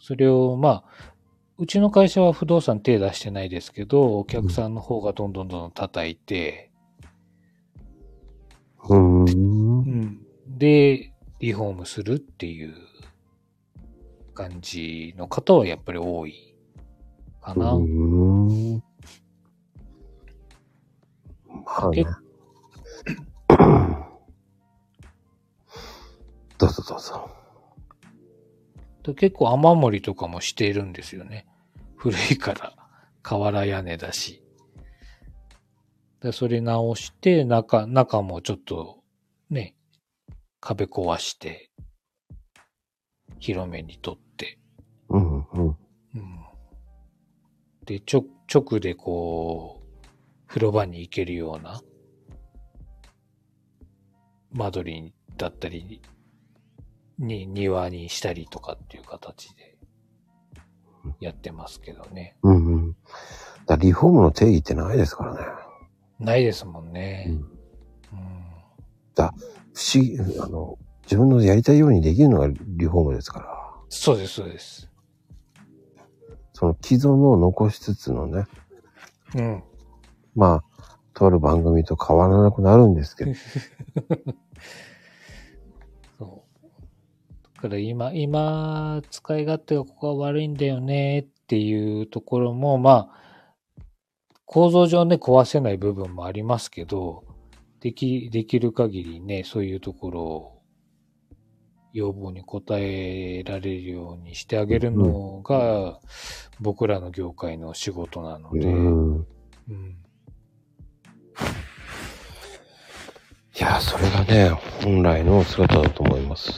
B: それを、まあ、うちの会社は不動産手出してないですけど、お客さんの方がどんどんどんどん叩いて、
A: うーん。
B: で、リフォームするっていう感じの方はやっぱり多いかな。
A: うーん。まあね
B: え。
A: どうぞどうぞ。
B: で結構雨漏りとかもしているんですよね。 古いから。瓦屋根だし。で、それ直して、中、中もちょっと、ね、壁壊して、広めに取って、
A: うんうん。
B: うん。で、ちょ、直でこう、風呂場に行けるような、間取りだったりに、に、庭にしたりとかっていう形で、やってますけどね。
A: うんうん。だからリフォームの定義ってないですからね。
B: ないですもんね。
A: うん
B: うん
A: 不思議、あの、自分のやりたいようにできるのがリフォームですから。
B: そうです、そうです。
A: その既存のを残しつつのね、
B: うん。
A: まあ、とある番組と変わらなくなるんですけど。
B: そう。だから今、今、使い勝手がここは悪いんだよねっていうところも、まあ、構造上ね、壊せない部分もありますけど、でき、できる限りね、そういうところを要望に応えられるようにしてあげるのが、僕らの業界の仕事なの
A: う
B: で、
A: ん。
B: うん
A: いや、それがね、本来の姿だと思います。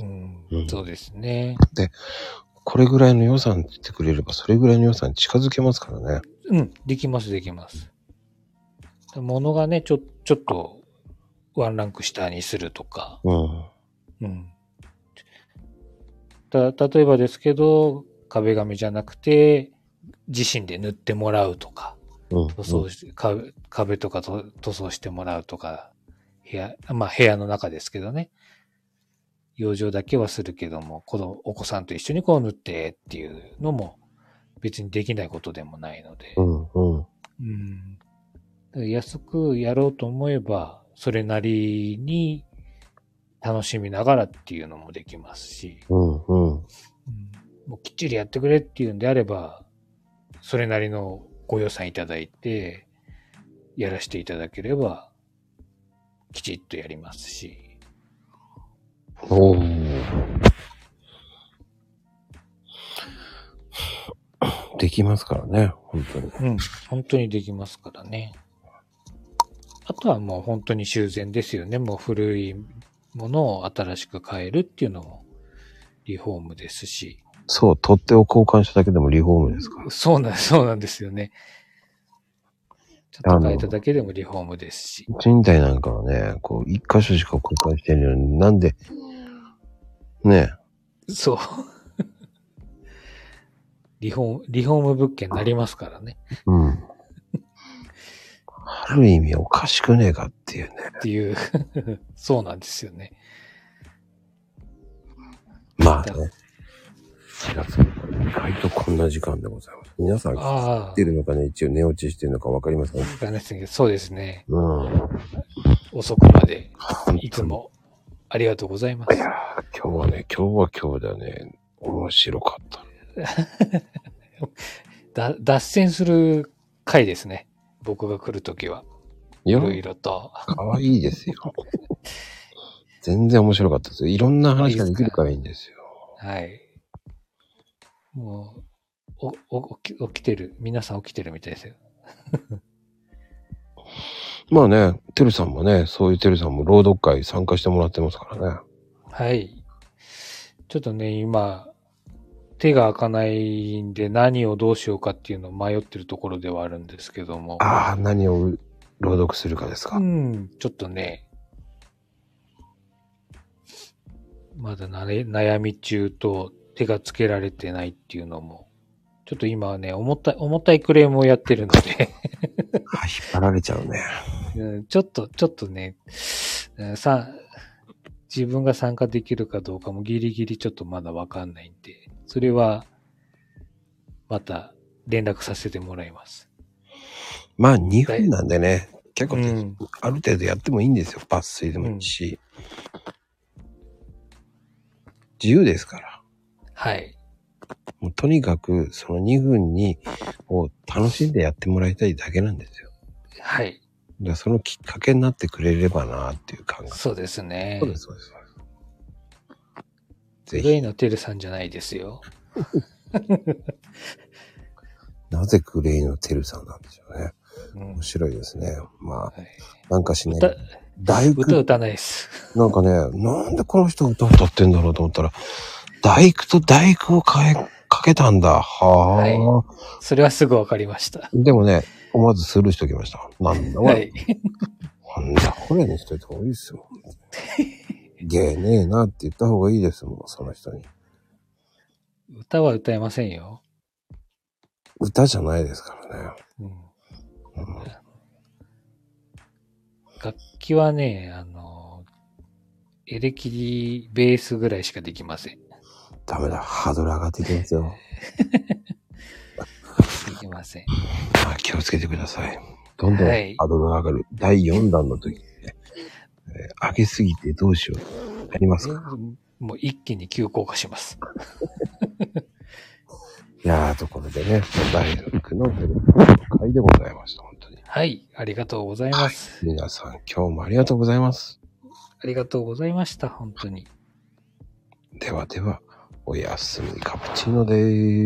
B: うん
A: うん
B: そうですね。
A: これぐらいの予算って言ってくれれば、それぐらいの予算に近づけますからね。
B: うん、できます、できます。物がね、ちょ、ちょっと、ワンランク下にするとか、
A: うん。
B: うん。た、例えばですけど、壁紙じゃなくて、自身で塗ってもらうとか、
A: うん。
B: 塗装して、壁壁とかと塗装してもらうとか、部屋、まあ部屋の中ですけどね。養生だけはするけども、子供、お子さんと一緒にこう塗ってっていうのも、別にできないことでもないので。
A: うん。うん。
B: うん、だから安くやろうと思えば、それなりに楽しみながらっていうのもできますし、
A: うん。うん。
B: うん、もうきっちりやってくれっていうんであれば、それなりのご予算いただいて、やらせていただければ、きちっとやりますし、
A: おーできますからね、本当に。
B: うん、本当にできますからね。あとはもう本当に修繕ですよね。もう古いものを新しく変えるっていうのもリフォームですし。
A: そう、取っ手を交換しただけでもリフォームですから。
B: そうなん、そうなんですよね。ちょっと変えただけでもリフォームですし。
A: 賃貸なんかはね、こう、一箇所しか交換してるのに、なんで、ね
B: そう。リフォーム、リフォーム物件になりますからね。
A: え、 うん。ある意味おかしくねえかっていうね。
B: っていう。そうなんですよね。
A: まあね。4月意外とこんな時間でございます。皆さん来
B: ああ
A: て。るのかね、一応寝落ちしてるのかわかりません。
B: だねそうですね。
A: うん。
B: 遅くまで、いつもありがとうございま
A: い
B: す。
A: やー今日はね、今日は今日だね、面白かった。
B: だ脱線する回ですね。僕が来るときは。
A: い
B: い
A: や、
B: ろいろと。
A: かわいいです よ。全然面白かったですよ。いろんな話ができるからいいんですよ。
B: はい。もう、お、お、起き起きてる。皆さん起きてるみたいですよ。
A: まあね、てるさんもね、そういうてるさんも朗読会参加してもらってますからね。
B: はい。ちょっとね、今、手が開かないんで何をどうしようかっていうのを迷ってるところではあるんですけども。
A: ああ、何を朗読するかですか。
B: うん、ちょっとね、まだなれ悩み中と手がつけられてないっていうのも、ちょっと今はね、重たい、重たいクレームをやってるので、
A: あ引っ張られちゃうね。
B: うんちょっと、ちょっとね、うんさ、自分が参加できるかどうかもギリギリちょっとまだわかんないんで、それは、また連絡させてもらいます。
A: まあ2分なんでね、結構、
B: うん
A: ある程度やってもいいんですよ。抜粋でもいいし。自由ですから。
B: はい。
A: もうとにかくその2分にを楽しんでやってもらいたいだけなんですよ。
B: はい。
A: だからそのきっかけになってくれればなっていう感覚。
B: そうですね。
A: そうです、そうです。ぜ
B: グレ
A: ひ、
B: イのテルさんじゃないですよ。
A: なぜグレイのテルさんなんでしょうね。
B: うん
A: 面白いですね。まあ、
B: はい
A: なんかしね
B: 歌、、
A: 大工
B: 歌歌わないです。
A: なんかね、なんでこの人歌歌ってんだろうと思ったら、大工と大工をかえ、かけたんだ。はあ、
B: それはすぐわかりました。
A: でもね、思わずスルーしときました。なんだこ
B: は
A: れ、
B: い。
A: なんだこれにしといた方がいいですよ。芸ねえなって言った方がいいですもん、その人に。
B: 歌は歌えませんよ。
A: 歌じゃないですからね。
B: うん
A: うん
B: 楽器はね、あの、エレキベースぐらいしかできません。
A: ダメだ、ハードル上がってきますよ。
B: できません。
A: まあ、気をつけてください。どんどんハ
B: はい
A: ードルが上がる。第4弾の時にね、えー上げすぎてどうしよう。ありますか
B: もう一気に急降下します。
A: いやー、ところでね、第6のテレビの回でございました。本当に。
B: はい。ありがとうございます。
A: 皆さん、今日もありがとうございます。
B: ありがとうございました。本当に。
A: ではでは、おやすみカプチーノで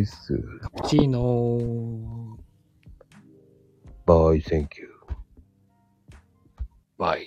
A: ーす。
B: チーノー。
A: バイ、センキュー。
B: バイ。